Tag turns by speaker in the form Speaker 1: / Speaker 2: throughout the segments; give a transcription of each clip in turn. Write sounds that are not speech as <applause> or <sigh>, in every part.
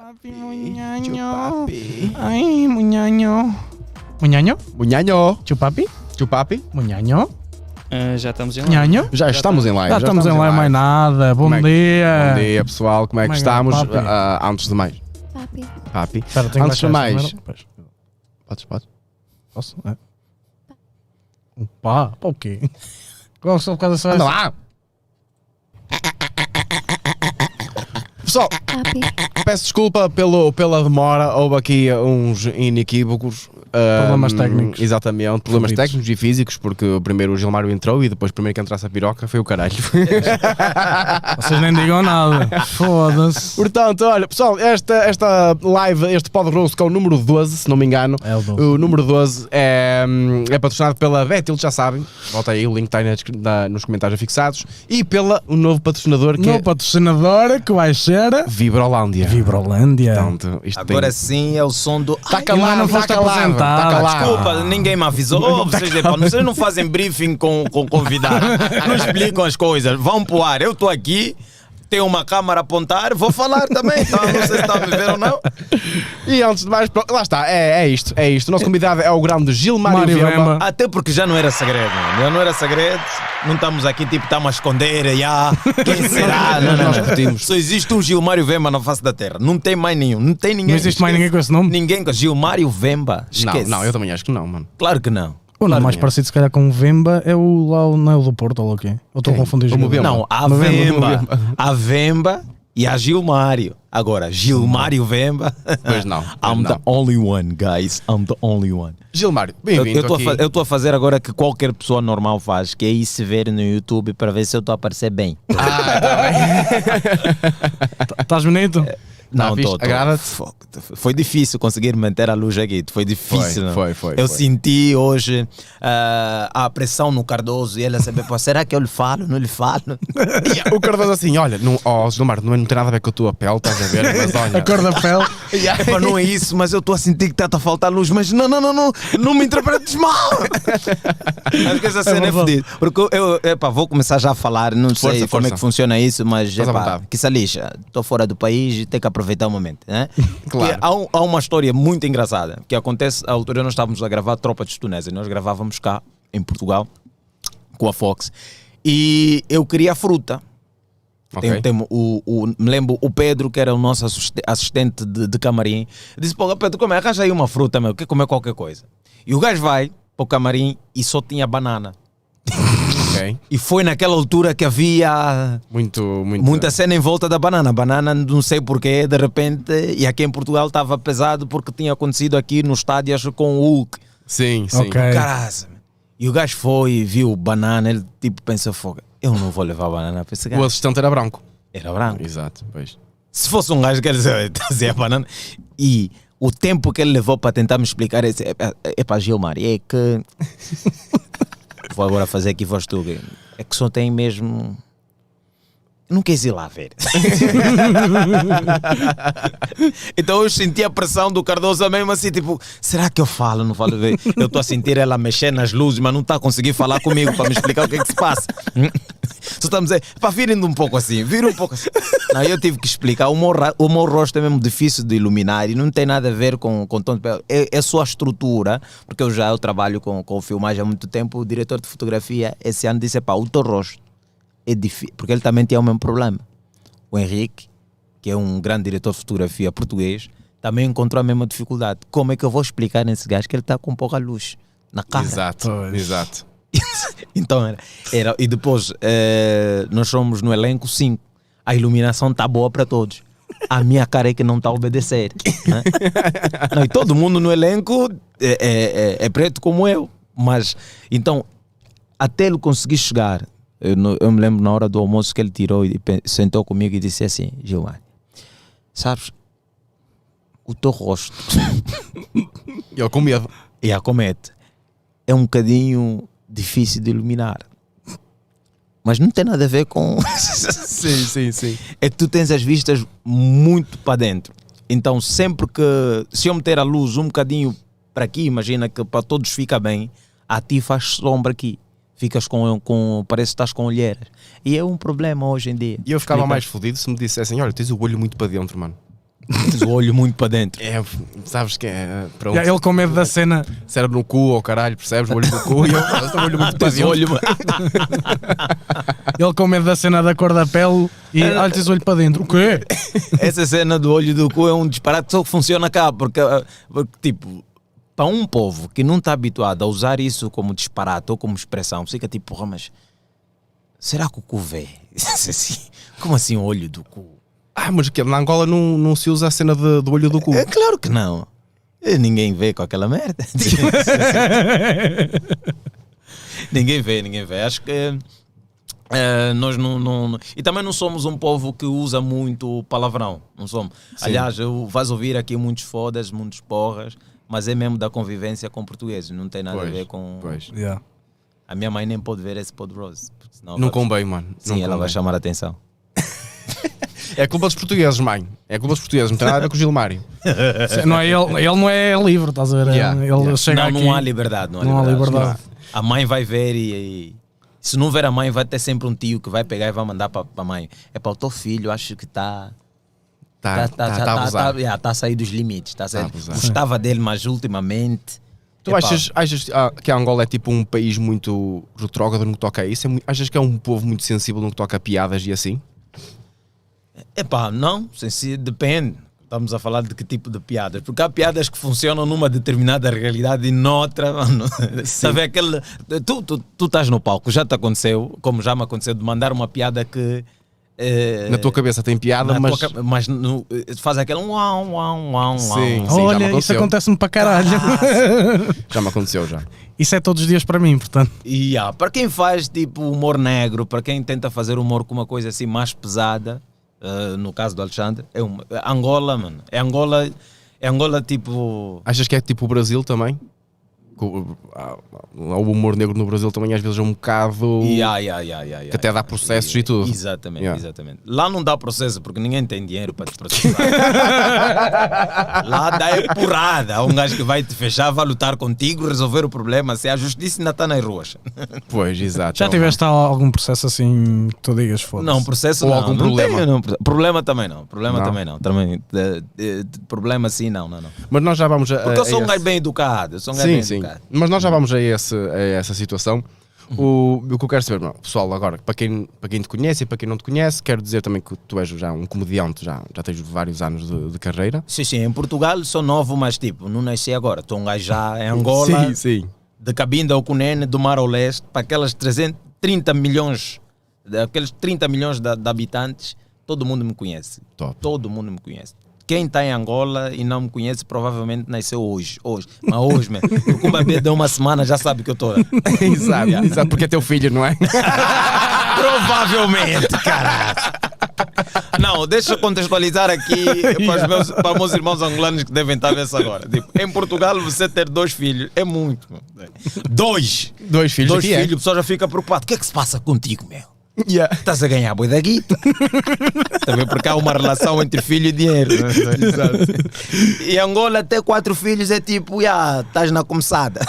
Speaker 1: Papi, muñaño. Ay, muñaño. Muñaño?
Speaker 2: Bunhanho,
Speaker 1: Chupapi?
Speaker 2: Chupapi.
Speaker 1: Muñaño?
Speaker 3: Ah, já estamos em live.
Speaker 1: Muñaño?
Speaker 2: Já tá. estamos em live.
Speaker 1: Já estamos em live mais nada. Bom
Speaker 2: Como é que-
Speaker 1: dia.
Speaker 2: Bom dia, pessoal. Como é que
Speaker 1: Como é que é,
Speaker 2: estamos?
Speaker 1: papi?
Speaker 2: Ah, ah, antes de mais,
Speaker 4: Papi.
Speaker 2: papi.
Speaker 1: Espera, tenho
Speaker 2: Antes
Speaker 1: que
Speaker 2: de
Speaker 1: baixar
Speaker 2: mais-
Speaker 1: esta merda. Pois,
Speaker 2: Podes, podes.
Speaker 1: Posso? É. Um pá? Pá o quê? <laughs> Qual só por causa dessa-
Speaker 2: Anda lá. Pessoal,
Speaker 4: Papi.
Speaker 2: peço desculpa pelo, pela demora. Houve aqui uns inequívocos. ah,
Speaker 1: Problemas técnicos.
Speaker 2: Exatamente, problemas
Speaker 1: Fodidos.
Speaker 2: técnicos e físicos, porque primeiro o Gilmário entrou e depois primeiro que entrasse a piroca foi o caralho.
Speaker 1: Vocês nem
Speaker 2: <laughs>
Speaker 1: digam nada. Foda-se.
Speaker 2: Portanto, olha, pessoal, esta, esta live, este pod roast que é o número 12, se não me engano.
Speaker 1: É o doce.
Speaker 2: O número 12 é, hum, é patrocinado pela Betil, já sabem. Volta aí, o link está aí na descri- na- nos comentários fixados. E pela um novo patrocinador que
Speaker 1: Meu
Speaker 2: é
Speaker 1: patrocinador que vai ser.
Speaker 2: Vibrolândia.
Speaker 1: Vibrolândia.
Speaker 2: Portanto, isto tem-
Speaker 3: Agora sim é o som do.
Speaker 2: Tá
Speaker 3: Ai,
Speaker 2: calado,
Speaker 1: não foste
Speaker 2: tá calado,
Speaker 1: apresentada.
Speaker 2: tá calado.
Speaker 3: Desculpa, ninguém me avisou. Oh, vocês, epá, vocês não fazem briefing com o convidado. Não explicam as coisas. Vão pro ar. Eu estou aqui, tenho uma câmara a apontar, vou falar também. Então, não sei se está a me ver ou não.
Speaker 2: E antes de mais, pro- lá está, é, é isto, é isto. O nosso convidado é o grande Gilmário
Speaker 1: Mário
Speaker 2: Vemba.
Speaker 1: Vemba.
Speaker 3: Até porque já não era segredo. mano. Já não era segredo. Não estamos aqui, tipo, estamos a esconder. Ya, quem será? Não, não,
Speaker 2: Nós
Speaker 3: não.
Speaker 2: curtimos.
Speaker 3: Só existe um Gilmário Vemba na face da terra. Não tem mais nenhum. Não tem
Speaker 1: Não
Speaker 3: ninguém.
Speaker 1: existe mais ninguém com esse nome?
Speaker 3: Ninguém com Gilmário Vemba.
Speaker 2: Não,
Speaker 3: Esquece.
Speaker 2: não, eu também acho que não, mano.
Speaker 3: Claro que não.
Speaker 1: O nome
Speaker 2: Claro
Speaker 1: mais
Speaker 2: que é.
Speaker 1: parecido, se calhar, com o Vemba é o lá, o- não é o do Porto ou lá o quê? Ou estou a
Speaker 2: Quem?
Speaker 1: confundir os
Speaker 2: O
Speaker 1: jogadores?
Speaker 2: Vemba.
Speaker 3: Não, a
Speaker 1: Uma Vemba,
Speaker 3: Vemba. A Vemba e a Gilmário. Agora, Gilmário Vemba.
Speaker 2: Pois
Speaker 3: <laughs>
Speaker 2: não, pois
Speaker 3: I'm the
Speaker 2: não.
Speaker 3: only one, guys. I'm the only one.
Speaker 2: Gilmário,
Speaker 3: Eu
Speaker 2: bem-vindo
Speaker 3: estou a,
Speaker 2: aqui.
Speaker 3: fa- eu tô a fazer agora que qualquer pessoa normal faz, que é ir se ver no YouTube para ver se eu estou a
Speaker 2: <laughs>
Speaker 3: aparecer bem.
Speaker 2: Tá Ah,
Speaker 1: Estás bonito?
Speaker 2: Tá fixe?
Speaker 3: tô- tô-
Speaker 2: Agrada-te?
Speaker 3: Fuck, Foi difícil conseguir manter a luz aqui. Foi difícil.
Speaker 2: Foi,
Speaker 3: não?
Speaker 2: foi, foi,
Speaker 3: Eu
Speaker 2: foi.
Speaker 3: senti hoje ah, a pressão no Cardoso e ele a saber, pô, será que eu lhe falo? Não lhe falo?
Speaker 2: Yeah, o Cardoso assim, olha, não, oh, Gilmário, não, não tem nada a ver com a tua pele, estás a ver? Mas olha,
Speaker 1: A cor da pele.
Speaker 3: Epá, não <laughs> é isso, mas eu estou a sentir que está a faltar luz. Mas não, não, não, não, não me interpretes mal.
Speaker 2: <laughs>
Speaker 3: Acho que essa cena é
Speaker 1: verdade.
Speaker 3: fodida. Porque eu, eu, epá, vou começar já a falar, não sei
Speaker 2: Força,
Speaker 3: como
Speaker 2: força.
Speaker 3: é que funciona isso, mas
Speaker 2: Faz à
Speaker 3: epá,
Speaker 2: vontade.
Speaker 3: que se lixa. Estou fora do país e tenho que aproveitar o momento. Né?
Speaker 2: <laughs> Claro.
Speaker 3: E Há, um- há uma história muito engraçada que acontece. À altura nós estávamos a gravar Tropa de Tunésia, nós gravávamos cá em Portugal com a Fox e eu queria fruta. Tem- um
Speaker 2: ok.
Speaker 3: tem o, o- me lembro o Pedro, que era o nosso assiste- assistente de, de camarim, disse: Pô, Pedro, como é? Arranja aí uma fruta, meu, quer comer é qualquer coisa. E o gajo vai para o camarim e só tinha banana.
Speaker 2: ok.
Speaker 3: E foi naquela altura que havia
Speaker 2: Muito, muito.
Speaker 3: muita cena em volta da banana. Banana, não sei porquê, de repente, e aqui em Portugal estava pesado porque tinha acontecido aqui nos estádios com o Hulk.
Speaker 2: Sim, sim.
Speaker 1: Ok.
Speaker 3: Caraca, meu. e o gajo foi e viu banana, ele tipo pensou: Foga, eu não vou levar banana para esse
Speaker 2: O
Speaker 3: gajo.
Speaker 2: assistente era branco.
Speaker 3: Era branco.
Speaker 2: Exato, pois.
Speaker 3: Se fosse um gajo, quer dizer, <laughs> trazia a banana. E o tempo que ele levou para tentar me explicar esse, é, é, é para Gilmar, é que. Vou agora fazer aqui voz tuga. É que só tem mesmo. Não quis ir lá ver. <laughs> então eu senti a pressão do Cardoso mesmo assim, tipo, será que eu falo? Não falo ver. Eu estou a sentir ela mexer nas luzes, mas não está a conseguir falar comigo para me explicar o que é que se passa. Só estamos a dizer, pá, virem um pouco assim, vira um pouco assim. Não, eu tive que explicar. O meu, ra- o meu rosto é mesmo difícil de iluminar e não tem nada a ver com, com tom de pele. É, é só a estrutura, porque eu já eu trabalho com, com filmagem há muito tempo. O diretor de fotografia esse ano disse, pá, o teu rosto é difícil, porque ele também tinha o mesmo problema. O Henrique, que é um grande diretor de fotografia português, também encontrou a mesma dificuldade. Como é que eu vou explicar nesse gajo que ele está com pouca luz na cara?
Speaker 2: Exato,
Speaker 1: Pois.
Speaker 2: exato.
Speaker 3: <laughs> Então era. era- e depois, eh, nós somos no elenco 5. A iluminação tá boa para todos. A minha cara é que não está a obedecer. né? Não, e todo mundo no elenco é, é- é- é preto como eu. Mas, então, até ele conseguir chegar, eu, no- eu me lembro na hora do almoço que ele tirou e pe- sentou comigo e disse assim: Gilmar, sabes, o teu rosto
Speaker 2: E Ele com medo. <laughs>
Speaker 3: e a comete é um bocadinho difícil de iluminar. Mas não tem nada a ver com. <laughs>
Speaker 2: Sim, sim, sim.
Speaker 3: é que tu tens as vistas muito para dentro. Então, sempre que. Se eu meter a luz um bocadinho para aqui, imagina que para todos fica bem, a ti faz sombra aqui. Ficas com. com parece que estás com olheiras. E é um problema hoje em dia.
Speaker 2: E eu ficava
Speaker 3: Explica.
Speaker 2: mais fodido se me dissessem, olha, tens o olho muito para dentro, mano.
Speaker 3: Tens o olho muito para dentro.
Speaker 2: É, sabes que é. Pronto.
Speaker 1: Já Ele com medo da cena.
Speaker 2: Cérebro no cu, ou caralho, percebes? O olho no cu. E eu, eu tenho o olho
Speaker 3: <laughs>
Speaker 2: muito para
Speaker 3: Tens o
Speaker 2: dentro.
Speaker 3: olho.
Speaker 1: Ele com medo da cena da cor da pele e olha tens o olho para dentro. O quê?
Speaker 3: Essa cena do olho do cu é um disparate só que funciona cá, porque, ah, porque, tipo, para um povo que não está habituado a usar isso como disparate ou como expressão, fica tipo, porra, mas será que o cu vê? <laughs> Assim, Como assim o olho do cu?
Speaker 2: Ah, mas que na Angola não, não se usa a cena de- do olho do
Speaker 3: <laughs>
Speaker 2: cu.
Speaker 3: É claro que não. Eh, Ninguém vê com aquela <laughs> merda. ninguém vê, ninguém vê. Acho que eh, nós não, não- não- E também não somos um povo que usa muito palavrão. Não somos. Aliás, eu, vais ouvir aqui muitos fodas, muitos porras, mas é mesmo da convivência com portugueses. Não tem nada
Speaker 2: Pois,
Speaker 3: a ver com.
Speaker 2: Pois.
Speaker 1: Yeah.
Speaker 3: A minha mãe nem pode ver esse pod Rose. porque senão
Speaker 2: Não
Speaker 3: vai-
Speaker 2: convém, mano.
Speaker 3: Sim,
Speaker 2: não
Speaker 3: ela vai
Speaker 2: convém.
Speaker 3: chamar a atenção.
Speaker 2: É culpa dos portugueses, mãe. É culpa dos portugueses. Não tem nada a ver com o Gilmário.
Speaker 1: Se- Não é ele, ele não é livre, estás a ver?
Speaker 2: Yeah,
Speaker 1: Ele
Speaker 2: yeah.
Speaker 1: chega
Speaker 3: não,
Speaker 1: aqui.
Speaker 3: não há liberdade. Não há
Speaker 1: não há
Speaker 3: liberdade.
Speaker 1: liberdade.
Speaker 3: A mãe vai ver e, e- se não ver a mãe, vai ter sempre um tio que vai pegar e vai mandar para a mãe. É para o teu filho, acho que está
Speaker 2: Tá, tá, tá, a abusar.
Speaker 3: tá, tá a sair dos limites. Tá a sair-
Speaker 2: Tá a abusar.
Speaker 3: Gostava dele, mas ultimamente.
Speaker 2: Tu
Speaker 3: epá,
Speaker 2: achas, achas ah, que a Angola é tipo um país muito retrógrado no que toca a isso? É mui- achas que é um povo muito sensível no que toca a piadas e assim?
Speaker 3: Epá, não, sem si- depende. Estamos a falar de que tipo de piadas? Porque há piadas que funcionam numa determinada realidade e noutra. <laughs> Mano. Sabe aquele. Tu, tu, tu estás no palco, já te aconteceu, como já me aconteceu, de mandar uma piada que. eh,
Speaker 2: Na tua cabeça tem piada,
Speaker 3: Na
Speaker 2: mas.
Speaker 3: tua ca- é? mas no- eh, faz aquele um uau, uau, uau, um uau.
Speaker 2: Sim. já me
Speaker 1: Olha, isso
Speaker 2: aconteceu.
Speaker 1: acontece-me para caralho.
Speaker 3: Ah,
Speaker 2: Já me aconteceu já.
Speaker 1: <laughs> Isso é todos os dias para mim, portanto.
Speaker 3: E ah, para quem faz tipo humor negro, para quem tenta fazer humor com uma coisa assim mais pesada, ah, no caso do Alexandre, é uma, é Angola, mano. É Angola, é Angola tipo.
Speaker 2: Achas que é tipo o Brasil também? Que o- há- há O humor negro no Brasil também às vezes é um bocado.
Speaker 3: Yeah, yeah, yeah, yeah, yeah,
Speaker 2: Que até dá
Speaker 3: yeah.
Speaker 2: processos e tudo.
Speaker 3: Exatamente,
Speaker 2: Yeah.
Speaker 3: exatamente. Lá não dá processo porque ninguém tem dinheiro para
Speaker 2: <laughs>
Speaker 3: te processar. Lá dá é porrada. Há Um gajo que vai te fechar, vai lutar contigo, resolver o problema. Se a justiça ainda está nas ruas.
Speaker 2: Pois, exato.
Speaker 1: Já
Speaker 2: É um-
Speaker 1: tiveste algum processo assim que tu digas foda
Speaker 3: Não, processo
Speaker 2: Ou
Speaker 3: não,
Speaker 2: algum
Speaker 3: não
Speaker 2: problema?
Speaker 3: tenho, não. Problema também não. Problema
Speaker 2: Não.
Speaker 3: também não. Também, eh, eh, problema sim, não, não, não.
Speaker 2: Mas nós já vamos a.
Speaker 3: Porque
Speaker 2: a-
Speaker 3: eu sou
Speaker 2: a
Speaker 3: um gajo bem educado. Eu sou um gajo
Speaker 2: Eh, é Sim,
Speaker 3: bem
Speaker 2: sim.
Speaker 3: educado.
Speaker 2: Mas nós já vamos a, esse, a essa situação. O, o que eu quero saber, não, pessoal, agora, para quem, para quem te conhece e para quem não te conhece, quero dizer também que tu és já um comediante, já, já tens vários anos de, de carreira.
Speaker 3: Sim, sim. Em Portugal sou novo, mas tipo, não nasci agora. Estou um gajo já
Speaker 2: <laughs>
Speaker 3: em
Speaker 2: Sim,
Speaker 3: Angola,
Speaker 2: sim.
Speaker 3: de Cabinda ao Cunene, do Mar ao Leste, para aquelas 330 milhões, daqueles 30 milhões de, de habitantes, todo mundo me conhece.
Speaker 2: Top. <laughs>
Speaker 3: Todo mundo me conhece. Quem está em Angola e não me conhece provavelmente nasceu hoje. Hoje. Mas hoje, mesmo.
Speaker 2: <laughs>
Speaker 3: Porque uma vez deu uma semana, já sabe que eu estou.
Speaker 2: exato, exato, porque é teu filho,
Speaker 3: <laughs>
Speaker 2: não é?
Speaker 3: Provavelmente, caralho. Não, deixa eu contextualizar aqui para os, meus, para os meus irmãos angolanos que devem estar nessa agora. Tipo, em Portugal, você ter dois filhos é muito. mano. Dois!
Speaker 2: Dois filhos
Speaker 3: dois
Speaker 2: aqui
Speaker 3: filhos, o pessoal já fica preocupado. O que é que se passa contigo, meu?
Speaker 2: é. Yeah.
Speaker 3: Estás a ganhar boi da guita. Também porque há uma relação entre filho e dinheiro. é? E Angola, ter quatro filhos é tipo, já, estás na começada.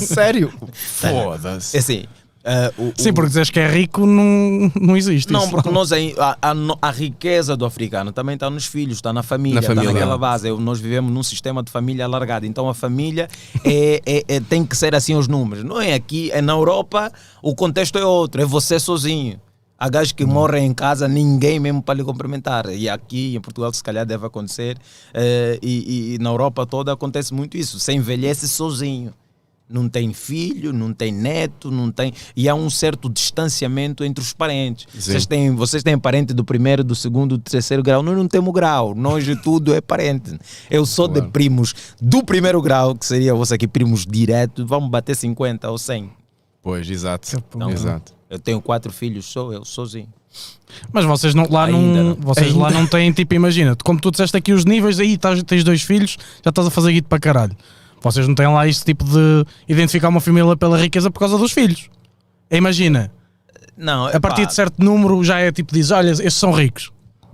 Speaker 2: Sério? Foda-se.
Speaker 3: É assim. eh, o-
Speaker 1: Sim,
Speaker 3: o-
Speaker 1: porque dizes que é rico não, não existe.
Speaker 3: Não,
Speaker 1: isso.
Speaker 3: porque nós aí- a, a no- a riqueza do africano também está nos filhos, está na família,
Speaker 2: Na
Speaker 3: está
Speaker 2: família.
Speaker 3: naquela base. Eu- nós vivemos num sistema de família alargado, então a família <laughs> é- é- é- tem que ser assim os números. Não é aqui, é na Europa o contexto é outro, é você sozinho. Há gajos que morrem em casa, ninguém mesmo para lhe cumprimentar. E aqui em Portugal, se calhar, deve acontecer. eh, e, e- e na Europa toda acontece muito isso. Você envelhece sozinho não tem filho, não tem neto, não tem e há um certo distanciamento entre os parentes. Vocês têm, vocês têm parente do primeiro, do segundo, do terceiro grau. Nós não temos grau, nós de tudo é parente. Eu sou de primos do primeiro grau, que seria você aqui primos direto, vamos bater 50 ou 100.
Speaker 2: Pois, exato.
Speaker 1: Então,
Speaker 2: exato.
Speaker 3: Eu tenho quatro filhos, sou eu sozinho.
Speaker 1: Mas vocês não, lá,
Speaker 3: Ainda
Speaker 1: não,
Speaker 3: não.
Speaker 1: vocês lá não têm, tipo, imagina, como tu disseste aqui os níveis, aí estás- tens dois filhos, já estás a fazer guito para caralho. Vocês não têm lá esse tipo de identificar uma família pela riqueza por causa dos filhos. Imagina,
Speaker 3: Não,
Speaker 1: a partir de certo número já é tipo, dizes, olha, estes são ricos.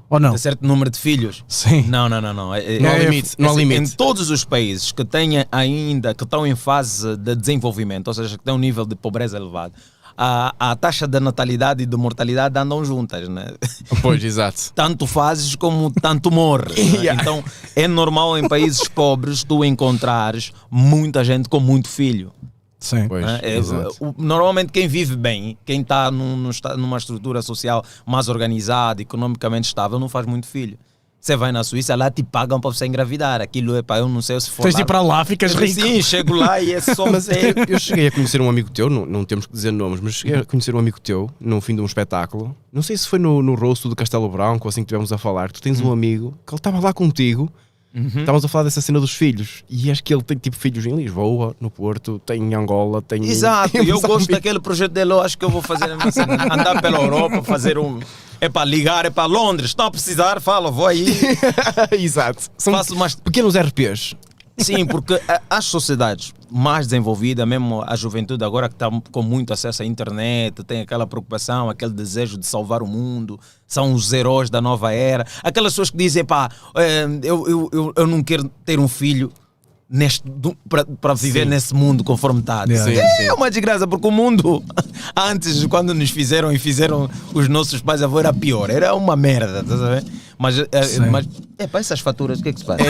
Speaker 1: Ou não?
Speaker 3: de certo número de filhos.
Speaker 1: Sim.
Speaker 3: Não, não, não, não. É-
Speaker 2: Não há
Speaker 3: é-
Speaker 2: limite, não há
Speaker 3: assim,
Speaker 2: limite.
Speaker 3: Em todos os países que têm ainda, que estão em fase de desenvolvimento, ou seja, que têm um nível de pobreza elevado, a, a taxa de natalidade e de mortalidade andam juntas, né? <laughs>
Speaker 2: Pois, exato.
Speaker 3: tanto fazes como tanto
Speaker 2: <laughs>
Speaker 3: morres. né? Então é normal em países pobres tu encontrares muita gente com muito filho.
Speaker 1: Sim.
Speaker 2: Pois,
Speaker 3: né? É,
Speaker 2: exato.
Speaker 3: o- normalmente quem vive bem, quem está num- num esta- numa estrutura social mais organizada, economicamente estável, não faz muito filho. Você vai na Suíça, lá te pagam para você engravidar. Aquilo é para eu não sei se for.
Speaker 1: Tens de
Speaker 3: lá-
Speaker 1: ir para lá, ficas rico.
Speaker 3: Sim, chego lá e
Speaker 1: <laughs>
Speaker 3: é só.
Speaker 2: Mas é, eu cheguei a conhecer um amigo teu, não, não temos que dizer nomes, mas cheguei a conhecer um amigo teu no fim de um espetáculo. Não sei se foi no, no rosto do Castelo Branco, assim que estivemos a falar. Tu tens um amigo que ele estava lá contigo, estávamos a falar dessa cena dos filhos. E acho que ele tem tipo filhos em Lisboa, no Porto, tem em Angola, tem. em-
Speaker 3: Exato,
Speaker 2: em
Speaker 3: eu gosto
Speaker 2: Moçambique.
Speaker 3: daquele projeto dele, eu acho que eu vou fazer a minha cena. andar pela Europa, fazer um. É para ligar, é para Londres, estão a precisar, fala, vou aí,
Speaker 2: <laughs> Exato. São
Speaker 3: faço umas
Speaker 2: pequenos RPs.
Speaker 3: Sim, porque a- as sociedades mais desenvolvidas, mesmo a juventude agora que está com muito acesso à internet, tem aquela preocupação, aquele desejo de salvar o mundo, são os heróis da nova era. Aquelas pessoas que dizem, pá, eh, eu, eu, eu, eu não quero ter um filho para viver nesse mundo conforme está.
Speaker 1: Yeah.
Speaker 2: Sim,
Speaker 3: é
Speaker 2: sim.
Speaker 3: uma desgraça, porque o mundo, <laughs> antes, quando nos fizeram e fizeram os nossos pais avô, era pior, era uma merda, estás a ver? Mas, eh,
Speaker 1: Sim.
Speaker 3: mas é para essas faturas, o que é que se passa?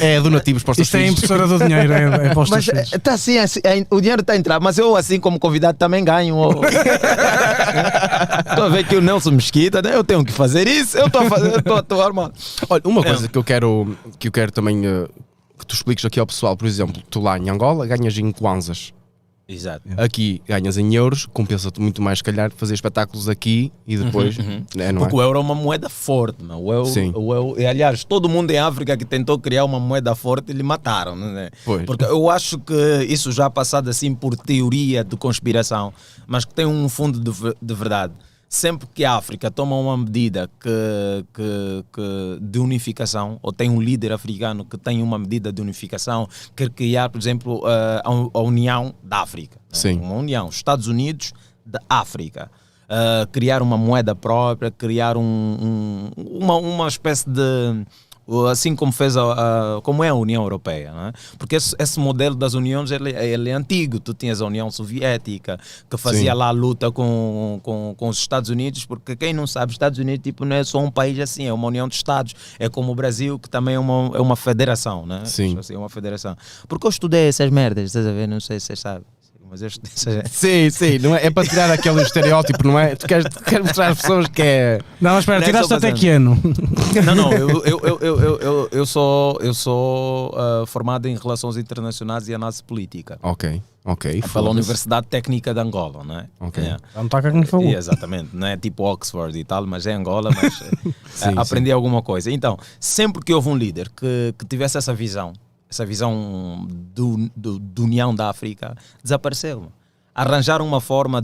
Speaker 2: É donativos para os teus
Speaker 1: Isto é a
Speaker 2: filhos.
Speaker 1: impressora do dinheiro, é, é para os teus
Speaker 3: assim, Mas
Speaker 1: filhos.
Speaker 3: eh, tá assim, assim, eh, o dinheiro está a entrar, mas eu, assim como convidado, também ganho. ó. <laughs> Tô a ver que o Nelson Mesquita, né? Eu tenho que fazer isso, eu estou a fazer, eu tô, tô armado.
Speaker 2: Olha, uma coisa que eu quero, que eu quero também eh, que tu expliques aqui ao pessoal, por exemplo, tu lá em Angola ganhas em kwanzas.
Speaker 3: Exato.
Speaker 2: Aqui ganhas em euros, compensa-te muito mais, se calhar, fazer espetáculos aqui e depois. né, não é?
Speaker 3: Uhum, Porque o euro é uma moeda forte, meu. O euro,
Speaker 2: Sim.
Speaker 3: o euro, e, aliás, todo mundo em África que tentou criar uma moeda forte, lhe mataram, né?
Speaker 2: Pois.
Speaker 3: Porque eu acho que isso já passado assim por teoria de conspiração, mas que tem um fundo de, ver- de verdade. Sempre que a África toma uma medida que, que, que de unificação, ou tem um líder africano que tem uma medida de unificação, quer criar, por exemplo, eh, a, un- a União da África. né?
Speaker 2: Sim.
Speaker 3: Uma União, Estados Unidos da África. Eh, criar uma moeda própria, criar um, um- uma, uma espécie de. Assim como fez a, a- como é a União Europeia, né? porque esse, esse modelo das uniões ele, ele é antigo. Tu tinhas a União Soviética que fazia
Speaker 2: Sim.
Speaker 3: lá a luta com, com, com os Estados Unidos, porque quem não sabe, Estados Unidos tipo, não é só um país assim, é uma união de Estados. É como o Brasil, que também é uma, é uma federação, né?
Speaker 2: Sim.
Speaker 3: Assim, é uma federação. Porque eu estudei essas merdas, estás a ver? Não sei se vocês sabem, mas eu estudei essas
Speaker 2: Sim, sim, não é, é para tirar aquele estereótipo, não é? Tu queres, tu queres mostrar às pessoas que é.
Speaker 1: Não, mas espera,
Speaker 3: Não é só
Speaker 1: tiraste até
Speaker 3: fazendo.
Speaker 1: que ano?
Speaker 3: <laughs>
Speaker 1: <laughs>
Speaker 3: Não, não, eu, eu, eu, eu, eu, eu, eu sou, eu sou ah, formado em Relações Internacionais e Análise Política
Speaker 2: Ok, ok.
Speaker 3: pela
Speaker 2: foda-se.
Speaker 3: Universidade Técnica de Angola, não é?
Speaker 2: Ok.
Speaker 3: É.
Speaker 1: Não toca como falou.
Speaker 3: É, exatamente, não é tipo Oxford e tal, mas é Angola,
Speaker 2: <laughs>
Speaker 3: mas eh,
Speaker 2: Sim,
Speaker 3: aprendi alguma coisa. Então, sempre que houve um líder que, que tivesse essa visão, essa visão do, do, do União da África, desapareceu. Arranjaram uma forma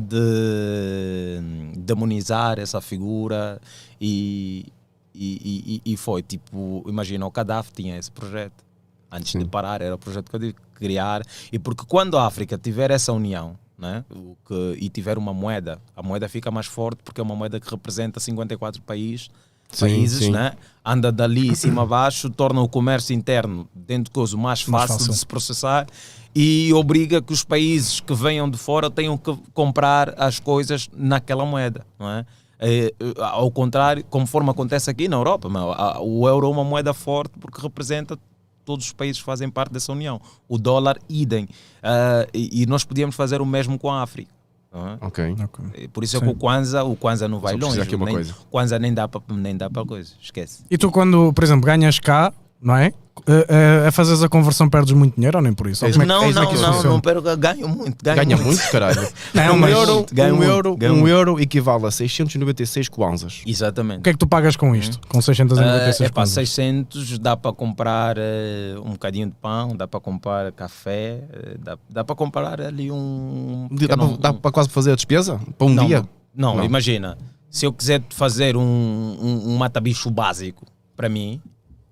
Speaker 3: de demonizar essa figura e, e, e, e foi tipo, imagina, o Gaddafi tinha esse projeto. Antes de parar, era o projeto que eu tive que criar. E porque quando a África tiver essa união né, o que, e tiver uma moeda, a moeda fica mais forte porque é uma moeda que representa 54 países,
Speaker 2: Sim,
Speaker 3: países
Speaker 2: sim.
Speaker 3: Né, anda dali
Speaker 2: <clears throat>
Speaker 3: em cima a baixo, torna o comércio interno dentro de coisa mais fácil,
Speaker 1: Mais fácil.
Speaker 3: de se processar e obriga que os países que venham de fora tenham que comprar as coisas naquela moeda, não é? Eh, eh, ao contrário, conforme acontece aqui na Europa, mas a- o euro é uma moeda forte porque representa todos os países que fazem parte dessa união. O dólar, idem. Ah, e, e nós podíamos fazer o mesmo com a África. não é?
Speaker 2: Ok.
Speaker 1: Ok.
Speaker 3: E Por isso é
Speaker 1: Sim.
Speaker 3: que o Kwanza, o Kwanza não vai
Speaker 2: preciso
Speaker 3: longe.
Speaker 2: aqui uma
Speaker 3: nem,
Speaker 2: coisa.
Speaker 3: Kwanza nem dá para nem dá para coisa, esquece.
Speaker 1: E tu, quando, por exemplo, ganhas cá, não é? A, a, a fazeres a conversão, perdes muito dinheiro ou nem por isso? Ou como é que-
Speaker 3: não,
Speaker 1: é isso
Speaker 3: não,
Speaker 1: que
Speaker 3: não,
Speaker 1: funciona?
Speaker 3: não, pero ganho muito, ganho
Speaker 2: Ganha
Speaker 3: muito.
Speaker 2: muito, caralho.
Speaker 1: Não,
Speaker 2: um
Speaker 1: mas-
Speaker 2: euro,
Speaker 3: <laughs> Ganha
Speaker 2: um,
Speaker 3: muito,
Speaker 2: euro
Speaker 3: ganha
Speaker 2: um
Speaker 3: muito.
Speaker 2: euro equivale a 696 kwanzas.
Speaker 1: O
Speaker 3: Exatamente.
Speaker 1: que é que tu pagas com
Speaker 3: Hum.
Speaker 1: isto? Com 696
Speaker 3: é para
Speaker 1: contas?
Speaker 3: 600 dá para comprar eh, um bocadinho de pão, dá para comprar café, eh, dá, dá para comprar ali um.
Speaker 2: Dá
Speaker 3: pequeno-
Speaker 2: para, dá para quase fazer a despesa? Para um
Speaker 3: não,
Speaker 2: dia?
Speaker 3: Não,
Speaker 2: Não.
Speaker 3: imagina. Se eu quiser fazer um, um, um mata-bicho básico para mim,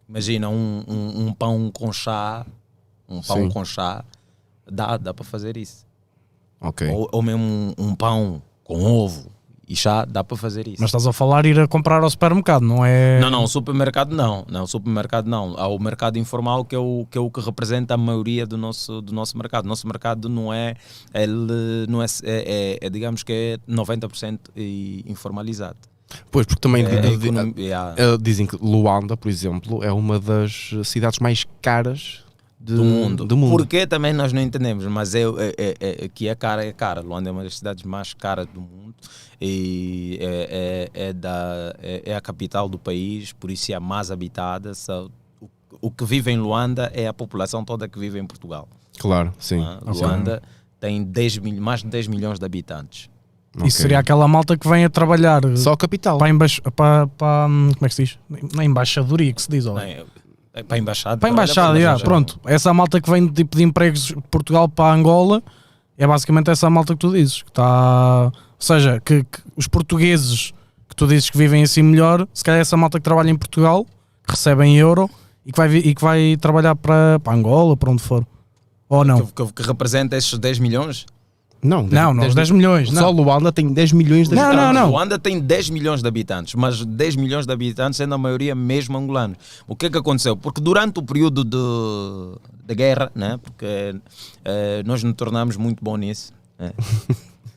Speaker 3: imagina um, um, um pão com chá, um pão
Speaker 2: Sim.
Speaker 3: com chá, dá, dá para fazer isso.
Speaker 2: Ok.
Speaker 3: Ou, ou mesmo um, um pão com ovo. E já dá para fazer isso.
Speaker 1: Mas estás a falar ir a comprar ao supermercado, não é?
Speaker 3: Não, não, supermercado não. Não, supermercado não. Há o mercado informal que é o que, é o que representa a maioria do nosso, do nosso mercado. Nosso mercado não é, ele não é, é, é- é, digamos que é 90% e- informaalizado.
Speaker 2: Pois, porque também
Speaker 3: É,
Speaker 2: de-
Speaker 3: é
Speaker 2: de-
Speaker 3: economia-
Speaker 2: eh, dizem que Luanda, por exemplo, é uma das cidades mais caras de-
Speaker 3: do mundo.
Speaker 2: Do mundo.
Speaker 3: Porque também nós não entendemos, mas é, é- é- é- que é cara, é cara. Luanda é uma das cidades mais caras do mundo e é, é- é da, é, é a capital do país, por isso é a mais habitada. Só- o, o que vive em Luanda é a população toda que vive em Portugal.
Speaker 2: Claro, sim.
Speaker 3: não é?
Speaker 1: Ok.
Speaker 3: Luanda tem 10 mil, mais de 10 milhões de habitantes.
Speaker 2: Ok.
Speaker 1: Isso seria aquela malta que vem a trabalhar
Speaker 2: Só a capital.
Speaker 1: para, embaix... para, para. hum, Como é que se diz? Na embaixadoria que se diz, ó.
Speaker 3: Não é? É Para a embaixada.
Speaker 1: Para a
Speaker 3: trabalha
Speaker 1: embaixada, já, pronto. Essa malta que vem de, tipo, de empregos de Portugal para Angola é basicamente essa malta que tu dizes. Que está... Ou seja, que, que os portugueses que tu dizes que vivem assim melhor, se calhar é essa malta que trabalha em Portugal, que recebe em euro e que vai, vi- e que vai trabalhar para, para Angola, para onde for. Ou não?
Speaker 3: Que, que- que representa esses 10 milhões?
Speaker 2: Não,
Speaker 1: Não, não, os 10 milhões.
Speaker 2: Só
Speaker 1: Não.
Speaker 2: Luanda tem 10 milhões de
Speaker 1: Não,
Speaker 2: habitantes.
Speaker 1: não, não.
Speaker 3: Luanda tem 10 milhões de habitantes, mas 10 milhões de habitantes é na maioria mesmo angolanos. O que é que aconteceu? Porque durante o período de, de guerra, né? porque eh, nós nos tornámos muito bons nisso. né?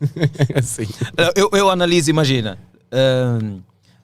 Speaker 2: <laughs> Sim.
Speaker 3: Eh, eu, eu analiso, imagina. ahn,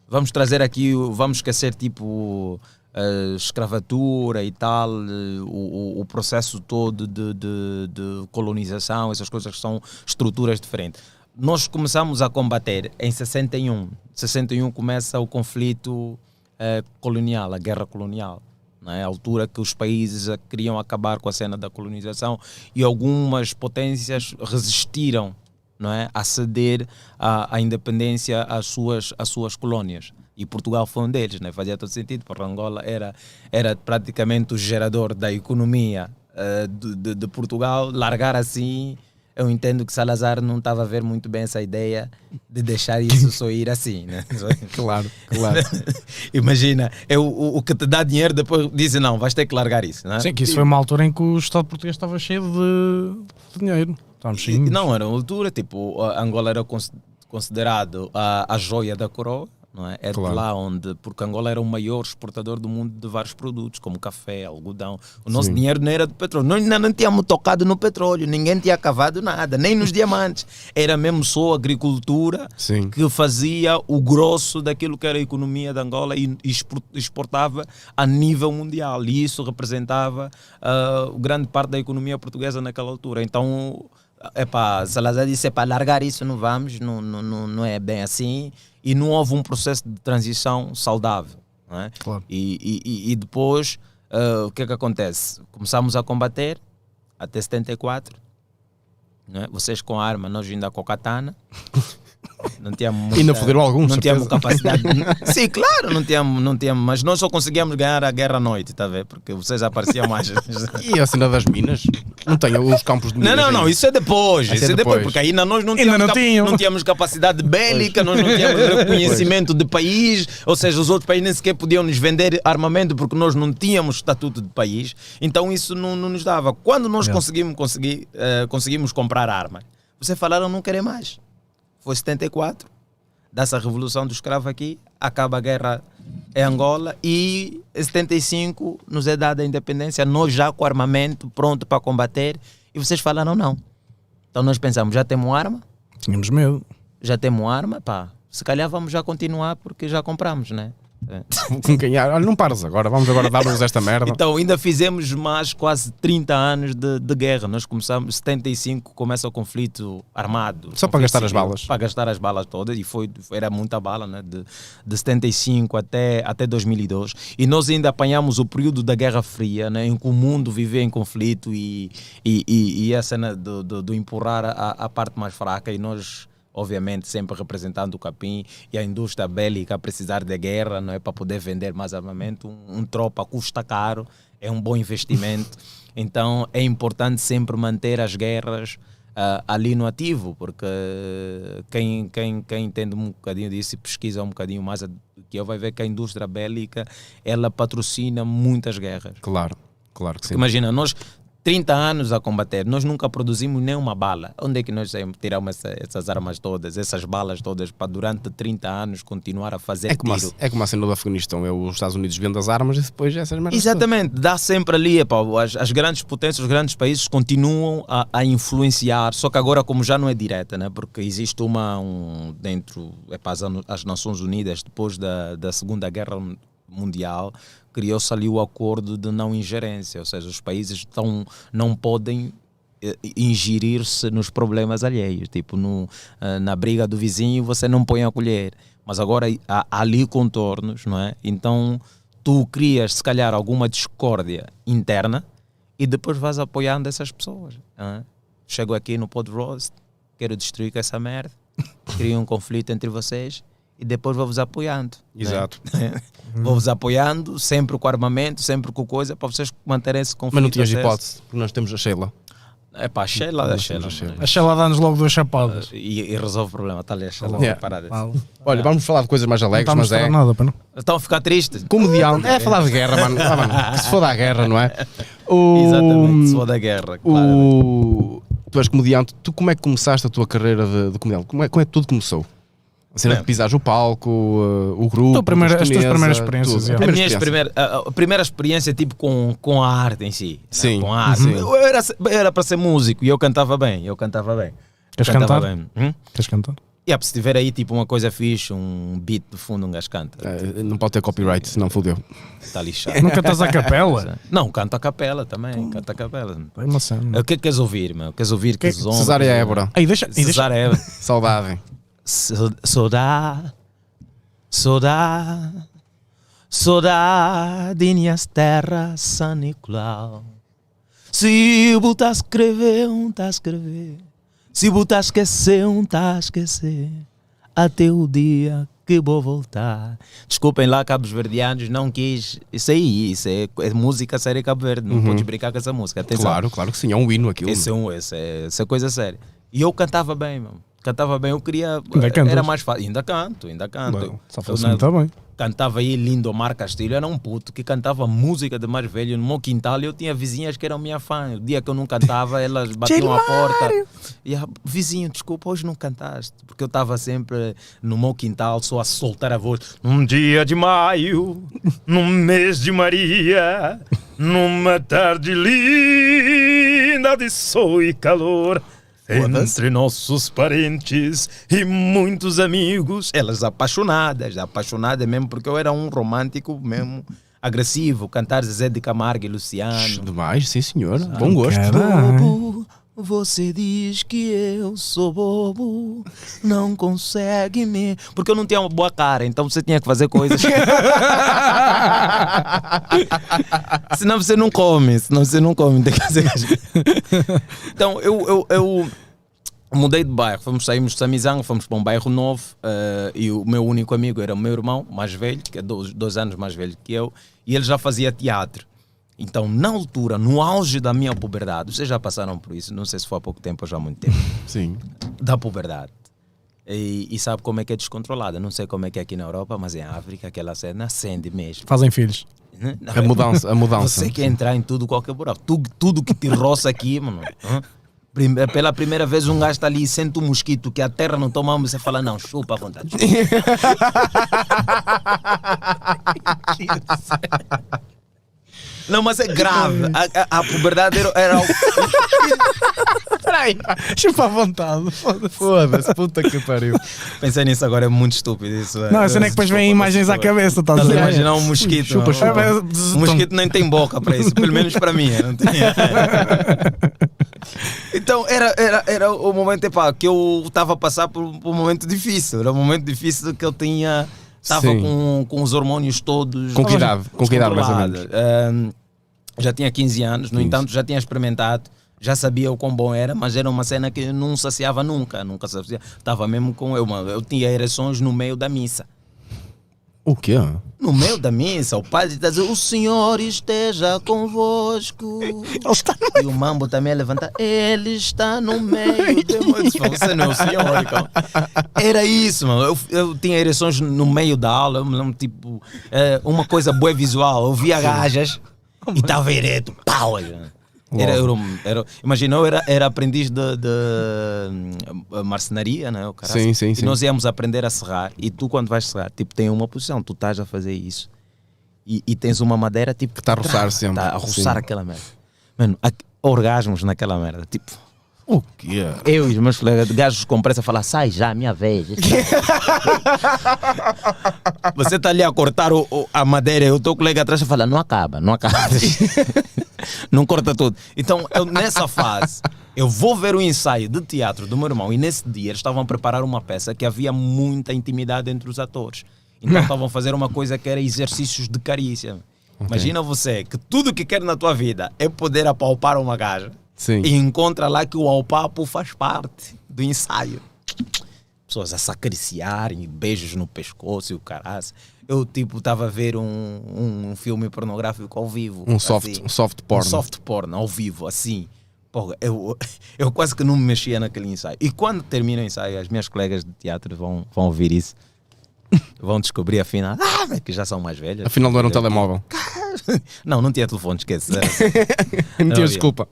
Speaker 3: vamos trazer aqui, o- vamos esquecer tipo a escravatura e tal, eh, o, o- o processo todo de, de- de colonização, essas coisas que são estruturas diferentes. Nós começamos a combater em 61. 61 começa o conflito eh, colonial, a guerra colonial. não é? A altura que os países eh, queriam acabar com a cena da colonização e algumas potências resistiram não é? a ceder à, à independência às suas, às suas colónias. E Portugal foi um deles, né? fazia todo sentido, porque Angola era, era praticamente o gerador da economia eh, de, de- de Portugal. Largar assim, eu entendo que Salazar não estava a ver muito bem essa ideia de deixar isso só ir assim. Né? <laughs>
Speaker 2: Claro,
Speaker 1: <laughs>
Speaker 2: claro.
Speaker 3: Imagina, é o, o- o que te dá dinheiro, depois dizem não, vais ter que largar isso. Né?
Speaker 1: Sim, que isso foi uma altura em que o Estado português estava cheio de, de dinheiro. Estávamos
Speaker 3: E-
Speaker 1: cheios.
Speaker 3: Não, era uma altura, tipo, a Angola era cons- considerado a, a joia da coroa, não é? É
Speaker 2: Claro.
Speaker 3: de lá onde, porque Angola era o maior exportador do mundo de vários produtos, como café, algodão. O nosso dinheiro não era de petróleo. Nós ainda não tínhamos tocado no petróleo, ninguém tinha cavado nada, nem nos diamantes. Era mesmo só agricultura
Speaker 2: Sim.
Speaker 3: que fazia o grosso daquilo que era a economia de Angola e expor- exportava a nível mundial. E isso representava ah, grande parte da economia portuguesa naquela altura. Então, epá, Salazar disse: para largar isso, não vamos, não, não, não, não é bem assim. E não houve um processo de transição saudável. não é?
Speaker 1: Claro.
Speaker 3: E, e- e- e depois, ah, o que é que acontece? Começámos a combater até 74. não é? Vocês com arma, nós ainda com a <laughs> katana. Não tínhamos
Speaker 2: Ainda
Speaker 3: muita-
Speaker 2: fuderam alguns,
Speaker 3: Não tínhamos
Speaker 2: certeza.
Speaker 3: capacidade. <laughs> Sim, claro, não tínhamos, não tínhamos, mas nós só conseguíamos ganhar a guerra à noite, está a ver? Porque vocês apareciam mais.
Speaker 2: E a cena das minas? Não tem os campos de
Speaker 3: <laughs> Não,
Speaker 2: minas
Speaker 3: não, não,
Speaker 2: ainda.
Speaker 3: isso é depois,
Speaker 2: Isso é
Speaker 3: isso é depois,
Speaker 2: depois.
Speaker 3: porque ainda nós não
Speaker 1: Ainda
Speaker 3: tínhamos,
Speaker 1: não
Speaker 3: cap-
Speaker 1: tinham.
Speaker 3: não tínhamos capacidade bélica, nós não <laughs> tínhamos reconhecimento de país, ou seja, os outros países nem sequer podiam nos vender armamento porque nós não tínhamos estatuto de país, então isso não, não nos dava. Quando nós
Speaker 1: Yeah.
Speaker 3: conseguimos, conseguir, eh, conseguimos comprar armas, vocês falaram não querer mais. Foi 74, dá-se a revolução do escravo aqui, acaba a guerra em Angola e em 75 nos é dada a independência, nós já com armamento pronto para combater e vocês falaram não. Então nós pensamos, já temos arma,
Speaker 1: Tínhamos medo.
Speaker 3: já temos arma, pá, se calhar vamos já continuar porque já compramos, né? É.
Speaker 2: Com quem há- Olha, não paras agora, vamos agora dar-nos esta merda.
Speaker 3: Então ainda fizemos mais quase 30 anos de, de guerra. Nós começamos, 75 começa o conflito armado.
Speaker 2: Só para
Speaker 3: Conflito
Speaker 2: gastar as
Speaker 3: civil,
Speaker 2: balas.
Speaker 3: Para gastar as balas todas e foi, era muita bala, né? De, de 75 até, até 2002. E nós ainda apanhamos o período da Guerra Fria, né? Em que o mundo vivia em conflito e, e, e, e a cena do, do, do empurrar a, a parte mais fraca e nós obviamente sempre representando o capim e a indústria bélica a precisar de guerra não é para poder vender mais armamento um, um tropa custa caro é um bom
Speaker 2: <laughs>
Speaker 3: investimento então é importante sempre manter as guerras ah, ali no ativo porque ah, quem, quem, quem entende um bocadinho disso e pesquisa um bocadinho mais a- do que eu vai ver que a indústria bélica ela patrocina muitas guerras é
Speaker 2: Claro, claro que sim.
Speaker 3: Imagina, nós 30 anos a combater, nós nunca produzimos nenhuma bala. Onde é que nós saímos tirar uma- essa- essas armas todas, essas balas todas, para durante 30 anos continuar a fazer
Speaker 2: É como, a,
Speaker 3: tiro?
Speaker 2: é como a cena do Afeganistão, é os Estados Unidos vendo as armas e depois essas merdas.
Speaker 3: Exatamente, dá sempre ali, epá, as, as grandes potências, os grandes países continuam a, a influenciar, só que agora como já não é direta, né, porque existe uma, um, dentro, epá, as, anu- as Nações Unidas, depois da, da Segunda Guerra Mun- Mundial, criou-se ali o acordo de não ingerência, ou seja, os países estão, não podem eh, ingerir-se nos problemas alheios, tipo no, ah, na briga do vizinho você não põe a colher, mas agora há, há ali contornos, não é? Então tu crias se calhar alguma discórdia interna e depois vais apoiando essas pessoas. não é? Chego aqui no Pod Roast, quero destruir com essa merda, <laughs> crio um conflito entre vocês e depois vou-vos apoiando. não é?
Speaker 2: Exato. Uhum.
Speaker 3: Vou-vos apoiando, sempre com armamento, sempre com coisa, para vocês manterem esse conflito.
Speaker 2: Mas não tinhas
Speaker 3: aceso.
Speaker 2: hipótese, porque nós temos a Sheila.
Speaker 3: É pá, Sheila,
Speaker 2: Nós
Speaker 3: Sheila.
Speaker 2: temos a Sheila.
Speaker 1: A Sheila dá-nos logo duas chapadas.
Speaker 3: E, e resolve o problema, está ali a Sheila.
Speaker 2: Yeah.
Speaker 3: parada.
Speaker 1: Mal.
Speaker 2: Olha, vamos falar de coisas mais
Speaker 1: Não
Speaker 2: alegres,
Speaker 1: está a
Speaker 2: mas
Speaker 1: mostrar
Speaker 2: é.
Speaker 1: nada, para não.
Speaker 3: Estão a ficar tristes?
Speaker 2: Comediante. É falar de guerra, mano. Ah, mano, que se for da guerra,
Speaker 3: <laughs>
Speaker 2: não é? O...
Speaker 3: Exatamente, sou da guerra. claro.
Speaker 2: O... Tu és comediante, tu como é que começaste a tua carreira de, de comediante? Como é, como é que tudo começou? A cena
Speaker 3: Bem.
Speaker 2: de pisares o palco, uh, o grupo,
Speaker 1: Tua Então, primeira-
Speaker 2: a
Speaker 1: as tuas
Speaker 2: costureira,
Speaker 1: primeiras experiências,
Speaker 2: tudo.
Speaker 1: é.
Speaker 2: A
Speaker 3: A
Speaker 2: primeira
Speaker 3: minha
Speaker 2: experiência.
Speaker 3: primeira, a, a primeira experiência tipo com, com a arte em si. né?
Speaker 2: Sim,
Speaker 3: Com a arte.
Speaker 1: Uhum.
Speaker 2: sim.
Speaker 3: Eu era, era para ser músico e eu cantava bem, eu cantava bem.
Speaker 1: Queres
Speaker 3: cantava
Speaker 1: cantar?
Speaker 3: Bem. Hum?
Speaker 1: Queres cantar?
Speaker 3: Yeah, se tiver aí tipo uma coisa fixe, um beat de fundo, um gajo canta.
Speaker 2: Ah, não pode ter copyright, senão fodeu.
Speaker 1: É.
Speaker 3: Está
Speaker 1: <laughs>
Speaker 3: lixado.
Speaker 1: Nunca estás à
Speaker 3: <laughs>
Speaker 1: capela?
Speaker 3: Não, canto a capela também, canto a capela.
Speaker 1: É uma cena.
Speaker 3: O que é que queres ouvir, meu? Queres ouvir
Speaker 1: Que-
Speaker 3: que zomba?
Speaker 2: Cesária Évora,
Speaker 1: Aí deixa. aí deixa-
Speaker 3: Cesária
Speaker 2: é
Speaker 3: Évora.
Speaker 2: saudade.
Speaker 3: So- Saudade, saudade, saudade, minhas terras, São Nicolau. Se botar a escrever, um tá a escrever. Se botar a esquecer, um tá a esquecer. Até o dia que vou voltar. Desculpem lá, Cabos Verdeanos, não quis. Isso aí, isso é, é música séria Cabo Verde. Não podes brincar com essa música. Atenção.
Speaker 2: Claro, claro que sim, é um hino aquilo.
Speaker 3: Esse é um, esse é, essa é coisa séria. E eu cantava bem, mano. Cantava bem, eu queria. eh,
Speaker 1: Ainda cantas?
Speaker 3: era mais fácil. Ainda canto, ainda canto.
Speaker 1: Bom, Só
Speaker 3: Eu é
Speaker 1: fosse
Speaker 3: na-
Speaker 1: muito bem.
Speaker 3: Cantava aí Lindomar Castilho, era um puto que cantava música de mais velho no meu quintal e eu tinha vizinhas que eram minha fã. O dia que eu não cantava, elas batiam à porta. E a, vizinho, desculpa, hoje não cantaste. Porque eu estava sempre no meu quintal só a soltar a voz. Num dia de maio, num mês de Maria, numa tarde linda de sol e calor. Entre nossos parentes e muitos amigos. Elas apaixonadas, apaixonadas mesmo, porque eu era um romântico mesmo, agressivo. Cantar Zezé de Camargo e Luciano.
Speaker 2: Demais, sim senhor.
Speaker 3: é
Speaker 2: Bom gosto.
Speaker 1: Caralho.
Speaker 3: Bobo, você diz que eu sou bobo, não consegue me. Porque eu não tinha uma boa cara, então você tinha que fazer coisas. senão você não come, senão você não come. Tem que fazer... então eu, eu, eu mudei de bairro, fomos, saímos de Samizang, fomos para um bairro novo eh, e o meu único amigo era o meu irmão mais velho, que é dois, dois anos mais velho que eu, e ele já fazia teatro. Então, na altura, no auge da minha puberdade, vocês já passaram por isso, não sei se foi há pouco tempo ou já há muito tempo,
Speaker 2: Sim.
Speaker 3: da puberdade. E, e sabe como é que é descontrolada? Não sei como é que é aqui na Europa, mas em África aquela cena acende mesmo.
Speaker 1: Fazem filhos.
Speaker 3: né? Na
Speaker 2: A mudança, a mudança.
Speaker 3: você quer entrar em tudo, qualquer buraco. Tu- tudo que te roça aqui, <laughs> mano. hã? Prime- é Pela primeira vez um gajo está ali e sente um mosquito que a terra não toma, mas você fala, não, chupa à vontade. <laughs> não, mas é grave. A, a, a puberdade era, era algo-
Speaker 1: Chupa à vontade.
Speaker 2: Foda-se, puta que pariu.
Speaker 3: Pensei nisso agora, é muito estúpido isso.
Speaker 1: Não, a cena é que depois vêm imagens à cabeça, estás a
Speaker 3: Estás a
Speaker 1: ver?
Speaker 3: imaginar um mosquito.
Speaker 1: Chupa,
Speaker 3: não?
Speaker 1: chupa.
Speaker 3: Um mosquito nem tem boca para isso, pelo menos para mim. eu Não tinha. <laughs> Então era, era, era o momento epá, que eu estava a passar por, um- por um momento difícil. Era um momento difícil que eu tinha. Estava
Speaker 2: Sim.
Speaker 3: com, com os hormônios todos.
Speaker 2: Com que idade? Com que idade, mais ou menos?
Speaker 3: descontrolados. Ahm, já tinha 15 anos, no entanto já tinha experimentado, já sabia o quão bom era, mas era uma cena que eu não saciava nunca, nunca saciava. Estava mesmo com eu, mano, eu tinha ereções no meio da missa.
Speaker 2: <laughs> O quê?
Speaker 3: No meio da missa, o padre está a dizer: O Senhor esteja convosco. E o mambo também a levantar: Ele está no meio de nós." Você não é o Senhor, então. Era isso, mano. Eu, eu tinha ereções no meio da aula, eu me lembro, tipo, é? eh, uma coisa boa visual. Eu via gajas e estava ereto, pau. Era, era, um- era- imagina, eu era, era aprendiz de, de, hum, marcenaria, né? O cara,
Speaker 2: Sim, sim,
Speaker 3: e
Speaker 2: sim.
Speaker 3: nós íamos aprender a serrar. E tu, quando vais serrar, tipo, tem uma posição, tu estás a fazer isso e, e tens uma madeira tipo,
Speaker 2: Que tá a roçar
Speaker 3: trava,
Speaker 2: sempre.
Speaker 3: Tá a roçar
Speaker 2: Sim.
Speaker 3: aquela merda. Mano, há orgasmos naquela merda. Tipo,
Speaker 2: O que é?
Speaker 3: eu e os meus colegas de gajos com pressa falar, sai já, minha vez. Você está ali a cortar o- o- a madeira e o teu colega atrás fala, não acaba, não acaba. <laughs> não corta tudo. Então, eu, nessa fase, eu vou ver o ensaio de teatro do meu irmão e nesse dia eles estavam a preparar uma peça que havia muita intimidade entre os atores. Então estavam a fazer uma coisa que era exercícios de carícia. Imagina você que tudo que quer na tua vida é poder apalpar uma gaja
Speaker 2: Sim.
Speaker 3: e encontra lá que o alpapo faz parte do ensaio. Pessoas a sacriciarem, beijos no pescoço e o caralho. Eu, tipo, estava a ver um, um, filme pornográfico ao vivo.
Speaker 2: Um soft,
Speaker 3: assim.
Speaker 2: um soft porno.
Speaker 3: Um soft porno ao vivo, assim. Porra, eu, <laughs> eu quase que não me mexia naquele ensaio. E quando termina o ensaio, as minhas colegas de teatro vão, vão ouvir isso. <laughs> Vão descobrir, afinal, ah, mas que já são mais velhas.
Speaker 2: Afinal não era um telemóvel. <laughs>
Speaker 3: Não, não tinha telefone, esquece. É. Era-
Speaker 2: Não
Speaker 3: havia.
Speaker 2: tinha desculpa.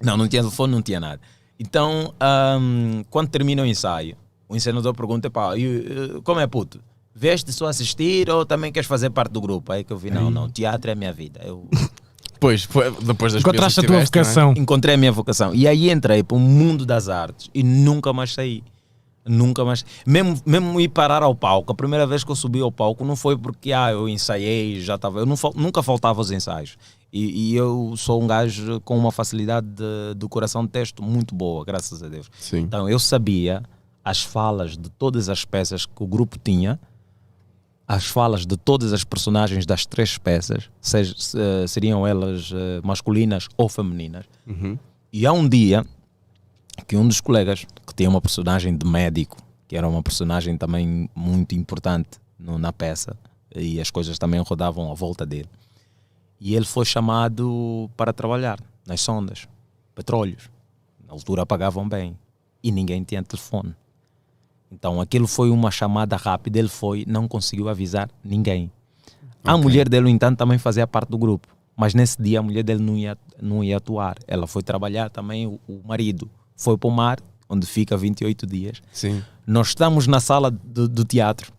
Speaker 3: Não, não tinha telefone, não tinha nada. Então, ahm, quando termina o ensaio, o encenador pergunta: pá, e, eh, como é puto? Veste só assistir ou também queres fazer parte do grupo? Aí que eu vi: não, não, teatro é a minha vida. Eu
Speaker 2: Pois, foi- depois das experiências
Speaker 1: Encontraste a
Speaker 2: que
Speaker 1: tua
Speaker 2: tiveste, não é?
Speaker 1: vocação.
Speaker 3: encontrei a minha vocação. E aí entrei para o mundo das artes e nunca mais saí. Nunca mais. Mesmo, mesmo ir parar ao palco, a primeira vez que eu subi ao palco não foi porque ah, eu ensaiei, já estava. Eu não fal- nunca faltava aos ensaios. E, e eu sou um gajo com uma facilidade de, de coração de texto muito boa, graças a Deus.
Speaker 2: Sim.
Speaker 3: Então eu sabia as falas de todas as peças que o grupo tinha, as falas de todas as personagens das três peças, seja, se- seriam elas eh, masculinas ou femininas.
Speaker 2: Uhum.
Speaker 3: E há um dia que um dos colegas, que tinha uma personagem de médico, que era uma personagem também muito importante no- na peça, e as coisas também rodavam à volta dele, e ele foi chamado para trabalhar nas sondas, petróleos. Na altura pagavam bem e ninguém tinha telefone. Então aquilo foi uma chamada rápida, ele foi, não conseguiu avisar ninguém. A mulher dele, no entanto, também fazia parte do grupo. Mas nesse dia a mulher dele não ia, não ia atuar. Ela foi trabalhar também, o, o marido foi para o mar, onde fica 28 dias.
Speaker 2: Sim.
Speaker 3: Nós estamos na sala do, do teatro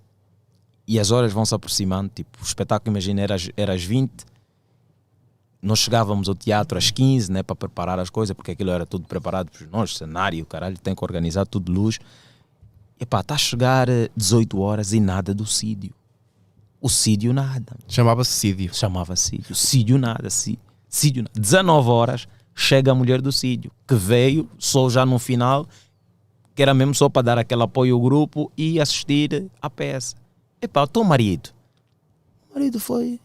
Speaker 3: e as horas vão se aproximando. Tipo, o espetáculo, imagina, era, às- era às 20. Nós chegávamos ao teatro às 15, né, para preparar as coisas, porque aquilo era tudo preparado por nós, cenário, caralho, tem que organizar tudo, luz. E pá, está a chegar eh, 18 horas e nada do Sídio. O Sídio nada
Speaker 2: Chamava-se Sídio.
Speaker 3: chamava Sídio. Sídio nada, Cí- Sídio nada. 19 horas chega a mulher do Sídio, que veio só já no final, que era mesmo só para dar aquele apoio ao grupo e assistir à peça. Epá, o teu marido. O marido foi.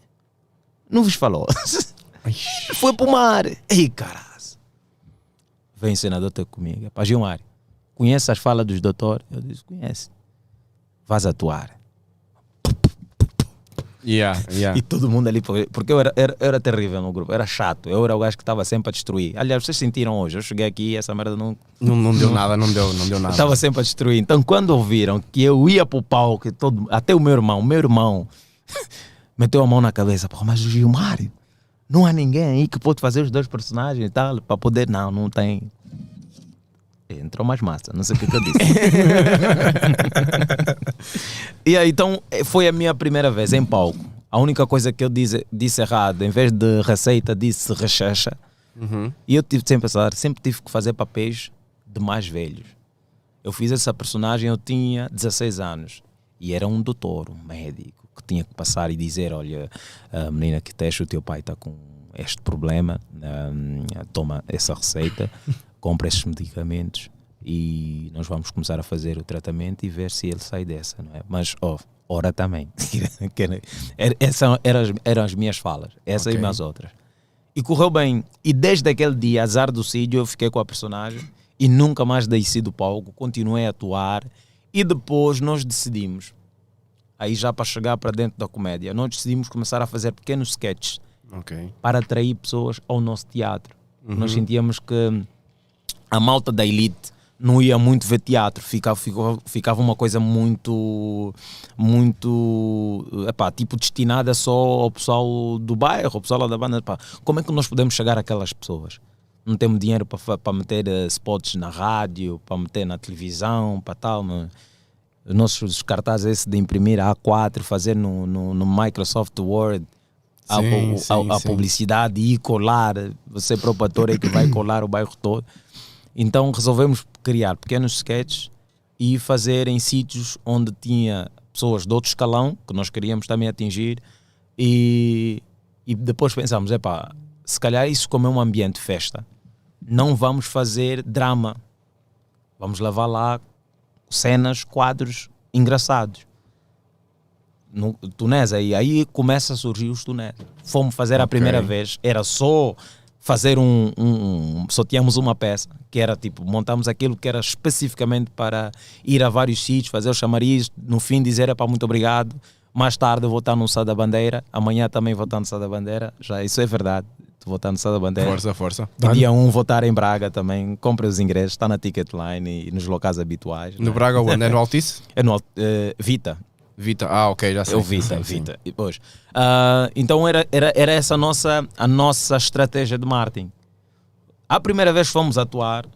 Speaker 3: Não vos falou. <laughs> foi para o mar. Ei, caralho. Vem o senador ter comigo. Epá, Gilmar, conhece as falas dos doutores? Eu disse, conhece. Vais atuar.
Speaker 2: Yeah, yeah.
Speaker 3: E todo mundo ali, por- porque eu era, era, eu era terrível no grupo, eu era chato, eu era o gajo que estava sempre a destruir. Aliás, vocês sentiram hoje, eu cheguei aqui e essa merda não.
Speaker 2: Não, não deu nada, não deu, não deu
Speaker 3: Eu
Speaker 2: nada.
Speaker 3: estava sempre a destruir. Então, quando ouviram que eu ia para o palco, e todo, até o meu irmão, meu irmão, <laughs> meteu a mão na cabeça, Pô, mas o Gilmar, não há ninguém aí que pode fazer os dois personagens e tal, para poder. Não, não tem. Entrou mais massa, não sei o que, que eu disse. <laughs> e aí, então, eh, foi a minha primeira vez em palco. A única coisa que eu disse, disse errado, em vez de receita, disse rechacha. E eu tive sempre essa sempre tive que fazer papéis de mais velhos. Eu fiz essa personagem, eu tinha 16 anos. E era um doutor, um médico, que tinha que passar e dizer: Olha, a menina que teste, o teu pai está com este problema, hum, toma essa receita, compra esses medicamentos e nós vamos começar a fazer o tratamento e ver se ele sai dessa, não é? Mas, ó, ora também. <laughs> Que era- era- Essas eram, as- eram as minhas falas, essas e
Speaker 2: Ok.
Speaker 3: mais outras. E correu bem. E desde aquele dia, azar do sítio, eu fiquei com a personagem e nunca mais desci do palco, continuei a atuar. E depois nós decidimos, aí já para chegar para dentro da comédia, nós decidimos começar a fazer pequenos sketches
Speaker 2: Ok.
Speaker 3: para atrair pessoas ao nosso teatro. Nós sentíamos que a malta da elite não ia muito ver teatro, ficava, ficou- ficava uma coisa muito, muito, epá, tipo destinada só ao pessoal do bairro, ao pessoal lá da banda. Epá, como é que nós podemos chegar àquelas pessoas? Não temos dinheiro para meter eh, spots na rádio, para meter na televisão, para tal. Mas os nossos cartazes, esse de imprimir a A4, fazer no, no, no Microsoft Word, a,
Speaker 2: Sim,
Speaker 3: pu-
Speaker 2: sim,
Speaker 3: a- a
Speaker 2: sim.
Speaker 3: publicidade e colar, você próprio ator é que vai colar o bairro todo. Então resolvemos criar pequenos sketches e fazer em sítios onde tinha pessoas de outro escalão, que nós queríamos também atingir, e, e depois pensámos, epá, se calhar isso como é um ambiente de festa, não vamos fazer drama, vamos levar lá cenas, quadros engraçados. No Tunés, aí, aí começa a surgir os Tunés. Fomos fazer a primeira vez, era só fazer um, um- um- Só tínhamos uma peça, que era tipo, montamos aquilo que era especificamente para ir a vários sítios, fazer os chamariz, no fim dizer é para muito obrigado. Mais tarde eu vou estar no Sá da Bandeira, amanhã também vou estar no Sá da Bandeira, já isso é verdade, vou estar no Sá da Bandeira.
Speaker 2: Força, força.
Speaker 3: E dia 1 um, vou estar em Braga também, compra os ingressos, está na Ticketline e nos locais habituais.
Speaker 2: No
Speaker 3: né?
Speaker 2: Braga onde? É no Altice?
Speaker 3: É no Alt- eh, Vita.
Speaker 2: Vita. Ah, ok, já sei.
Speaker 3: Eu Vita,
Speaker 2: Sim, sim.
Speaker 3: Vita. E, Pois. Ah, então era, era, era essa a nossa, a nossa estratégia de marketing. A primeira vez que fomos atuar,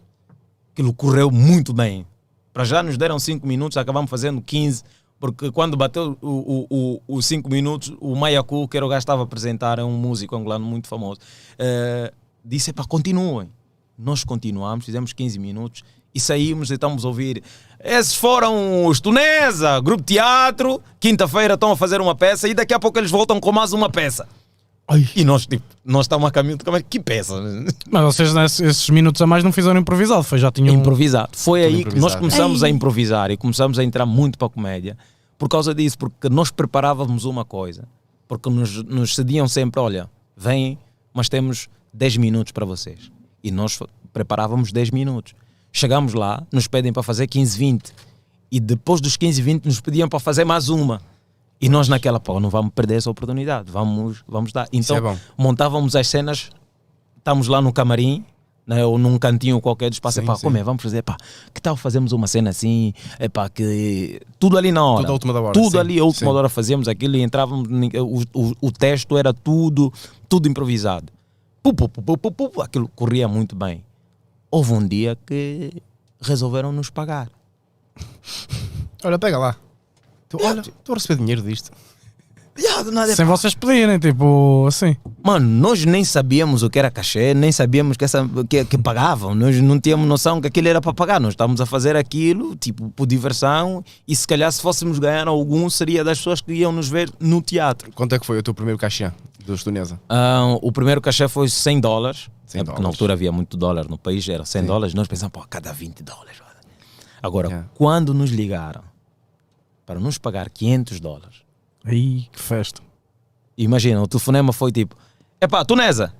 Speaker 3: aquilo correu muito bem. Para já nos deram 5 minutos, acabamos fazendo 15, porque quando bateu os 5 minutos, o Mayaku, que era o gajo que estava a apresentar, é um músico angolano muito famoso, eh, disse: para continuem. Nós continuamos, fizemos 15 minutos e saímos e estamos a ouvir. Esses foram os Tunesa, grupo teatro. Quinta-feira estão a fazer uma peça e daqui a pouco eles voltam com mais uma peça. E nós, tipo, nós estamos a caminho de como é que peça?
Speaker 1: Mas vocês nesses- esses minutos a mais não fizeram improvisado, foi já tinham.
Speaker 3: improvisado. Foi aí que nós
Speaker 2: um improvisado.
Speaker 3: começamos a
Speaker 4: Ei.
Speaker 3: improvisar e começamos a entrar muito para a comédia por causa disso, porque nós preparávamos uma coisa, porque nos, nos cediam sempre: olha, vêm, mas temos 10 minutos para vocês. E nós fa- preparávamos 10 minutos. Chegámos lá, nos pedem para fazer 15, 20. E depois dos 15, 20, nos pediam para fazer mais uma. E nós naquela, pô, não vamos perder essa oportunidade, vamos, vamos dar. Então
Speaker 2: é bom.
Speaker 3: montávamos as cenas estamos lá no camarim né, ou num cantinho qualquer do espaço,
Speaker 2: Sim,
Speaker 3: epá,
Speaker 2: sim.
Speaker 3: como é? Vamos fazer, pá, que tal fazemos uma cena assim, epá, que tudo ali na hora.
Speaker 2: Tudo à última da hora,
Speaker 3: Tudo
Speaker 2: sim,
Speaker 3: ali, a última
Speaker 2: sim.
Speaker 3: hora fazíamos aquilo e entrávamos, ni- o, o, o texto era tudo, tudo improvisado. Pu, pu, pu, pu, pu, pu, pu, aquilo corria muito bem. Houve um dia que resolveram nos pagar.
Speaker 2: Olha, pega lá. Tu, olha, estou a receber dinheiro disto.
Speaker 3: Ya, do nada,
Speaker 1: Sem vocês pedirem, tipo, assim.
Speaker 3: Mano, nós nem sabíamos o que era cachê, nem sabíamos que, essa, que, que pagavam, nós não tínhamos noção que aquilo era para pagar, nós estávamos a fazer aquilo, tipo, por diversão, e se calhar se fôssemos ganhar algum, seria das pessoas que iam nos ver no teatro.
Speaker 2: Quanto é que foi o teu primeiro cachê dos Tunesa?
Speaker 3: Ah, o primeiro cachê foi 100 dólares,
Speaker 2: 100
Speaker 3: é porque na
Speaker 2: dólares.
Speaker 3: altura havia muito dólar no país, era 100 dólares, nós pensávamos, pô, cada 20 dólares. olha. Agora,
Speaker 2: Yeah.
Speaker 3: quando nos ligaram para nos pagar 500 dólares,
Speaker 1: Aí, que festa.
Speaker 3: Imagina, o telefonema foi tipo: Epá, Tunesa,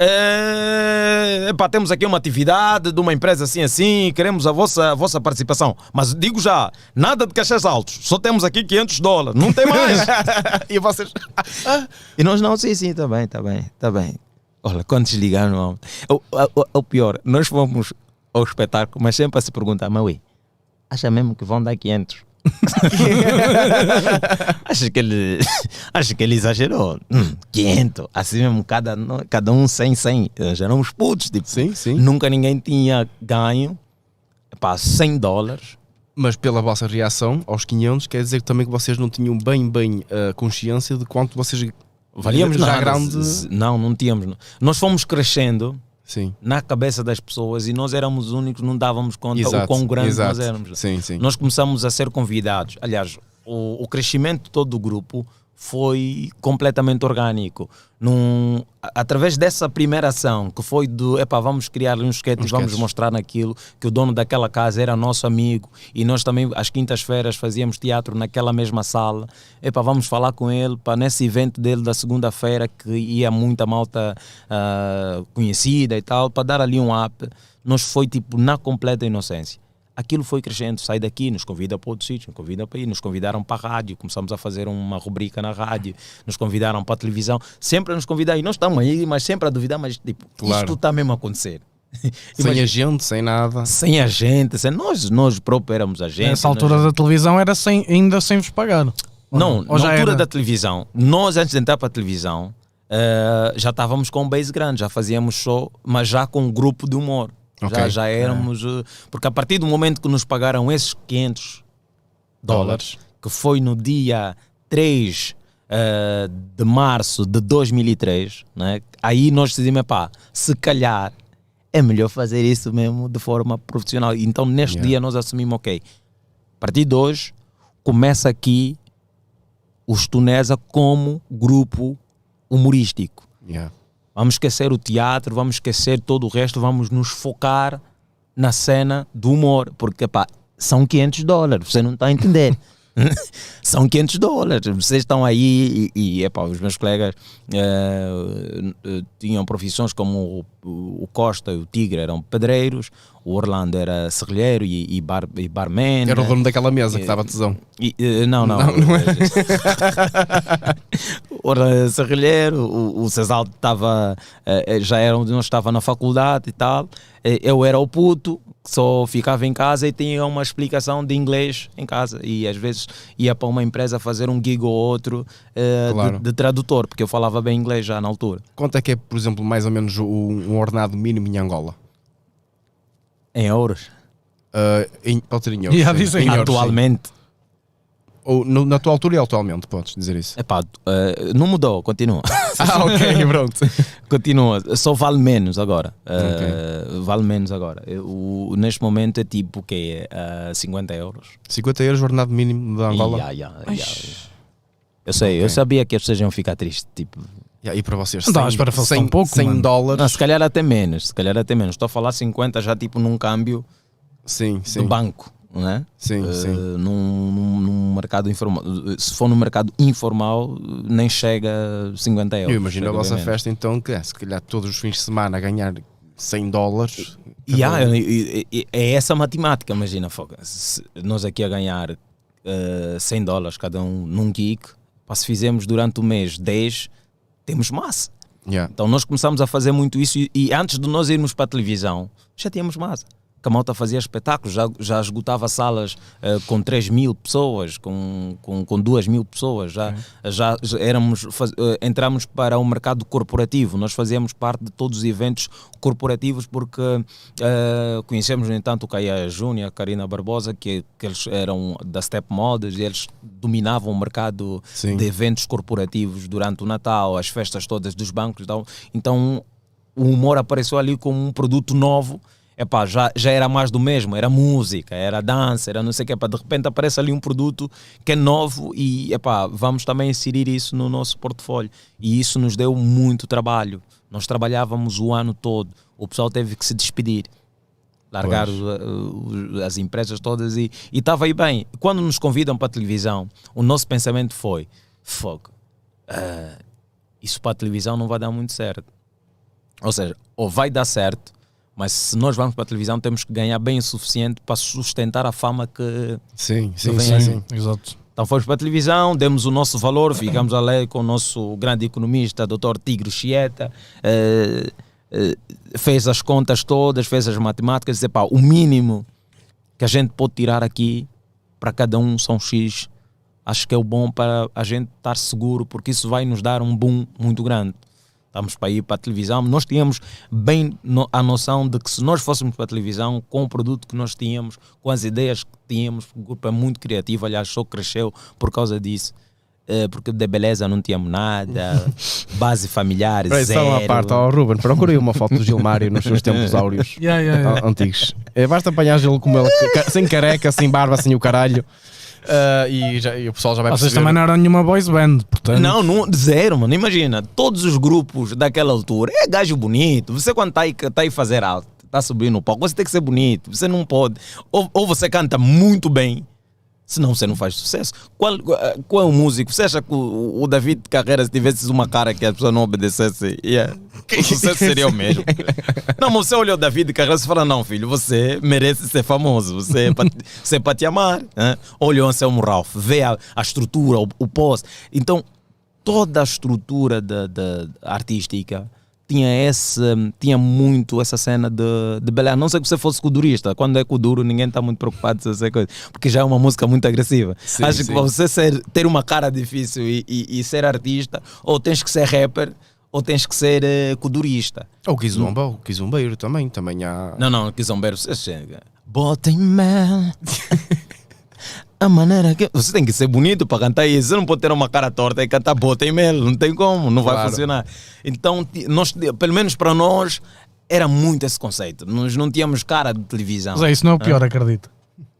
Speaker 3: é, epá, temos aqui uma atividade de uma empresa assim assim, queremos a vossa, a vossa participação. Mas digo já, nada de caixas altos, só temos aqui 500 dólares, não tem mais.
Speaker 2: e vocês?
Speaker 3: e nós não, sim, sim, está bem, está bem, está bem. Olha, quando desligaram, não. o, o, o- o pior, nós fomos ao espetáculo, mas sempre a se perguntar: Mas ué, acha mesmo que vão dar 500? acho que ele acho que ele exagerou Hum, 500 assim mesmo cada no- cada um 100 100 já éramos putos tipo
Speaker 2: Sim, sim.
Speaker 3: nunca ninguém tinha ganho pá, 100 dólares
Speaker 2: Mas pela vossa reação aos 500, quer dizer também que vocês não tinham bem, bem a consciência de quanto vocês
Speaker 3: valíamos
Speaker 2: já
Speaker 3: nada.
Speaker 2: grande.
Speaker 3: Z- não não tínhamos nós fomos crescendo
Speaker 2: Sim.
Speaker 3: na cabeça das pessoas e nós éramos únicos não dávamos conta o
Speaker 2: Exato.
Speaker 3: quão grande
Speaker 2: exato.
Speaker 3: nós éramos
Speaker 2: Sim, sim.
Speaker 3: nós começamos a ser convidados. Aliás, o, o crescimento todo do grupo foi completamente orgânico. Num, a- através dessa primeira ação, que foi do epá, vamos criar um sketch e
Speaker 2: Uns
Speaker 3: vamos
Speaker 2: sketches.
Speaker 3: mostrar naquilo que o dono daquela casa era nosso amigo e nós também às quintas-feiras fazíamos teatro naquela mesma sala. Epá, vamos falar com ele para nesse evento dele da segunda-feira que ia muita malta ah, conhecida e tal, para dar ali um up. Nós foi tipo na completa inocência aquilo foi crescendo, sai daqui, nos convida para outro sítio, nos convida para ir, nos convidaram para a rádio, começamos a fazer uma rubrica na rádio, nos convidaram para a televisão, sempre a nos convidar, e nós estamos aí, mas sempre a duvidar, mas tipo,
Speaker 2: Claro.
Speaker 3: isto está mesmo a acontecer.
Speaker 2: Sem agente, sem nada.
Speaker 3: Sem a gente, sem nós, nós próprios éramos a gente.
Speaker 1: Nessa
Speaker 3: nós-
Speaker 1: altura da televisão era sem, ainda sem vos pagar. Ou
Speaker 3: Não, na
Speaker 1: Ou já
Speaker 3: altura
Speaker 1: era?
Speaker 3: da televisão, nós antes de entrar para a televisão, eh, já estávamos com um base grande, já fazíamos show, mas já com um grupo de humor.
Speaker 2: Ok.
Speaker 3: Já, já éramos.
Speaker 1: É.
Speaker 3: eh, Porque a partir do momento que nos pagaram esses 500 dólares, que foi no dia 3 eh, de março de 2003, né? aí nós decidimos: pá, se calhar é melhor fazer isso mesmo de forma profissional. Então neste
Speaker 2: Yeah.
Speaker 3: dia nós assumimos: ok, a partir de hoje começa aqui os Tunesa como grupo humorístico.
Speaker 2: Yeah.
Speaker 3: Vamos esquecer o teatro, vamos esquecer todo o resto, vamos nos focar na cena do humor, porque pá, são 500 dólares, você não está a entender. <laughs> são 500 dólares, vocês estão aí e, e epá, os meus colegas eh, eh, tinham profissões como o, o Costa e o Tigre eram pedreiros, o Orlando era serrilheiro e, e, bar, e barman.
Speaker 2: Era o
Speaker 3: né?
Speaker 2: dono daquela mesa que estava tesão.
Speaker 3: E, eh, não, não.
Speaker 2: é.
Speaker 3: <laughs> Ora, Serrilheiro, o, o Cesal estava, eh, eh, já era onde nós estava na faculdade e tal. Eh, Eu era o puto, que só ficava em casa e tinha uma explicação de inglês em casa. E às vezes ia para uma empresa fazer um gig ou outro eh, de-
Speaker 2: Claro.
Speaker 3: de, tradutor, porque eu falava bem inglês já na altura.
Speaker 2: Quanto é que é, por exemplo, mais ou menos o- um ordenado mínimo em Angola?
Speaker 3: Em euros.
Speaker 2: Ah, em, pode ser em euros.
Speaker 1: Yeah,
Speaker 2: sim.
Speaker 1: dizem.
Speaker 2: Em euros, sim.
Speaker 3: Atualmente.
Speaker 2: Ou no- na tua altura e atualmente, podes dizer
Speaker 1: <laughs>
Speaker 2: isso.
Speaker 3: Epá, eh, não mudou, continua.
Speaker 2: ah, <laughs> ok, pronto.
Speaker 3: Continua, só vale menos agora.
Speaker 2: Ok.
Speaker 3: Uh, vale menos agora. Eu- o- neste momento é tipo o quê? Uh, 50 euros.
Speaker 2: 50 euros o ordenado mínimo da Angola.
Speaker 3: Ya, ya, ya. Eu sei, eu sabia que as pessoas iam ficar tristes. Tipo,
Speaker 2: Yeah, e para vocês,
Speaker 1: Não,
Speaker 2: 100,
Speaker 1: mas para fazer
Speaker 2: 100,
Speaker 1: tão pouco,
Speaker 2: 100
Speaker 1: mano.
Speaker 2: dólares.
Speaker 3: não, se calhar até menos, se calhar até menos. Estou a falar 50 já tipo num câmbio
Speaker 2: Sim,
Speaker 3: do
Speaker 2: sim.
Speaker 3: banco, né?
Speaker 2: Sim,
Speaker 3: Uh,
Speaker 2: sim.
Speaker 3: Num, num- num mercado informal. Uh, Se for no mercado informal, uh, nem chega 50 euros.
Speaker 2: Eu imagino a
Speaker 3: chega bem
Speaker 2: vossa
Speaker 3: menos.
Speaker 2: festa então que é, se calhar todos os fins de semana a ganhar 100 dólares.
Speaker 3: E há- e- e- e- é essa a matemática, imagina, foca. Se Nós aqui a ganhar eh, 100 dólares cada um num gig, pá, se fizermos durante o mês 10, temos massa.
Speaker 2: Yeah.
Speaker 3: Então nós começamos a fazer muito isso e, e antes de nós irmos para a televisão, já tínhamos massa. Que a malta fazia espetáculos, já, já esgotava salas eh, com 3 mil pessoas, com, com, com 2 mil pessoas, já, já, já éramos, faz, eh, entramos para o mercado corporativo, nós fazíamos parte de todos os eventos corporativos porque eh, conhecemos, no entanto, o Caia Júnior, a Karina Barbosa, que, que eles eram da Step Models e eles dominavam o mercado
Speaker 2: Sim.
Speaker 3: de eventos corporativos durante o Natal, as festas todas dos bancos. Então, então o humor apareceu ali como um produto novo. Epá, já, já era mais do mesmo, era música, era dança, era não sei o que. Epá, de repente aparece ali um produto que é novo e epá, vamos também inserir isso no nosso portfólio. E isso nos deu muito trabalho. Nós trabalhávamos o ano todo. O pessoal teve que se despedir largar
Speaker 2: Pois.
Speaker 3: o- o- as empresas todas e estava aí bem. Quando nos convidam para a televisão, o nosso pensamento foi: fogo, ah, isso para a televisão não vai dar muito certo. Ou seja, ou vai dar certo, mas se nós vamos para a televisão temos que ganhar bem o suficiente para sustentar a fama que.
Speaker 2: Sim, sim,
Speaker 3: Vem
Speaker 2: sim,
Speaker 3: aí.
Speaker 2: sim.
Speaker 1: Exato.
Speaker 3: Então fomos para a televisão, demos o nosso valor, ficamos ali com o nosso grande economista, Dr. Tigre Chieta. eh, eh, fez as contas todas, fez as matemáticas, disse, pá, o mínimo que a gente pode tirar aqui para cada um são X. Acho que é o bom para a gente estar seguro, porque isso vai nos dar um boom muito grande. Estamos para ir para a televisão. Nós tínhamos bem no- a noção de que se nós fôssemos para a televisão, com o produto que nós tínhamos, com as ideias que tínhamos, o grupo é muito criativo, aliás, só cresceu por causa disso. Eh, Porque de beleza não
Speaker 2: <laughs>
Speaker 3: tínhamos nada, base familiar,
Speaker 2: Espera aí,
Speaker 3: zero.
Speaker 2: Só é uma parte, ó Ruben, procurei uma foto do Gilmário nos seus tempos áureos
Speaker 1: Yeah, yeah, yeah.
Speaker 2: ó, antigos. É, basta apanhar Gil como ele, ca- sem careca, sem barba, sem o caralho. Ah, e, já- e o pessoal já vai
Speaker 1: Vocês
Speaker 2: perceber.
Speaker 1: também não eram nenhuma boys band, portanto.
Speaker 3: Não, não, zero, mano. Imagina, todos os grupos daquela altura é gajo bonito. Você, quando está aí, tá aí fazer alto, está subindo no palco, você tem que ser bonito. Você não pode. Ou, ou você canta muito bem, senão você não faz sucesso. Qual, qual é o músico? Você acha que o, o David Carreira, se tivesse uma cara que as pessoas não obedecessem, ia- o sucesso seria o mesmo? Não, mas você olha o David Carreira e fala: não, filho, você merece ser famoso, você é para você é pra te amar. Né? Olha o Anselmo Ralph, vê a, a estrutura, o, o pós. Então, toda a estrutura da, da- artística tinha esse, tinha muito essa cena de, de Belém. A não ser que você fosse codurista. Quando é coduro, ninguém está muito preocupado com essa coisa, porque já é uma música muito agressiva.
Speaker 2: Sim,
Speaker 3: Acho
Speaker 2: sim.
Speaker 3: que para você ser- ter uma cara difícil e, e- e ser artista, ou tens que ser rapper. ou tens que ser eh, codurista.
Speaker 2: Ou Kizomba, ou Kizombeiro também. Também há.
Speaker 3: Não, não, que zombeiro, você chega. Botem mel. <laughs> A maneira que. Você tem que ser bonito para cantar isso. Você não pode ter uma cara torta e cantar botem mel. Não tem como, não vai
Speaker 2: Claro.
Speaker 3: funcionar. Então, ti- nós, pelo menos para nós, era muito esse conceito. Nós não tínhamos cara de televisão.
Speaker 1: Mas é, isso não é o
Speaker 3: Ah.
Speaker 1: pior, acredito.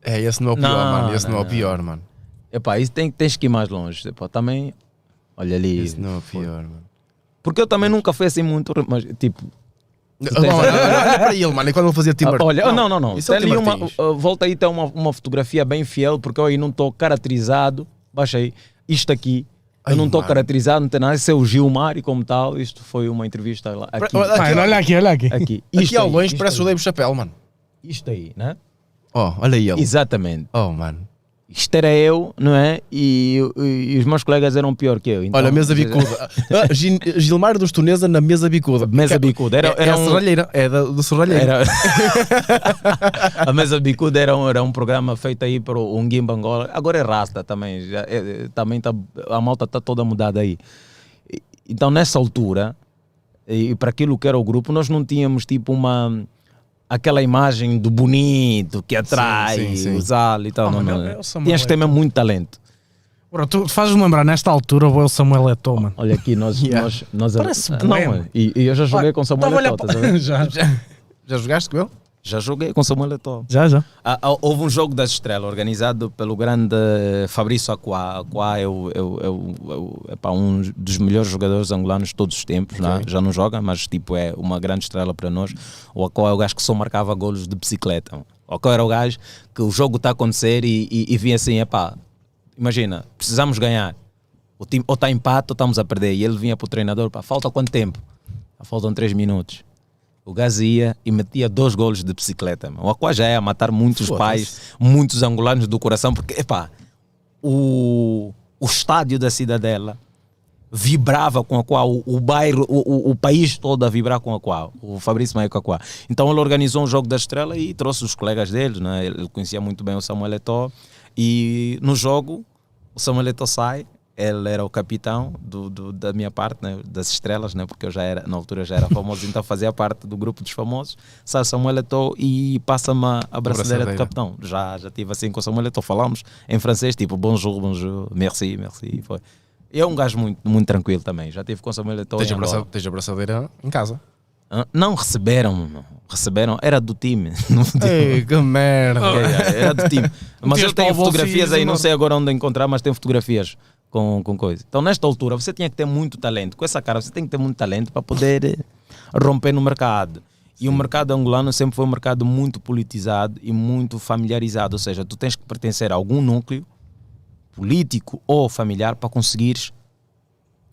Speaker 2: É, esse não é o pior,
Speaker 3: Não,
Speaker 2: mano. Esse
Speaker 3: não,
Speaker 2: não, é o
Speaker 3: não.
Speaker 2: pior, mano.
Speaker 3: Epá, isso tem, tens que ir mais longe. Epá, também. Olha ali.
Speaker 2: Esse não é o pior, mano.
Speaker 3: Porque eu também nunca fui assim muito. re- Mas, tipo,
Speaker 2: Não, não, olha, olha para ele, mano. E quando ele fazia Tim
Speaker 3: Ah,
Speaker 2: Burton?
Speaker 3: Olha, não, não, não.
Speaker 2: Isso é o
Speaker 3: Tem
Speaker 2: Tim
Speaker 3: ali uma-
Speaker 2: Martins.
Speaker 3: ah, volta aí, tem uma, uma fotografia bem fiel, porque eu aí não estou caracterizado. Baixa aí, isto aqui. Eu
Speaker 2: Ai,
Speaker 3: não estou
Speaker 2: mano.
Speaker 3: caracterizado, não tem nada. Esse é o Gilmar e como tal. Isto foi uma entrevista lá. Aqui,
Speaker 2: olha,
Speaker 1: Mano, olha aqui, olha aqui.
Speaker 3: <laughs> aqui.
Speaker 2: Aqui
Speaker 3: Isto
Speaker 2: ao
Speaker 3: aí,
Speaker 2: longe
Speaker 3: isto é
Speaker 2: parece o
Speaker 3: aí,
Speaker 2: Dave Chappelle, mano.
Speaker 3: Isto aí, né?
Speaker 2: Oh, olha ele.
Speaker 3: Exatamente.
Speaker 2: Oh, mano.
Speaker 3: Isto era eu, não é? E, e- e os meus colegas eram pior que eu. Então,
Speaker 2: Olha, mesa bicuda. Ah, Gin- Gilmar dos Tunesa na mesa bicuda.
Speaker 3: Mesa
Speaker 2: É-
Speaker 3: bicuda. Era,
Speaker 2: É,
Speaker 3: era
Speaker 2: a
Speaker 3: um-
Speaker 2: serralheira. É da, do serralheiro.
Speaker 3: Era... <laughs> a mesa bicuda era um, era um programa feito aí para o Ngimba Angola. Agora é Rasta também. já é- é- também tá, a malta está toda mudada aí. E- Então, nessa altura, e para aquilo que era o grupo, nós não tínhamos tipo uma. aquela imagem do bonito que atrai,
Speaker 2: sim, sim.
Speaker 3: usar e tal.
Speaker 1: Ah,
Speaker 3: não,
Speaker 1: mas
Speaker 3: não.
Speaker 1: é o Samuel
Speaker 3: Tinhas que ter mesmo muito talento.
Speaker 1: Bro, tu fazes-me lembrar, nesta altura, o Samuel é mano.
Speaker 3: Olha
Speaker 1: <laughs>
Speaker 3: aqui, nós. nós, nós
Speaker 1: Parece
Speaker 3: Ah,
Speaker 1: bué,
Speaker 3: Não,
Speaker 1: mano.
Speaker 3: e, e eu já joguei com tá Samuel Eto'o.
Speaker 1: é
Speaker 3: estás a
Speaker 1: <laughs>
Speaker 3: ver?
Speaker 1: Já, já.
Speaker 2: Já jogaste com ele?
Speaker 3: Já joguei com Samuel Eto'o.
Speaker 1: Já, já.
Speaker 3: Ah, ah, houve um jogo das estrelas organizado pelo grande Fabrício Aquá. Aquá é, o, é, o- é o- é o- epá, um dos melhores jogadores angolanos de todos os tempos. não é? Já não joga, mas tipo é uma grande estrela para nós. O Aquá é o gajo que só marcava golos de bicicleta. O Aquá era o gajo que o jogo está a acontecer e, e, e vinha assim: epá, imagina, precisamos ganhar. O time ou está empate ou estamos a perder. E ele vinha para o treinador: pá, falta quanto tempo? "Ah, Faltam 3 minutos. O gajo ia e metia dois golos de bicicleta. meu. O Aquá já é a matar muitos
Speaker 2: Foda-se.
Speaker 3: pais, muitos angolanos do coração, porque, epá, o, o estádio da Cidadela vibrava com a qual o bairro, o, o- o país todo a vibrar com a qual o Fabrício Maia com a qual. Então ele organizou um jogo da estrela e trouxe os colegas dele, né? ele conhecia muito bem o Samuel Eto'o e no jogo o Samuel Eto'o sai, ele era o capitão do, do- da minha parte, né? das estrelas, né? porque eu já era, na altura já era famoso, então fazia parte do grupo dos famosos, sai o Samuel Eto'o e passa-me a braçadeira do
Speaker 2: braçadeira.
Speaker 3: capitão, já, já tive assim com o Samuel Eto'o, falámos em francês, tipo bonjour, bonjour, merci, merci, e foi. E é um gajo muito, muito tranquilo também. Já tive com o Samuel Eto'o
Speaker 2: Tens
Speaker 3: em
Speaker 2: a, braça,
Speaker 3: Angola.
Speaker 2: tens a braçadeira em casa.
Speaker 3: Hã? Não receberam, meu. receberam. Era do time. <laughs> Não podia-
Speaker 2: Ei, que
Speaker 3: É,
Speaker 2: merda.
Speaker 3: Era do time. Mas
Speaker 1: Metias
Speaker 3: eu
Speaker 1: para <laughs> o
Speaker 3: tenho
Speaker 1: bolso e
Speaker 3: fotografias
Speaker 1: ias
Speaker 3: aí, não
Speaker 1: embora.
Speaker 3: sei agora onde encontrar, mas tenho fotografias com, com coisa. Então, nesta altura, você tinha que ter muito talento. Com essa cara, você tem que ter muito talento para poder eh, romper no mercado. E o mercado angolano sempre foi um mercado muito politizado e muito familiarizado. Ou seja, tu tens que pertencer a algum núcleo político ou familiar para conseguires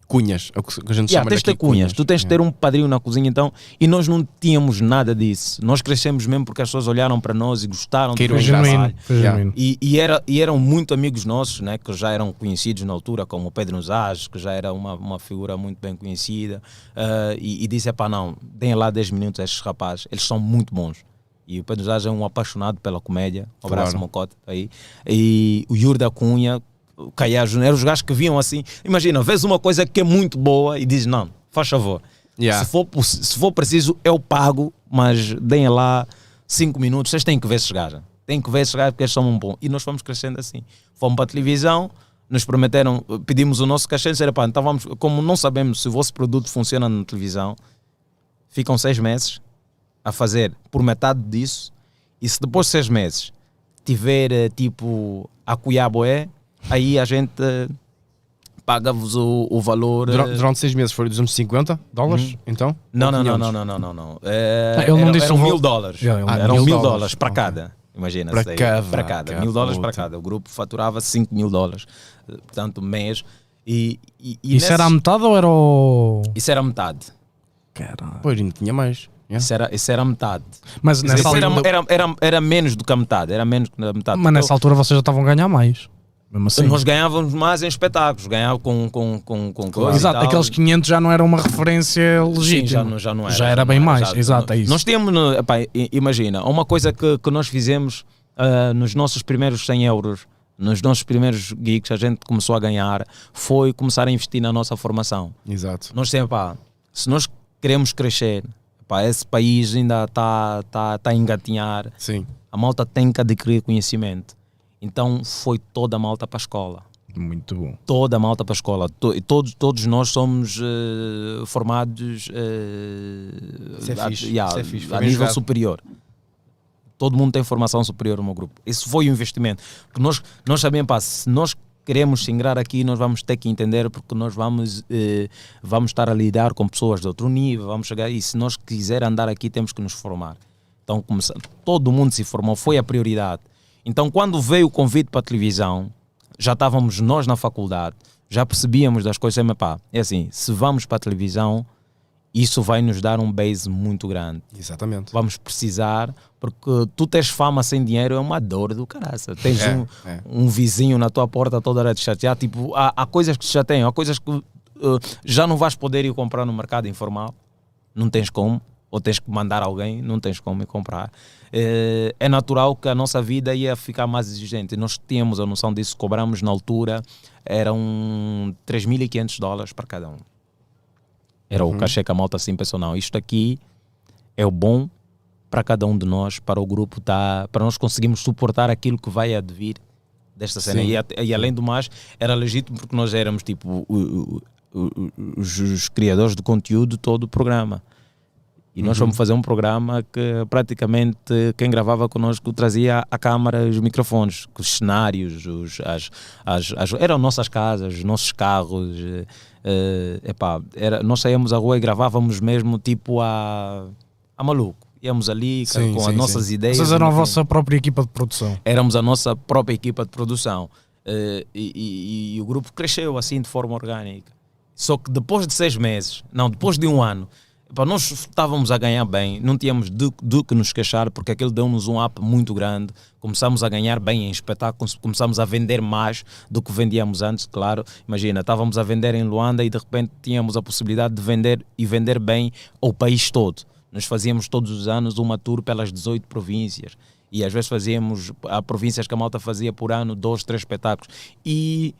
Speaker 2: Cunhas, é o que a gente
Speaker 3: Yeah,
Speaker 2: chama
Speaker 3: tens de ter
Speaker 2: daqui,
Speaker 3: cunhas, tu tens de ter
Speaker 1: É.
Speaker 2: Yeah.
Speaker 3: um padrinho na cozinha, então, e nós não tínhamos nada disso. Nós crescemos mesmo porque as pessoas olharam para nós e gostaram
Speaker 2: Que
Speaker 1: Foi
Speaker 3: do
Speaker 2: Foi
Speaker 1: genuíno.
Speaker 2: engraçado.
Speaker 1: Foi
Speaker 2: Já.
Speaker 1: genuíno.
Speaker 3: e, e era, e eram muito amigos nossos, né, que já eram conhecidos na altura, como o Pedro Nuzaz, que já era uma, uma figura muito bem conhecida, ah, e, e disse: pá, não, deem lá 10 minutos a estes rapazes, eles são muito bons. E o Pedro Nuzaz é um apaixonado pela comédia, um abraço,
Speaker 2: Claro.
Speaker 3: Mocote, aí. E o Yuri da Cunha, o Caia Júnior, eram os gajos que vinham assim. Imagina, vês uma coisa que é muito boa e dizes: não, faz favor.
Speaker 2: Yeah.
Speaker 3: Se, for, poss- se for preciso, eu pago, mas deem lá 5 minutos. Vocês têm que ver esses gajos. Têm que ver esses gajos porque eles são um bom. E nós fomos crescendo assim. Fomos para a televisão, nos prometeram, pedimos o nosso cachê. Disseram, pá, então vamos, como não sabemos se o vosso produto funciona na televisão, ficam seis meses a fazer por metade disso. E se depois de seis meses tiver eh, tipo a Cuiaboé, aí a gente eh, paga-vos o, o valor. eh,
Speaker 2: Durante, durante seis meses foi 250 dólares, então?
Speaker 3: não,
Speaker 2: Ou
Speaker 3: não, não,
Speaker 2: 500?
Speaker 3: não, não, não, não, não. É,
Speaker 1: Ah, ele não
Speaker 3: eram-
Speaker 1: disse
Speaker 3: eram
Speaker 1: o
Speaker 3: mil
Speaker 1: valor.
Speaker 3: dólares.
Speaker 1: Já, ele não
Speaker 3: eram
Speaker 2: disse.
Speaker 3: mil
Speaker 2: Ah,
Speaker 3: dólares para
Speaker 2: ok.
Speaker 3: cada. Imagina
Speaker 2: Para cada,
Speaker 3: Para cada.
Speaker 2: cada,
Speaker 3: mil dólares para
Speaker 2: puta.
Speaker 3: cada. O grupo faturava 5 mil dólares, eh, portanto, mês. E, e, e
Speaker 1: Isso
Speaker 3: nesses-
Speaker 1: era a metade ou era o.
Speaker 3: isso era metade.
Speaker 1: Caralho.
Speaker 2: Pois, ainda tinha mais. Yeah.
Speaker 3: Isso era, isso era metade.
Speaker 1: É. Mas nessa
Speaker 3: Isso era,
Speaker 1: altura.
Speaker 3: era, era, era menos do que a metade. Era menos do que a metade.
Speaker 1: Mas nessa
Speaker 3: Então,
Speaker 1: altura vocês já estavam a ganhar mais. Mesmo assim.
Speaker 3: Nós ganhávamos mais em espetáculos, ganhava com, com, com, com coisa e
Speaker 1: Exato,
Speaker 3: tal.
Speaker 1: aqueles 500 já não era uma referência
Speaker 3: Sim, já,
Speaker 1: legítima.
Speaker 3: não- já não era.
Speaker 1: Já era bem
Speaker 3: não
Speaker 1: mais,
Speaker 3: já-
Speaker 1: exato, é isso.
Speaker 3: Nós temos, no- epá, i- imagina, uma coisa que, que nós fizemos ah, nos nossos primeiros 100 euros, nos nossos primeiros gigs, a gente começou a ganhar, foi começar a investir na nossa formação.
Speaker 2: Exato.
Speaker 3: Nós sempre, pá, se nós queremos crescer, pá, esse país ainda está tá, tá a engatinhar,
Speaker 2: Sim.
Speaker 3: a malta tem que adquirir conhecimento. Então foi toda a malta para a escola.
Speaker 2: Muito bom.
Speaker 3: Toda a malta para a escola. To- e todos, todos nós somos eh, formados eh,
Speaker 2: Isso é
Speaker 3: a,
Speaker 2: fixe,
Speaker 3: yeah,
Speaker 2: isso é fixe, foi
Speaker 3: a
Speaker 2: bem
Speaker 3: nível
Speaker 2: jogado.
Speaker 3: superior. Todo mundo tem formação superior no meu grupo. Isso foi um investimento. Porque nós, nós sabemos, pá, se nós queremos se ingrar aqui, nós vamos ter que entender porque nós vamos, eh, vamos estar a lidar com pessoas de outro nível, vamos chegar e se nós quiser andar aqui, temos que nos formar. Então, começando, todo mundo se formou, foi a prioridade. Então, quando veio o convite para a televisão, já estávamos nós na faculdade, já percebíamos das coisas, mas pá, é assim, se vamos para a televisão, isso vai nos dar um base muito grande
Speaker 2: Exatamente.
Speaker 3: vamos precisar, porque tu tens fama sem dinheiro é uma dor do caraça. Tens
Speaker 2: É,
Speaker 3: um,
Speaker 2: é.
Speaker 3: um vizinho na tua porta toda hora te chatear. Tipo, há, há coisas que já têm, há coisas que eh, já não vais poder ir comprar no mercado informal, não tens como, ou tens que mandar alguém, não tens como ir comprar. Eh, é natural que a nossa vida ia ficar mais exigente. Nós tínhamos a noção disso, cobramos na altura, eram 3.500 dólares para cada um. Era o cachê que a malta assim pensou, não, isto aqui é o bom para cada um de nós, para o grupo, tá, para nós conseguirmos suportar aquilo que vai advir desta cena.
Speaker 2: Sim.
Speaker 3: E, até- e além do mais, era legítimo porque nós éramos tipo o- o- o- os, os criadores de conteúdo todo o programa. E nós fomos fazer um programa que praticamente quem gravava connosco trazia a câmara, os microfones, os cenários, os, as, as, as- eram nossas casas, os nossos carros. eh, eh, epá, era, nós saíamos à rua e gravávamos mesmo tipo a, a maluco. Íamos ali ca-
Speaker 2: Sim,
Speaker 3: com
Speaker 2: sim,
Speaker 3: as nossas ideias.
Speaker 1: Vocês eram a
Speaker 3: não tem-
Speaker 1: vossa própria equipa de produção.
Speaker 3: éramos a nossa própria equipa de produção eh, e, e- e o grupo cresceu assim de forma orgânica. Só que depois de seis meses, não, depois de um ano, pá, nós estávamos a ganhar bem, não tínhamos do, do que nos queixar porque aquilo deu-nos um up muito grande. Começámos a ganhar bem em espetáculos, começámos a vender mais do que vendíamos antes, claro. Imagina, estávamos a vender em Luanda e de repente tínhamos a possibilidade de vender e vender bem ao país todo. Nós fazíamos todos os anos uma tour pelas 18 províncias e às vezes fazíamos, há províncias que a malta fazia por ano, dois, três espetáculos. E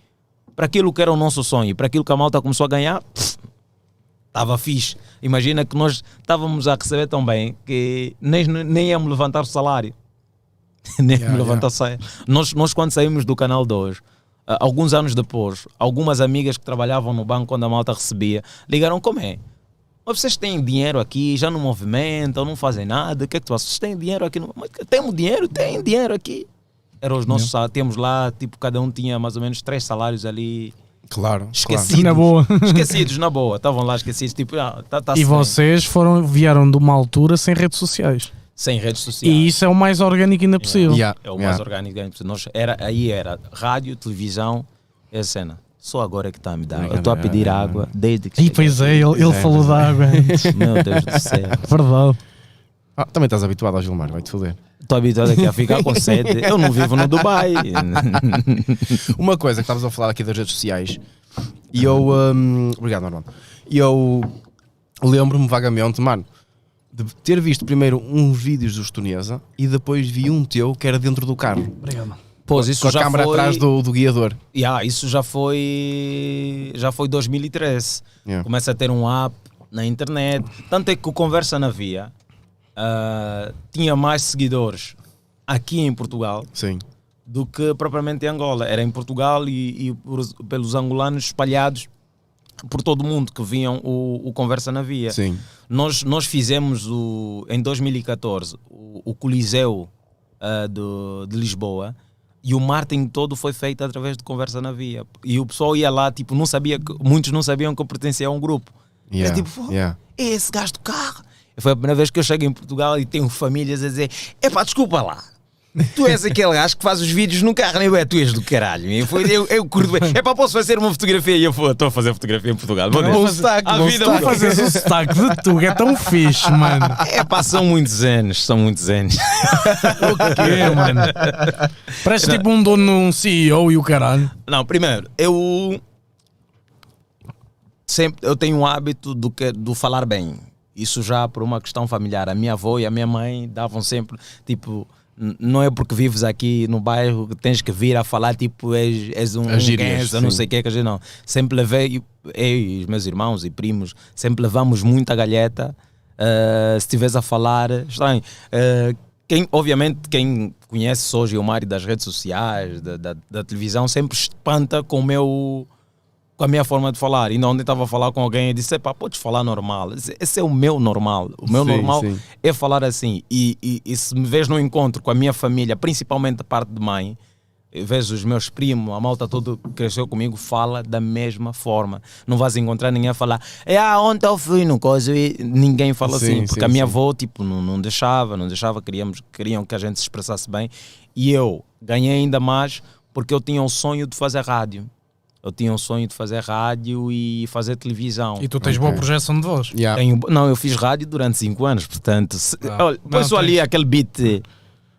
Speaker 3: para aquilo que era o nosso sonho, para aquilo que a malta começou a ganhar, estava fixe. Imagina que nós estávamos a receber tão bem que nem, nem ia me levantar o salário. <laughs> nem ia me
Speaker 1: Yeah,
Speaker 3: levantar o salário. Nós, nós, quando saímos do canal 2, ah, alguns anos depois, algumas amigas que trabalhavam no banco quando a malta recebia ligaram: como é? Mas vocês têm dinheiro aqui, já não movimentam, não fazem nada, o que é que tu fazes? Vocês têm dinheiro aqui? No... Mas temos dinheiro, tem dinheiro aqui. Eram os nossos salários, temos lá, tipo, cada um tinha mais ou menos três salários ali
Speaker 2: Claro.
Speaker 3: Esqueci.
Speaker 1: Na boa.
Speaker 3: <laughs> esquecidos, na boa, estavam lá esquecidos, tipo, ah, tá, tá
Speaker 1: E
Speaker 3: sem,
Speaker 1: vocês foram, vieram de uma altura sem redes sociais.
Speaker 3: sem redes sociais.
Speaker 1: E isso é o mais orgânico ainda possível.
Speaker 2: Yeah,
Speaker 3: É o mais
Speaker 2: yeah.
Speaker 3: orgânico. que possível. Nós era, aí era rádio, televisão, essa cena. Só agora é que está a me dar. Eu estou a pedir água desde que.
Speaker 1: E
Speaker 3: cheguei.
Speaker 1: pois é, ele, ele
Speaker 2: é,
Speaker 1: falou
Speaker 2: pois
Speaker 1: da <laughs> água antes.
Speaker 3: Meu Deus do céu.
Speaker 1: Verdade.
Speaker 2: Ah, também estás habituado ao Gilmar, vai-te foder.
Speaker 3: Estou habituado aqui a ficar com sede. Eu não vivo no Dubai.
Speaker 2: Uma coisa que estavas a falar aqui das redes sociais e eu. hum, obrigado, Armando. E eu lembro-me vagamente, mano, de ter visto primeiro uns vídeos dos Tunesa e depois vi um teu que era dentro do carro,
Speaker 1: Obrigado.
Speaker 3: Pois, isso
Speaker 2: com a
Speaker 3: já
Speaker 2: câmara
Speaker 3: foi...
Speaker 2: atrás do, do guiador.
Speaker 3: Yeah, isso já foi. Já foi 2013.
Speaker 2: Yeah.
Speaker 3: Começa a ter um app na internet. Tanto é que o Conversa na Via ah, tinha mais seguidores aqui em Portugal
Speaker 2: Sim.
Speaker 3: do que propriamente em Angola. Era em Portugal e, e por- pelos angolanos espalhados por todo o mundo que viam o, o Conversa na Via.
Speaker 2: Sim.
Speaker 3: Nós, nós fizemos o, em 2014 o, o Coliseu ah, do- de Lisboa e o marketing todo foi feito através de conversa na via. E o pessoal ia lá, tipo, não sabia, que- muitos não sabiam que eu pertencia a um grupo.
Speaker 2: Yeah,
Speaker 3: É tipo, "Pô,
Speaker 2: yeah.
Speaker 3: é esse gajo do carro. Foi a primeira vez que eu chego em Portugal e tenho famílias a dizer: epá, desculpa lá. Tu és aquele gajo que faz os vídeos no carro, nem é? Tu és do caralho. E foi, eu, eu curto bem. Epá, posso fazer uma fotografia? E eu fui, estou a fazer fotografia em Portugal. Meu Deus. A vida
Speaker 1: Tu
Speaker 3: mudou.
Speaker 1: fazes o sotaque de Tuga, é tão fixe, mano.
Speaker 3: Epá, são muitos anos, são muitos anos.
Speaker 1: <laughs> O quê, mano? Parece tipo um dono, um CEO e o caralho.
Speaker 3: Não, primeiro, eu sempre eu tenho um hábito do que do falar bem. Isso já por uma questão familiar. A minha avó e a minha mãe davam sempre tipo N- Não é porque vives aqui no bairro que tens que vir a falar tipo és, és um
Speaker 2: As gírias,
Speaker 3: guenza, não
Speaker 2: sim.
Speaker 3: sei o que, quer dizer, não. Sempre levei, eu e os meus irmãos e primos, sempre levamos muita galheta. ah, se estiveres a falar, estranho. Ah, quem, obviamente, quem conhece só Gilmário das redes sociais, da, da- da televisão, sempre espanta com o meu com a minha forma de falar. Ainda ontem estava a falar com alguém e disse: pá, podes falar normal. Eu disse, Esse é o meu normal. O meu
Speaker 2: Sim,
Speaker 3: normal
Speaker 2: sim.
Speaker 3: é falar assim. E, e- e se me vês no encontro com a minha família, principalmente da parte de mãe, eu vejo os meus primos, a malta toda que cresceu comigo, fala da mesma forma. Não vais encontrar ninguém a falar: é ah, ontem eu fui no coisa e ninguém fala
Speaker 2: Sim,
Speaker 3: assim. Porque
Speaker 2: sim,
Speaker 3: a minha
Speaker 2: sim.
Speaker 3: avó, tipo, não, não deixava, não deixava, queríamos, queriam que a gente se expressasse bem. E eu ganhei ainda mais porque eu tinha o sonho de fazer rádio. Eu tinha um sonho de fazer rádio e fazer televisão.
Speaker 1: E tu tens boa
Speaker 2: Ok.
Speaker 1: projeção de voz.
Speaker 2: Yeah.
Speaker 3: Tenho- não, eu fiz rádio durante 5 anos, portanto. Se,
Speaker 1: Ah.
Speaker 3: olha, põe
Speaker 1: Não,
Speaker 3: só ali
Speaker 1: tens.
Speaker 3: aquele beat.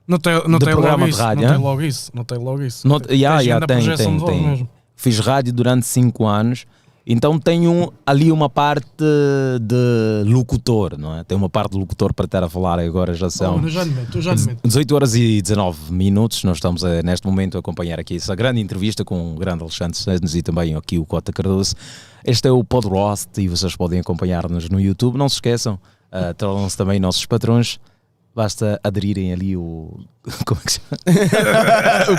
Speaker 1: Não tem, não
Speaker 3: De
Speaker 1: tem
Speaker 3: programa
Speaker 1: logo
Speaker 3: de
Speaker 1: isso.
Speaker 3: rádio,
Speaker 1: não tem
Speaker 3: hein?
Speaker 1: logo isso. Não tem logo isso.
Speaker 3: Não- yeah,
Speaker 1: Tens grande
Speaker 3: yeah, tem,
Speaker 1: projeção
Speaker 3: tem,
Speaker 1: de voz
Speaker 3: tem.
Speaker 1: mesmo.
Speaker 3: Fiz rádio durante 5 anos, então tenho ali uma parte de locutor, não é? Tem uma parte de locutor para estar a falar agora, já
Speaker 1: Oh,
Speaker 3: são.
Speaker 1: eu já lhe meto, eu já lhe meto.
Speaker 3: 18 horas e 19 minutos, nós estamos eh, neste momento a acompanhar aqui essa grande entrevista com o grande Alexandre Santos e também aqui o Cota Cardoso. Este é o Podroast e vocês podem acompanhar-nos no YouTube. Não se esqueçam, ah, tornam-se também nossos patrões. Basta aderirem ali o, <laughs> como é que se chama?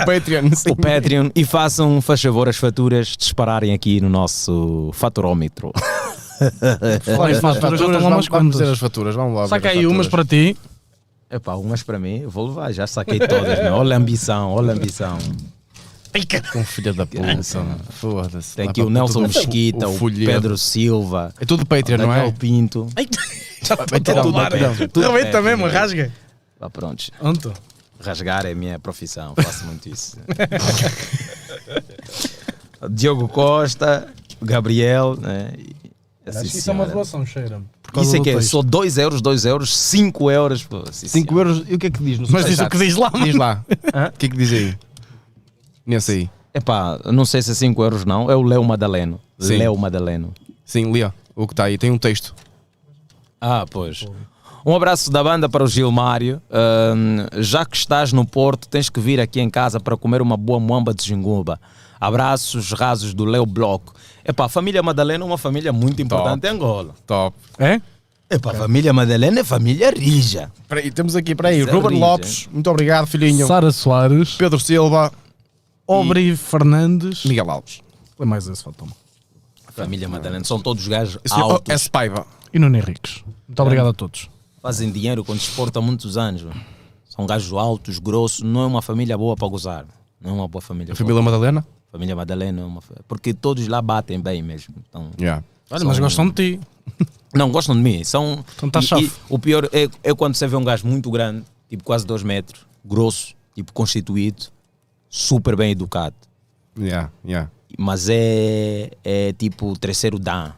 Speaker 2: <laughs> o Patreon. sim.
Speaker 3: o Patreon e façam, faz favor, as faturas dispararem aqui no nosso faturômetro.
Speaker 1: Falar em
Speaker 2: As
Speaker 1: faturas, já
Speaker 2: faturas,
Speaker 1: estão lá umas
Speaker 2: vamos, vamos dizer
Speaker 1: quantas.
Speaker 2: as faturas, vamos lá. ver
Speaker 1: Saca
Speaker 2: as
Speaker 1: aí umas
Speaker 2: faturas.
Speaker 1: para ti.
Speaker 3: <laughs> Epá, umas para mim, eu vou levar, já saquei todas. meu. Olha a ambição, olha a ambição.
Speaker 2: Com filha da puta. mano. Foda-se.
Speaker 3: Tem
Speaker 2: Lá
Speaker 3: aqui
Speaker 2: para
Speaker 3: o Nelson
Speaker 2: tudo
Speaker 3: Mesquita, o
Speaker 2: folheto.
Speaker 3: Pedro Silva.
Speaker 2: É tudo Patreon, não é?
Speaker 3: Daniel Pinto.
Speaker 2: Vai tirar tudo
Speaker 3: tomar,
Speaker 2: Patreon.
Speaker 3: não. Tudo
Speaker 1: Aproveita
Speaker 3: é,
Speaker 1: mesmo,
Speaker 3: é.
Speaker 1: rasga.
Speaker 3: Vá pronto.
Speaker 1: Anto.
Speaker 3: Rasgar é a minha profissão, faço muito
Speaker 2: <laughs>
Speaker 3: isso. Diogo Costa, Gabriel, né? E- essa
Speaker 1: Isso é
Speaker 3: senhora.
Speaker 1: uma doação, cheira-me. Por causa
Speaker 3: Isso é
Speaker 1: do
Speaker 3: que é?
Speaker 1: texto.
Speaker 3: Só 2 euros, 2 euros, 5 euros. pô, sim,
Speaker 2: 5
Speaker 3: senhora.
Speaker 2: euros, e o que é que diz? no
Speaker 1: Mas
Speaker 2: superchat?
Speaker 1: diz o que diz lá.
Speaker 2: <laughs>
Speaker 1: mano.
Speaker 2: Diz lá.
Speaker 3: Hã?
Speaker 2: O que é que diz aí? Nesse aí.
Speaker 3: Epá, não sei se é 5 euros não, é o Léo Madaleno.
Speaker 2: Sim.
Speaker 3: Léo Madaleno.
Speaker 2: Sim, Leo. O que está aí? Tem um texto.
Speaker 3: Ah, pois. Um abraço da banda para o Gilmário. Ahn, já que estás no Porto, tens que vir aqui em casa para comer uma boa moamba de jinguba. Abraços rasos do Leo Bloco. Epá, a família Madalena é uma família muito importante em Angola.
Speaker 2: Top.
Speaker 1: É?
Speaker 3: Epá, a família Madalena é família rija.
Speaker 2: Peraí, temos aqui, peraí.
Speaker 3: Zero
Speaker 2: Ruben
Speaker 3: ninja.
Speaker 2: Lopes, muito obrigado, filhinho.
Speaker 1: Sara Soares,
Speaker 2: Pedro Silva,
Speaker 1: Obri Fernandes.
Speaker 2: Miguel Alves.
Speaker 1: É mais esse, falta
Speaker 3: A família Madalena são todos gajos
Speaker 2: Esse
Speaker 3: altos.
Speaker 2: é esse Paiva.
Speaker 1: E Nuno Henriques. Muito obrigado a todos.
Speaker 3: Fazem dinheiro com desporto há muitos anos. mano. São gajos altos, grossos. Não é uma família boa para gozar. Não é uma boa família.
Speaker 2: A família Madalena?
Speaker 3: boa. família Madalena é uma. fa- Porque todos lá batem bem mesmo. Então,
Speaker 2: Yeah.
Speaker 1: Olha, mas
Speaker 3: São-
Speaker 1: gostam de ti.
Speaker 3: Não, gostam de mim. São.
Speaker 1: Então tá
Speaker 3: e-
Speaker 1: chave.
Speaker 3: e O pior é, é quando você vê um gajo muito grande, tipo quase 2 metros, grosso, tipo constituído, super bem educado.
Speaker 2: Yeah, yeah.
Speaker 3: Mas é, é tipo terceiro dan.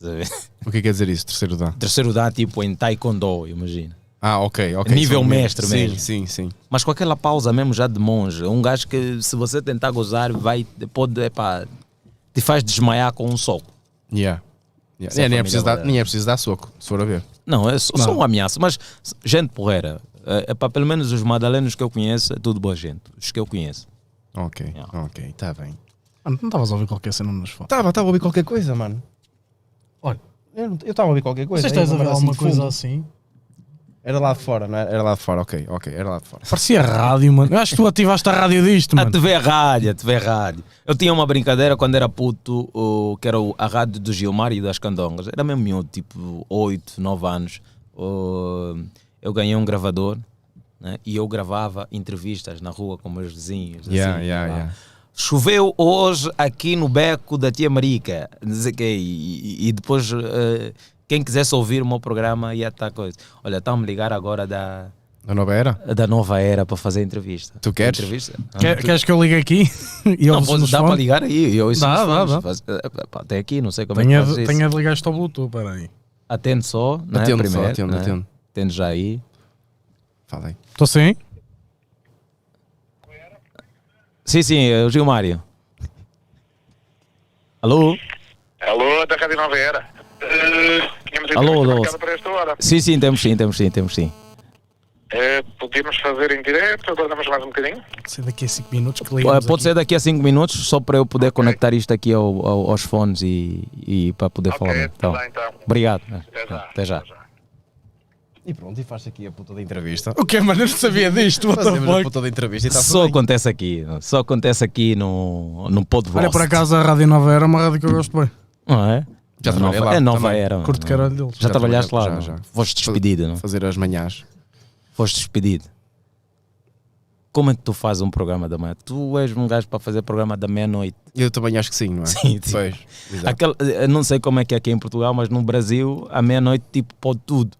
Speaker 3: Sabe?
Speaker 2: O que é que quer dizer isso? Terceiro dá.
Speaker 3: <laughs> Terceiro dan, tipo em taekwondo, imagina.
Speaker 2: Ah, ok, ok.
Speaker 3: Nível
Speaker 2: São-
Speaker 3: mestre
Speaker 2: sim,
Speaker 3: mesmo.
Speaker 2: Sim, sim.
Speaker 3: Mas com aquela pausa mesmo já de monge. Um gajo que se você tentar gozar, vai, pode, epá, te faz desmaiar com um soco.
Speaker 2: Yeah. Yeah.
Speaker 3: Essa
Speaker 2: É, nem,
Speaker 3: família
Speaker 2: é preciso dar,
Speaker 3: Madalena.
Speaker 2: nem é preciso dar soco, se for a ver.
Speaker 3: Não, é só, só
Speaker 1: Não.
Speaker 3: uma ameaça. Mas, gente porreira, é, epá, pelo menos os madalenos que eu conheço, é tudo boa gente. Os que eu conheço.
Speaker 2: Ok,
Speaker 3: Yeah.
Speaker 2: ok, está bem.
Speaker 1: Mano, Ah, não estavas a ouvir qualquer cena nos fotos.
Speaker 2: Estava a ouvir qualquer coisa, mano.
Speaker 1: Olha.
Speaker 2: Eu estava a ouvir qualquer coisa.
Speaker 1: Vocês estás a ver alguma coisa assim?
Speaker 2: Era lá de fora, não é? era? Era lá de fora, ok, ok, era lá de fora.
Speaker 1: Parecia rádio, mano. Eu acho que tu ativaste a rádio disto,
Speaker 3: A
Speaker 1: mano.
Speaker 3: TV Rádio, a TV Rádio. Eu tinha uma brincadeira quando era puto, o- que era o- a rádio do Gilmar e das Candongas. Era mesmo miúdo, tipo 8, 9 anos. O- eu ganhei um gravador né, e eu gravava entrevistas na rua com meus vizinhos.
Speaker 2: Yeah,
Speaker 3: assim,
Speaker 2: yeah,
Speaker 3: lá.
Speaker 2: yeah.
Speaker 3: Choveu hoje aqui no beco da Tia Marica. Não sei o quê. E, e- e depois, eh, quem quisesse ouvir o meu programa ia estar coisa. Olha, estão-me ligar agora da,
Speaker 2: A nova era?
Speaker 3: da nova era para fazer entrevista.
Speaker 2: Tu queres?
Speaker 3: Entrevista? Ah.
Speaker 1: Quer- Queres que eu ligue aqui? <laughs> E
Speaker 3: Não,
Speaker 1: ouve-se
Speaker 3: pode,
Speaker 1: nos
Speaker 3: dá para
Speaker 1: fones?
Speaker 3: ligar aí. Eu, isso
Speaker 1: Dá,
Speaker 3: nos
Speaker 1: dá,
Speaker 3: fones,
Speaker 1: dá.
Speaker 3: faz- eh, pá, Até aqui, não sei como é
Speaker 1: Tenho
Speaker 3: que
Speaker 1: de-
Speaker 3: fazes
Speaker 1: Tenho
Speaker 3: isso.
Speaker 1: de ligar isto ao Bluetooth, peraí.
Speaker 3: Atende só, né?
Speaker 2: Atendo só,
Speaker 3: primeiro,
Speaker 2: atendo,
Speaker 3: né?
Speaker 2: atendo.
Speaker 3: Atende já aí.
Speaker 2: Fala aí.
Speaker 1: Estou sim?
Speaker 3: Sim, sim, é o Gilmário. Alô?
Speaker 4: Alô, da Rádio Nova Era. Eh, tínhamos
Speaker 3: Alô,
Speaker 4: entrevista
Speaker 3: alô.
Speaker 4: marcada para esta hora.
Speaker 3: Sim, sim, temos sim, temos sim, temos sim.
Speaker 4: Eh, podíamos fazer em direto, aguardamos mais um bocadinho.
Speaker 1: Sei daqui a 5 minutos que
Speaker 3: Olha,
Speaker 1: ligamos.
Speaker 3: Pode
Speaker 1: aqui.
Speaker 3: ser daqui a 5 minutos, só para eu poder conectar isto aqui ao- ao- aos fones e, e para poder falar.
Speaker 4: ok,
Speaker 3: Então,
Speaker 4: tá bem, então.
Speaker 3: obrigado.
Speaker 4: Até já.
Speaker 3: Até já.
Speaker 2: E pronto, e faz aqui a puta da entrevista.
Speaker 1: O que mano? Eu não sabia disto. what the
Speaker 2: Fazemos a
Speaker 1: fuck?
Speaker 2: puta da entrevista e tá está
Speaker 3: Só acontece aqui, só acontece aqui no, no podcast.
Speaker 1: Olha, por acaso a Rádio Nova era uma rádio que eu gosto bem.
Speaker 3: Não é?
Speaker 2: Já
Speaker 3: É
Speaker 2: trabalhei
Speaker 3: nova,
Speaker 2: lá
Speaker 3: É nova
Speaker 2: também.
Speaker 3: era.
Speaker 1: Curto
Speaker 3: não é?
Speaker 1: caralho deles.
Speaker 3: Já,
Speaker 2: Já
Speaker 3: trabalhaste lá?
Speaker 2: trabalhei, já,
Speaker 3: não?
Speaker 2: já.
Speaker 3: Foste despedido, não?
Speaker 2: fazer as manhãs.
Speaker 3: Foste despedido. Como é que tu fazes um programa da manhã? Tu és um gajo para fazer programa da meia-noite.
Speaker 2: Eu também acho que sim, não é?
Speaker 3: Sim, sim.
Speaker 2: Pois, exato.
Speaker 3: Aquele- eu não sei como é que é aqui em Portugal, mas no Brasil, a meia-noite, tipo, pode tudo.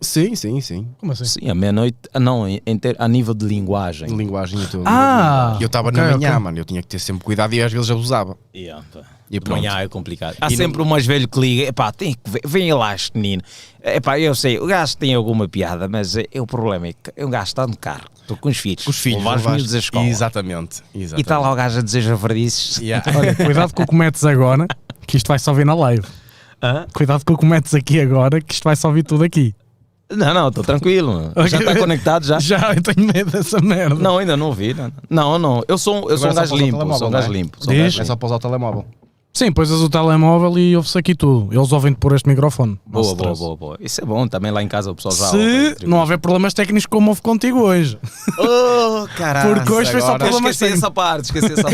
Speaker 2: sim, sim, sim.
Speaker 1: Como assim?
Speaker 3: Sim, a meia-noite, ah, não, em- em ter- a nível de linguagem.
Speaker 2: Linguagem e tudo.
Speaker 1: Ah!
Speaker 2: E eu estava
Speaker 1: Ok,
Speaker 2: na manhã,
Speaker 1: ok.
Speaker 2: mano. Eu tinha que ter sempre cuidado e às vezes abusava.
Speaker 3: Yeah, pá.
Speaker 2: E
Speaker 3: de
Speaker 2: pronto.
Speaker 3: manhã é complicado. Há
Speaker 2: E não-
Speaker 3: sempre um mais velho que liga, epá, tem que ver, vem lá este menino. Epá, eu sei, o gajo tem alguma piada, mas eh, o problema é que o gajo está no carro, estou com os filhos,
Speaker 2: Com os filhos.
Speaker 3: levar os
Speaker 2: levaste-
Speaker 3: miúdos à escola.
Speaker 2: Exatamente.
Speaker 3: E
Speaker 2: exatamente.
Speaker 3: está lá o gajo a dizer javardices.
Speaker 2: Yeah. é
Speaker 1: Olha, cuidado com o que metes agora, que isto vai só vir na live.
Speaker 3: Hã?
Speaker 1: Cuidado com o que metes aqui agora, que isto vai só vir tudo aqui.
Speaker 3: Não, não, estou tranquilo.
Speaker 1: Ok.
Speaker 3: Já está conectado já?
Speaker 1: Já, eu tenho medo dessa merda.
Speaker 3: Tá. Não, ainda não ouvi. Não, não, não, eu sou, um- eu sou
Speaker 2: Agora
Speaker 3: um
Speaker 2: só pôs
Speaker 3: gajo
Speaker 2: o
Speaker 3: limpo, sou
Speaker 2: telemóvel,
Speaker 3: um gajo
Speaker 2: não é?
Speaker 3: limpo. sou um gajo
Speaker 1: Diz?
Speaker 2: É
Speaker 3: limpo.
Speaker 2: só para usar o telemóvel.
Speaker 1: Sim, pois és o telemóvel e ouve-se aqui tudo. Eles ouvem-te por este microfone. Não se
Speaker 3: Boa, boa,
Speaker 1: stresse.
Speaker 3: boa, boa. Isso é bom, também lá em casa o pessoal já
Speaker 1: Se não houver problemas técnicos como houve contigo hoje.
Speaker 3: Oh, caralho.
Speaker 1: Porque hoje foi só
Speaker 2: agora-
Speaker 1: problema
Speaker 3: esqueci
Speaker 1: técnico.
Speaker 3: essa parte, esqueci essa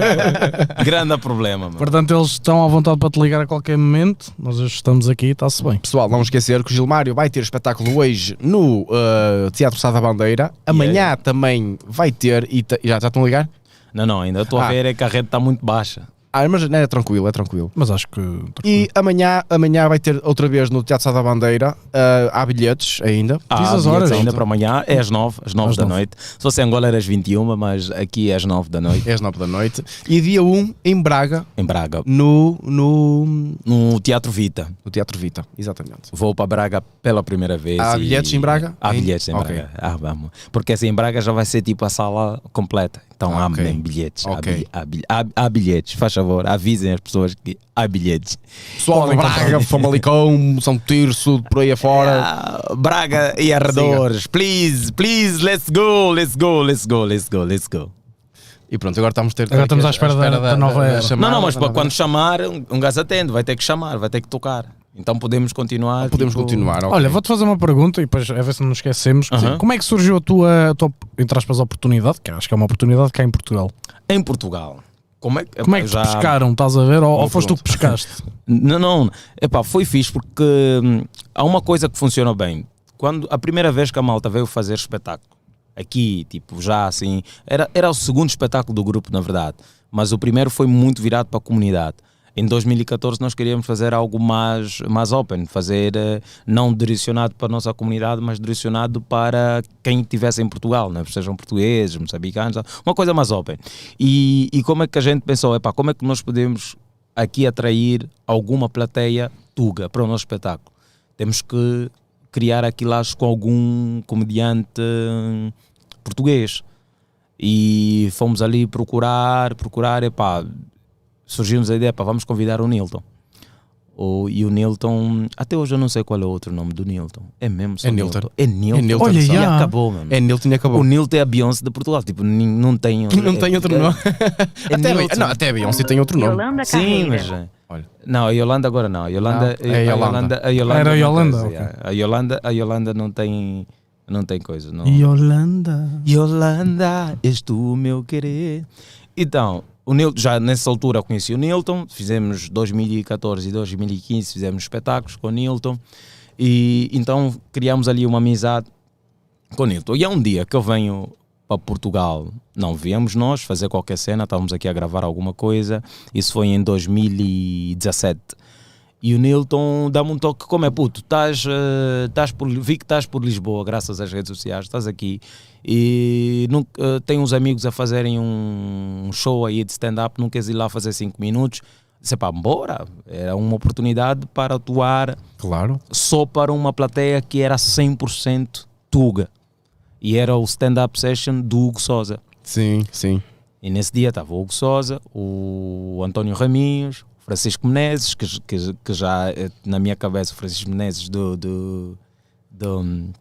Speaker 3: parte. Grande problema, mano.
Speaker 1: Portanto, eles estão à vontade para te ligar a qualquer momento. Nós hoje estamos aqui e está-se bem.
Speaker 2: Pessoal, não esquecer que o Gilmário vai ter espetáculo hoje no uh, Teatro Sá da Bandeira. Amanhã também vai ter. E ta- já, já estão a ligar?
Speaker 3: Não, não, ainda estou a
Speaker 2: Ah.
Speaker 3: ver é que a rede está muito baixa.
Speaker 2: Ah, mas não, é tranquilo, é tranquilo.
Speaker 1: Mas acho que.
Speaker 2: E amanhã, amanhã vai ter outra vez no Teatro Sá da Bandeira. Uh, há bilhetes ainda.
Speaker 1: Diz
Speaker 3: Há
Speaker 1: as
Speaker 3: bilhetes
Speaker 1: horas.
Speaker 3: Ah, ainda para amanhã, é às 9, às 9
Speaker 1: Às
Speaker 3: da
Speaker 1: nove.
Speaker 3: noite. Se fosse em Angola era às 21, mas aqui é às 9 da noite,
Speaker 2: É às 9 da noite. E dia 1 em Braga,
Speaker 3: em Braga,
Speaker 2: no, no, no
Speaker 3: no Teatro Vita.
Speaker 2: Teatro Vita. Exatamente.
Speaker 3: Vou para Braga pela primeira vez.
Speaker 2: Há
Speaker 3: e-
Speaker 2: bilhetes em Braga?
Speaker 3: Há
Speaker 2: Em-
Speaker 3: bilhetes em
Speaker 2: Ok.
Speaker 3: Braga. Ah, vamos. Porque assim, em Braga já vai ser tipo a sala completa. Então
Speaker 2: Ah,
Speaker 3: há
Speaker 2: ok.
Speaker 3: bem bilhetes. há
Speaker 2: Ok.
Speaker 3: bil- Há, bil- há- há bilhetes. Faz favor, avisem as pessoas que há bilhetes.
Speaker 2: Pessoal de Braga, Famalicão, São Tirso, por aí
Speaker 1: <laughs>
Speaker 2: afora.
Speaker 3: Ah, Braga e arredores, please, please, let's go, let's go, let's go, let's go, let's go.
Speaker 2: E pronto, agora estamos a ter.
Speaker 1: Agora estamos à espera da- da nova era.
Speaker 3: não, não, mas
Speaker 2: chamada, da
Speaker 3: para
Speaker 2: nova-
Speaker 3: quando chamar, um um gajo atende, vai ter que chamar, vai ter que tocar. Então podemos continuar.
Speaker 2: Podemos
Speaker 3: tipo,
Speaker 2: continuar. ok.
Speaker 1: Olha, vou-te fazer uma pergunta e depois a ver se não nos esquecemos. Quer dizer,
Speaker 3: Aham.
Speaker 1: Como é que surgiu a tua, a tua, entre aspas, oportunidade? Que acho que é uma oportunidade cá em Portugal.
Speaker 3: Em Portugal. Como é,
Speaker 1: Como é que
Speaker 3: já-
Speaker 1: te pescaram? Estás a ver? Ou, ou
Speaker 2: Boa
Speaker 1: foste tu que
Speaker 3: <laughs>
Speaker 1: pescaste?
Speaker 3: Não, não. Epá, foi fixe porque hum, há uma coisa que funciona bem. Quando a primeira vez que a malta veio fazer espetáculo, aqui, tipo, já assim, era, era o segundo espetáculo do grupo, na verdade. Mas o primeiro foi muito virado para a comunidade. Em 2014 nós queríamos fazer algo mais, mais open, fazer eh, não direcionado para a nossa comunidade, mas direcionado para quem estivesse em Portugal, né? sejam portugueses, moçambicanos, uma coisa mais open. E, e como é que a gente pensou, epá, como é que nós podemos aqui atrair alguma plateia tuga para o nosso espetáculo. Temos que criar aqui laços com algum comediante hum, português. E fomos ali procurar, procurar, epá, surgiu-nos a ideia, epá, vamos convidar o Nilton. O, e o Nilton, até hoje eu não sei qual é o outro nome do Nilton. É mesmo só
Speaker 2: É Nilton.
Speaker 3: É Nilton.
Speaker 2: É Nilton,
Speaker 1: Olha,
Speaker 3: e
Speaker 1: já.
Speaker 3: acabou, mano.
Speaker 2: É Nilton e acabou.
Speaker 3: O Nilton é a Beyoncé de Portugal, tipo, nin- não tem
Speaker 2: <laughs> Não tem outro
Speaker 3: é-
Speaker 2: nome. até,
Speaker 3: é
Speaker 2: a Bey-
Speaker 3: Nilton.
Speaker 2: não, até a Beyoncé tem outro nome.
Speaker 5: Yolanda
Speaker 3: Sim,
Speaker 5: Carreira.
Speaker 3: mas. é.
Speaker 2: Olha.
Speaker 3: Não, a Yolanda agora não. A Yolanda,
Speaker 1: Ah,
Speaker 2: Não, é
Speaker 3: a
Speaker 2: Yolanda.
Speaker 3: Yolanda, a Yolanda
Speaker 1: Era a
Speaker 3: não
Speaker 1: Yolanda,
Speaker 3: tem-
Speaker 1: ok.
Speaker 3: é, A Yolanda, a Yolanda não tem, não tem coisa. Não.
Speaker 1: E Holanda.
Speaker 3: Yolanda, és tu o meu querer. Então, o Nil, já nessa altura eu conheci o Nilton, fizemos 2014 e 2015, fizemos espetáculos com o Nilton, e então criámos ali uma amizade com o Nilton. E há um dia que eu venho para Portugal, não viemos nós fazer qualquer cena, estávamos aqui a gravar alguma coisa, isso foi em 2017. E o Nilton dá-me um toque, como é puto, estás, eh, estás por, vi que estás por Lisboa, graças às redes sociais, estás aqui e nunca, eh, tenho uns amigos a fazerem um show aí de stand-up, não queres ir lá fazer 5 minutos? Disse, pá, bora, era uma oportunidade para atuar
Speaker 2: Claro.
Speaker 3: só para uma plateia que era 100% tuga e era o stand-up session do Hugo Sousa.
Speaker 2: Sim, sim.
Speaker 3: E nesse dia estava o Hugo Sousa, o António Raminhos, o Francisco Menezes, que, que, que já eh, na minha cabeça o Francisco Menezes do, do, do, hum,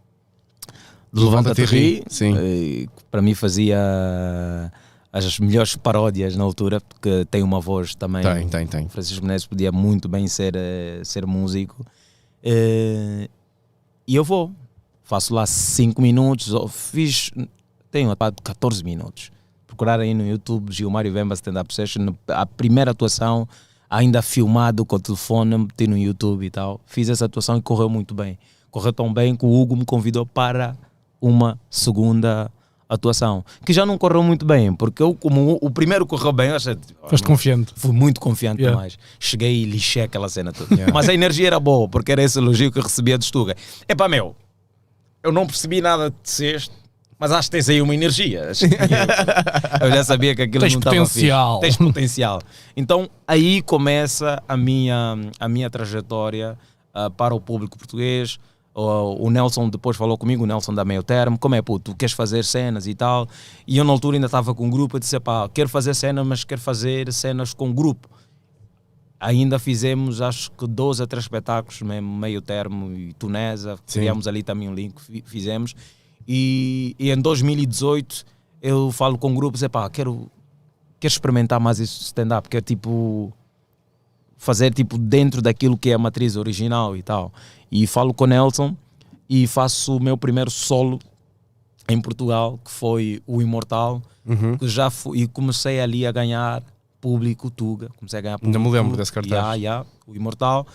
Speaker 3: do
Speaker 2: Levanta-te
Speaker 3: Levanta-te e
Speaker 2: e Ri,
Speaker 3: Ri,
Speaker 2: sim.
Speaker 3: eh, que para mim fazia as melhores paródias na altura, porque tem uma voz também.
Speaker 2: Tem, tem, tem.
Speaker 3: Francisco Menezes podia muito bem ser, eh, ser músico. Eh, E eu vou. Faço lá 5 minutos, ou fiz. Tenho pá, 14 minutos. Procurar aí no YouTube Gilmário Vemba Stand-Up Session, a primeira atuação, ainda filmado com o telefone, meti no YouTube e tal. Fiz essa atuação e correu muito bem. Correu tão bem que o Hugo me convidou para uma segunda atuação. Que já não correu muito bem, porque eu, como o- o primeiro correu bem, eu achei. tipo,
Speaker 1: Foste confiante.
Speaker 3: Fui muito confiante
Speaker 1: Yeah.
Speaker 3: demais. Cheguei e lixei aquela cena toda. Mas a energia era boa, porque era esse elogio que eu recebia de Stuga. Epá, meu, eu não percebi nada de sexto, mas acho que tens aí uma energia. Acho que Eu, eu já sabia que aquilo
Speaker 1: Tens
Speaker 3: não estava
Speaker 1: potencial.
Speaker 3: Fixe. Tens potencial. Então aí começa a minha, a minha trajetória ah, para o público português. O o Nelson depois falou comigo, o Nelson da Meio Termo, como é, puto, tu queres fazer cenas e tal. E eu na altura ainda estava com um grupo, eu disse, pá, quero fazer cenas, mas quero fazer cenas com grupo ainda fizemos acho que 12 a 3 espetáculos mesmo, meio termo e Tunesa, criamos ali também um link, fi- fizemos e, e em 2018 eu falo com grupos, epá, quero, quero experimentar mais isso de stand-up, quero tipo fazer tipo dentro daquilo que é a matriz original e tal e falo com o Nelson e faço o meu primeiro solo em Portugal, que foi o Imortal,
Speaker 2: Uhum.
Speaker 3: que já fui, e comecei ali a ganhar público Tuga, comecei a ganhar
Speaker 2: Ainda me
Speaker 3: público,
Speaker 2: lembro desse cartaz.
Speaker 3: yeah, yeah, o Imortal.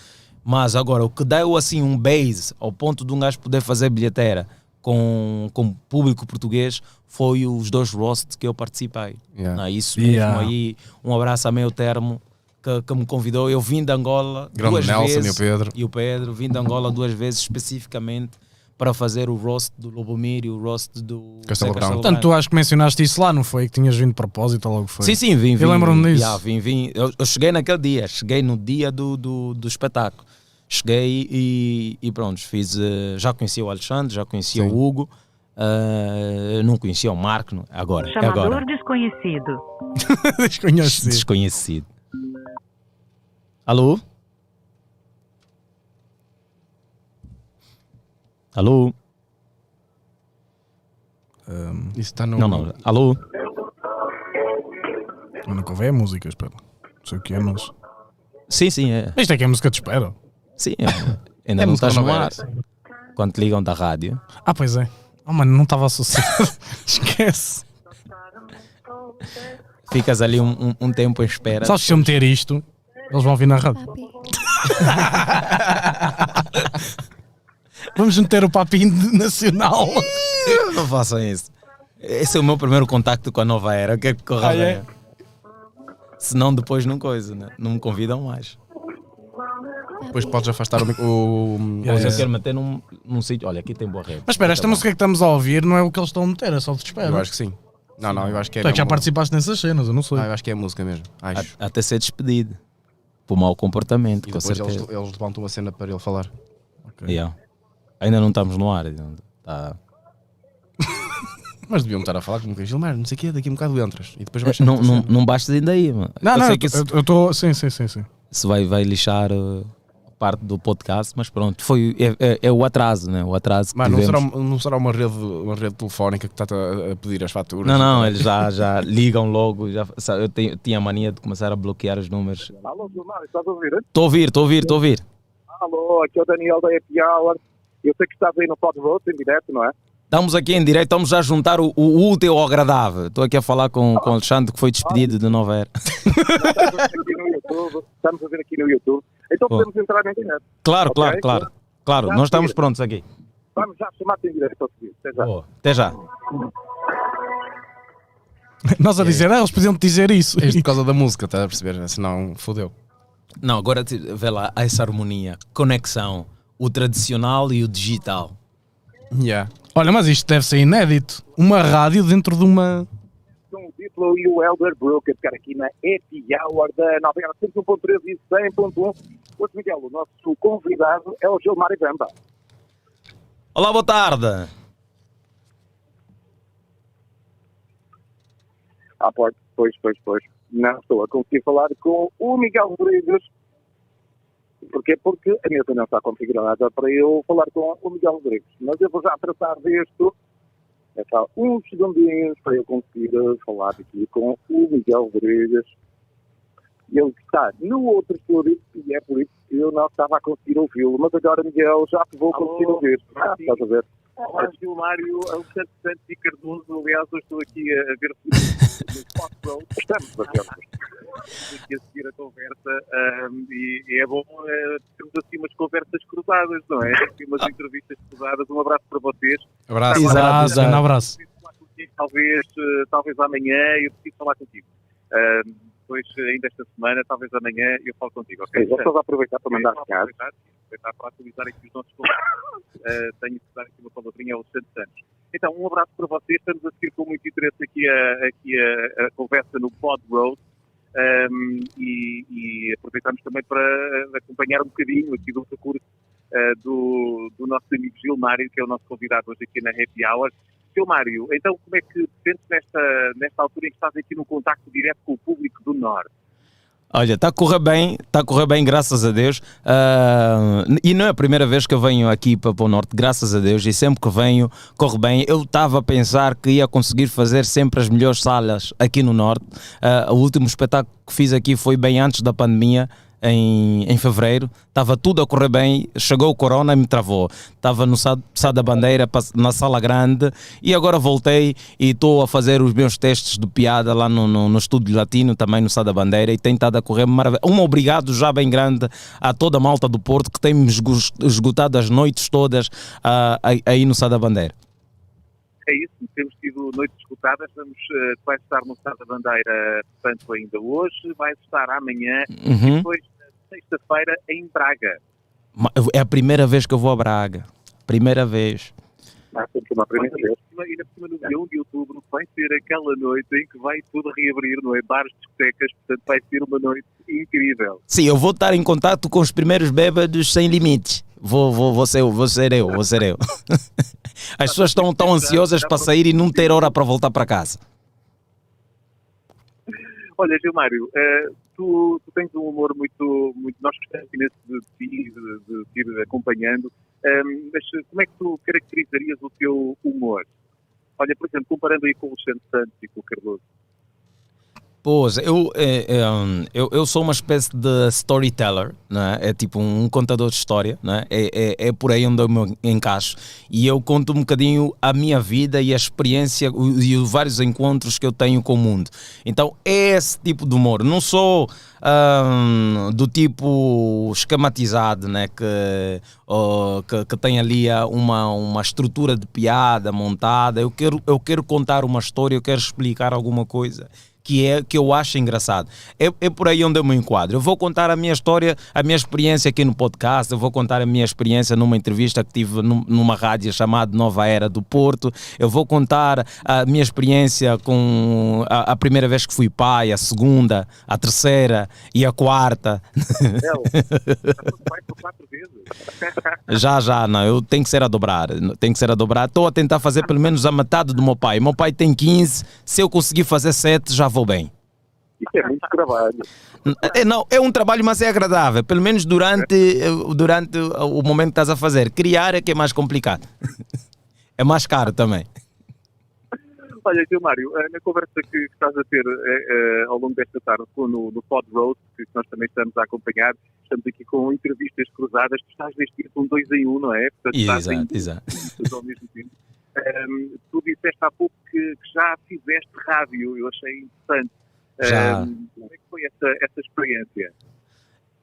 Speaker 3: Mas agora, o que deu assim um base ao ponto de um gajo poder fazer bilheteira com, com público português foi os dois roasts que eu participei.
Speaker 2: Yeah.
Speaker 3: Não é isso mesmo
Speaker 1: Yeah.
Speaker 3: aí. Um abraço a meio termo que, que me convidou. Eu vim de Angola
Speaker 2: Grande
Speaker 3: duas
Speaker 2: Nelson e o
Speaker 3: vezes
Speaker 2: Pedro.
Speaker 3: e o Pedro, vim de Angola duas vezes especificamente para fazer o roast do Lobomir e o roast do
Speaker 2: Castelo
Speaker 3: Zé
Speaker 2: Branco.
Speaker 1: Portanto, tu acho que mencionaste isso lá, não foi? Que tinhas vindo de propósito, ou logo foi.
Speaker 3: Sim, sim, vim, vim.
Speaker 1: Eu lembro-me disso.
Speaker 3: Yeah, vim, vim. Eu, eu cheguei naquele dia, cheguei no dia do, do, do espetáculo. Cheguei e, e pronto, fiz. eh, Já conheci o Alexandre, já conheci o Hugo, eh, não conhecia o Marco, não- agora. é
Speaker 5: Chamador
Speaker 3: agora.
Speaker 5: desconhecido.
Speaker 1: Desconhecido.
Speaker 3: Desconhecido. Alô? Alô?
Speaker 2: Isso está no.
Speaker 3: Não, não. Alô?
Speaker 1: Eu nunca ouvi a música, espera. Não sei o que é, mas.
Speaker 3: Sim, sim, é.
Speaker 1: Isto é que é a música de espera.
Speaker 3: Sim, é. ainda
Speaker 2: É
Speaker 3: não
Speaker 2: música
Speaker 3: estás no
Speaker 2: novela.
Speaker 3: ar. Quando te ligam da rádio.
Speaker 1: Ah, pois é. Oh, mano, não estava associado. <laughs> Esquece.
Speaker 3: Ficas ali um, um- um tempo à espera.
Speaker 1: Sabes que se eu meter isto, eles vão vir na rádio. Vamos meter o papinho de- nacional.
Speaker 3: <laughs> Não façam isso. Esse é o meu primeiro contacto com a nova era. O que é que corra
Speaker 1: Ah, é?
Speaker 3: bem? Senão depois não coisa, né? Não me convidam mais.
Speaker 2: Depois podes afastar o. mic- o...
Speaker 1: Yeah,
Speaker 3: Hoje eu
Speaker 1: yeah.
Speaker 3: quero meter num, num sítio. Olha, aqui tem boa rede.
Speaker 1: É, Mas espera, esta
Speaker 3: Tá bom.
Speaker 1: música que estamos a ouvir não é o que eles estão a meter, é só de
Speaker 2: Eu
Speaker 1: espera.
Speaker 2: acho que sim. Não, não, eu acho que é.
Speaker 1: Tu é que já
Speaker 2: mesmo-
Speaker 1: participaste nessas cenas, eu não sei.
Speaker 2: Ah, eu acho que é a música mesmo. Acho.
Speaker 3: A- até ser despedido. Por mau comportamento,
Speaker 2: E
Speaker 3: Ah, com
Speaker 2: depois eles,
Speaker 3: certeza.
Speaker 2: eles levantam a cena para ele falar.
Speaker 3: Yeah. Ainda não estamos no ar. ainda não- tá.
Speaker 2: Mas deviam estar a falar como que Gilmar, não sei o quê, daqui a um bocado entras. E depois vais.
Speaker 3: É, Não, não, não bastas ainda aí, mano.
Speaker 1: Não,
Speaker 3: eu
Speaker 1: não,
Speaker 3: sei
Speaker 1: eu
Speaker 3: que
Speaker 1: tô-
Speaker 3: isso,
Speaker 1: eu estou. Sim, sim, sim, sim. <laughs>
Speaker 3: isso vai, vai lixar uh, parte do podcast, mas pronto, foi, é, é- é o atraso, né? O atraso que
Speaker 2: Mano, não será,
Speaker 3: tivemos.
Speaker 2: um- não será uma, rede, uma rede telefónica que está a a pedir as faturas?
Speaker 3: Não, não, é- eles já,
Speaker 2: <laughs>
Speaker 3: já ligam logo. Já, sabe, eu tenho- tinha a mania de começar a bloquear os números.
Speaker 4: Alô, Gilmar, estás a ouvir?
Speaker 3: Estou a ouvir, estou a ouvir, estou a ouvir.
Speaker 4: Alô, aqui é o Daniel da Happy Hour. Eu sei que estás aí no Pod Roast em direto, não é?
Speaker 3: Estamos aqui em direto, estamos a juntar o, o útil ao agradável. Estou aqui a falar com, com o Alexandre que foi despedido de Nova Era.
Speaker 4: Estamos a ver aqui no YouTube. Estamos a ver aqui no YouTube. Então
Speaker 3: Bom.
Speaker 4: podemos entrar na internet.
Speaker 3: Claro,
Speaker 4: Ok,
Speaker 3: claro, claro. Claro, nós estamos prontos aqui.
Speaker 4: Vamos já chamar-te em direto ao seguinte. Até já.
Speaker 3: Boa. Até já.
Speaker 1: Nós a dizer, ah, eles podiam te dizer isso.
Speaker 2: É Isto por causa da música, estás a perceber? Senão, fodeu.
Speaker 3: Não, agora te- vê lá essa harmonia, conexão, o tradicional e o digital.
Speaker 2: Yeah.
Speaker 1: <laughs> Olha, mas isto deve ser inédito. Uma rádio dentro de uma.
Speaker 4: São o Diplo e o Elder Brook a ficar aqui na Happy Hour da 9 101.3 e 100.1. Hoje, Miguel, o nosso convidado é o Gilmar Ibamba.
Speaker 3: Olá, boa tarde.
Speaker 4: À porta. Pois, pois, pois. Não estou a conseguir falar com o Miguel Rodrigues. Porquê? Porque a mesa não está configurada para eu falar com o Miguel Rodrigues. Mas eu vou já tratar disto É só uns segundinhos para eu conseguir eh, falar aqui com o Miguel Rodrigues. E Ele está no outro estúdio e é por isso que eu não estava a conseguir ouvi-lo. Mas agora, Miguel, já te vou
Speaker 5: Alô,
Speaker 4: conseguir ouvir. Ah,
Speaker 5: Martim.
Speaker 4: estás a ver?
Speaker 5: Olá, Gilmário, Alexandre Santos e Cardoso. Aliás, hoje estou aqui a ver no Spot Pro.
Speaker 4: Estamos a tempo.
Speaker 5: Estou aqui a seguir a conversa ahm, e, e é bom eh, termos assim umas conversas cruzadas, não é? Assim, umas entrevistas cruzadas. Um abraço para vocês.
Speaker 2: Abraço.
Speaker 1: Exato,
Speaker 4: exato.
Speaker 1: um abraço.
Speaker 5: Preciso falar contigo, talvez, eh, talvez amanhã eu preciso falar contigo. Ahm, depois, eh, ainda esta semana, talvez amanhã eu falo contigo, ok?
Speaker 4: Já estás a aproveitar para mandar
Speaker 5: Só
Speaker 4: recado.
Speaker 5: aproveitar, aproveitar para atualizar aqui os nossos contatos.
Speaker 4: <laughs>
Speaker 5: Eh, tenho que dar aqui uma palavrinha ao Alexandre Santos. Então, um abraço para vocês. Estamos a seguir com muito interesse aqui a, aqui a, a conversa no Pod Road. Ehm, e, e aproveitamos também para acompanhar um bocadinho aqui do percurso eh, do, do nosso amigo Gilmário, que é o nosso convidado hoje aqui na Happy Hour. Gilmário, então como é que te sentes nesta, nesta altura em que estás aqui no contacto direto com o público do Norte?
Speaker 3: Olha, está a correr bem, está a correr bem, graças a Deus. Ah, e não é a primeira vez que eu venho aqui para, para o Norte, graças a Deus. E sempre que venho, corre bem. Eu estava a pensar que ia conseguir fazer sempre as melhores salas aqui no Norte. Ah, o último espetáculo que fiz aqui foi bem antes da pandemia. Em, em fevereiro, estava tudo a correr bem, chegou o corona e me travou. Estava no Sá Sá da Bandeira, pas- na sala grande, e agora voltei e estou a fazer os meus testes de piada lá no, no, no estúdio latino, também no Sá da Bandeira, e tem estado a correr maravilha. Um obrigado já bem grande a toda a malta do Porto que tem-me esgo- esgotado as noites todas ah, aí- aí no Sá da Bandeira.
Speaker 5: É isso, temos tido noites escutadas. Vamos, eh, tu vais estar no Estado da Bandeira, portanto, ainda hoje, vais estar amanhã,
Speaker 3: Uhum.
Speaker 5: depois na sexta-feira em Braga.
Speaker 3: Ma- É a primeira vez que eu vou a Braga. Primeira vez.
Speaker 4: Há sempre uma primeira vez.
Speaker 5: E ainda por cima, no dia 1 de outubro, vai ser aquela noite em que vai tudo reabrir, não é? Bares, discotecas, portanto, vai ser uma noite incrível.
Speaker 3: Sim, eu vou estar em contato com os primeiros bêbados sem limites. Vou, vou, vou, ser, eu, vou ser eu, vou ser eu. <laughs> As pessoas estão tão ansiosas para sair e não ter hora para voltar para casa.
Speaker 5: Olha, Gilmário, eh, tu, tu tens um humor muito. muito nós gostamos imenso de ti, de, de te ir acompanhando, ehm, mas como é que tu caracterizarias o teu humor? Olha, por exemplo, comparando aí com o Alexandre Santos e com o Cardoso.
Speaker 3: Pois, eu, eh, eh, hum, eu, eu sou uma espécie de storyteller, né? é tipo um contador de história, né? é, é, é por aí onde eu me encaixo. E eu conto um bocadinho a minha vida e a experiência o- e os vários encontros que eu tenho com o mundo. Então é esse tipo de humor. Não sou hum, do tipo esquematizado, né? que, oh, que, que tem ali ah, uma, uma estrutura de piada montada. Eu quero, eu quero contar uma história, eu quero explicar alguma coisa que é que eu acho engraçado. É, é por aí onde eu me enquadro. Eu vou contar a minha história, a minha experiência aqui no podcast, eu vou contar a minha experiência numa entrevista que tive num- numa rádio chamada Nova Era do Porto, eu vou contar a minha experiência com a, a primeira vez que fui pai, a segunda, a terceira e a quarta.
Speaker 5: Não, estás pai por quatro vezes.
Speaker 3: Já, já, não, eu tenho que ser a dobrar, tenho que ser a dobrar. Estou a tentar fazer pelo menos a metade do meu pai. Meu pai tem 15, se eu conseguir fazer 7 já vou bem.
Speaker 4: Isso é muito trabalho.
Speaker 3: É, não, é um trabalho, mas é agradável. Pelo menos durante, eh, durante o momento que estás a fazer. Criar é que é mais complicado. É mais caro também.
Speaker 5: Olha, Gilmário, eh, na conversa que estás a ter eh, eh, ao longo desta tarde com- no, no Pod Road, que nós também estamos a acompanhar, estamos aqui com entrevistas cruzadas, tu estás neste dia com dois em um, não é? Portanto, estás em
Speaker 3: Exato, exato.
Speaker 5: todos ao mesmo tempo. <laughs> Ahm, tu disseste há pouco que, que já fizeste rádio, eu achei interessante.
Speaker 3: Já.
Speaker 5: Ahm, como é que foi essa, essa experiência?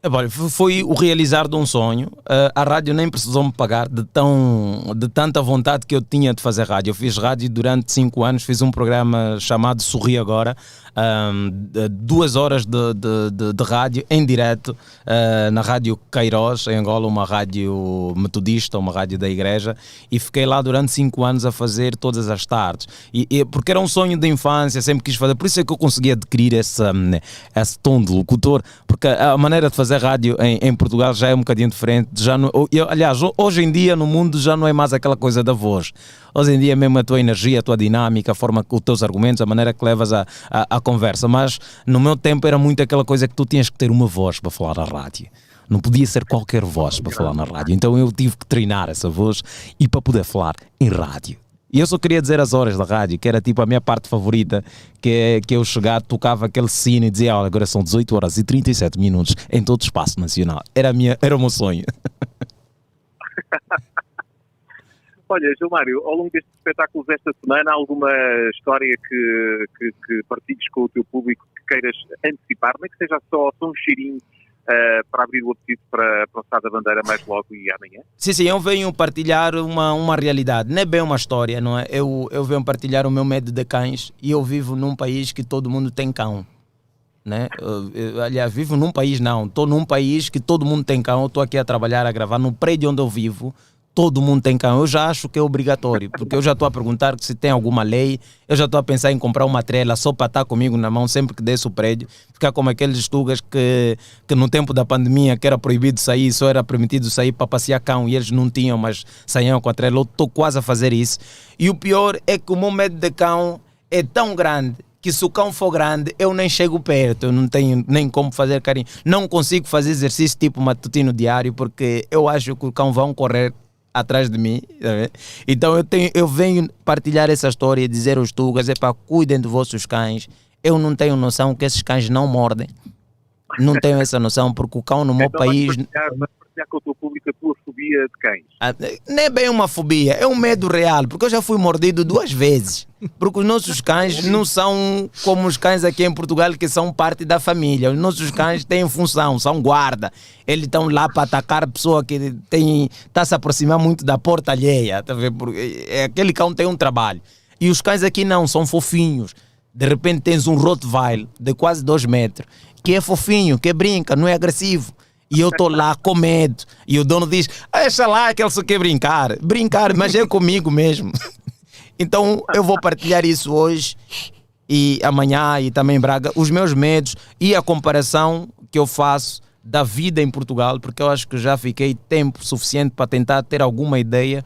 Speaker 3: É, olha, f- Foi o realizar de um sonho. Ah, a rádio nem precisou me pagar de, tão, de tanta vontade que eu tinha de fazer rádio. Eu fiz rádio durante cinco anos, fiz um programa chamado Sorri Agora, ahm, de- duas horas de, de- de- de rádio em direto ah, na Rádio Queiroz, em Angola, uma rádio metodista, uma rádio da igreja, e fiquei lá durante cinco anos a fazer todas as tardes. E, e- porque era um sonho de infância, sempre quis fazer, por isso é que eu consegui adquirir essa, hum, esse tom de locutor, porque a a maneira de fazer rádio em, em Portugal já é um bocadinho diferente. Já não, eu- eu- aliás, ho- hoje em dia no mundo já não é mais aquela coisa da voz. Hoje em dia é mesmo a tua energia, a tua dinâmica, a forma, que- os teus argumentos, a maneira que levas a, a, a conversa. Mas no meu tempo era muito aquela coisa que tu tinhas que ter uma voz para falar na rádio. Não podia ser qualquer voz para falar na rádio. Então eu tive que treinar essa voz e para poder falar em rádio.
Speaker 6: E eu só queria dizer as horas da rádio, que era tipo a minha parte favorita, que é que eu chegava, tocava aquele sino e dizia, olha, agora são 18 horas e 37 minutos em todo o espaço nacional. Era, a minha, era o meu sonho.
Speaker 5: Olha, Gilmário, ao longo destes espetáculos esta semana, há alguma história que, que, que partilhes com o teu público que queiras antecipar, nem que seja só, só um cheirinho ah, para abrir o apetite para, para o Estado da Bandeira mais logo e amanhã?
Speaker 3: Sim, sim, eu venho partilhar uma, uma realidade, não é bem uma história, não é? Eu, eu venho partilhar o meu medo de cães e eu vivo num país que todo mundo tem cão, né? Eu- eu, aliás, vivo num país não, estou num país que todo mundo tem cão, eu estou aqui a trabalhar, a gravar, no prédio onde eu vivo, todo mundo tem cão, eu já acho que é obrigatório, porque eu já estou a perguntar se tem alguma lei, eu já estou a pensar em comprar uma trela só para estar comigo na mão sempre que desço o prédio, ficar como aqueles tugas que, que no tempo da pandemia que era proibido sair, só era permitido sair para passear cão e eles não tinham, mas saíam com a trela, eu estou quase a fazer isso. E o pior é que o meu medo de cão é tão grande que se o cão for grande, eu nem chego perto, eu não tenho nem como fazer carinho. Não consigo fazer exercício tipo matutino diário, porque eu acho que o cão vão correr atrás de mim. tá vendo? Então eu, tenho, eu venho partilhar essa história e dizer aos tugas, é para cuidem dos vossos cães. Eu não tenho noção que esses cães não mordem. Não tenho essa noção, porque o cão no meu
Speaker 5: então,
Speaker 3: país...
Speaker 5: Vais partilhar, vais partilhar com o teu público a tua fobia de cães.
Speaker 3: Ah, Não é bem uma fobia, é um medo real, porque eu já fui mordido duas vezes. Porque os nossos cães não são como os cães aqui em Portugal, que são parte da família. Os nossos cães têm função, são guarda. Eles estão lá para atacar a pessoa que está a se aproximar muito da porta alheia. tá vendo? Porque, é, aquele cão tem um trabalho. E os cães aqui não, são fofinhos. De repente tens um Rottweiler de quase dois metros, que é fofinho, que brinca, não é agressivo. E eu tô lá com medo. E o dono diz: Deixa lá que ele só quer brincar. Brincar, mas é comigo mesmo. <laughs> Então eu vou partilhar isso hoje e amanhã e também em Braga, os meus medos e a comparação que eu faço da vida em Portugal, porque eu acho que já fiquei tempo suficiente para tentar ter alguma ideia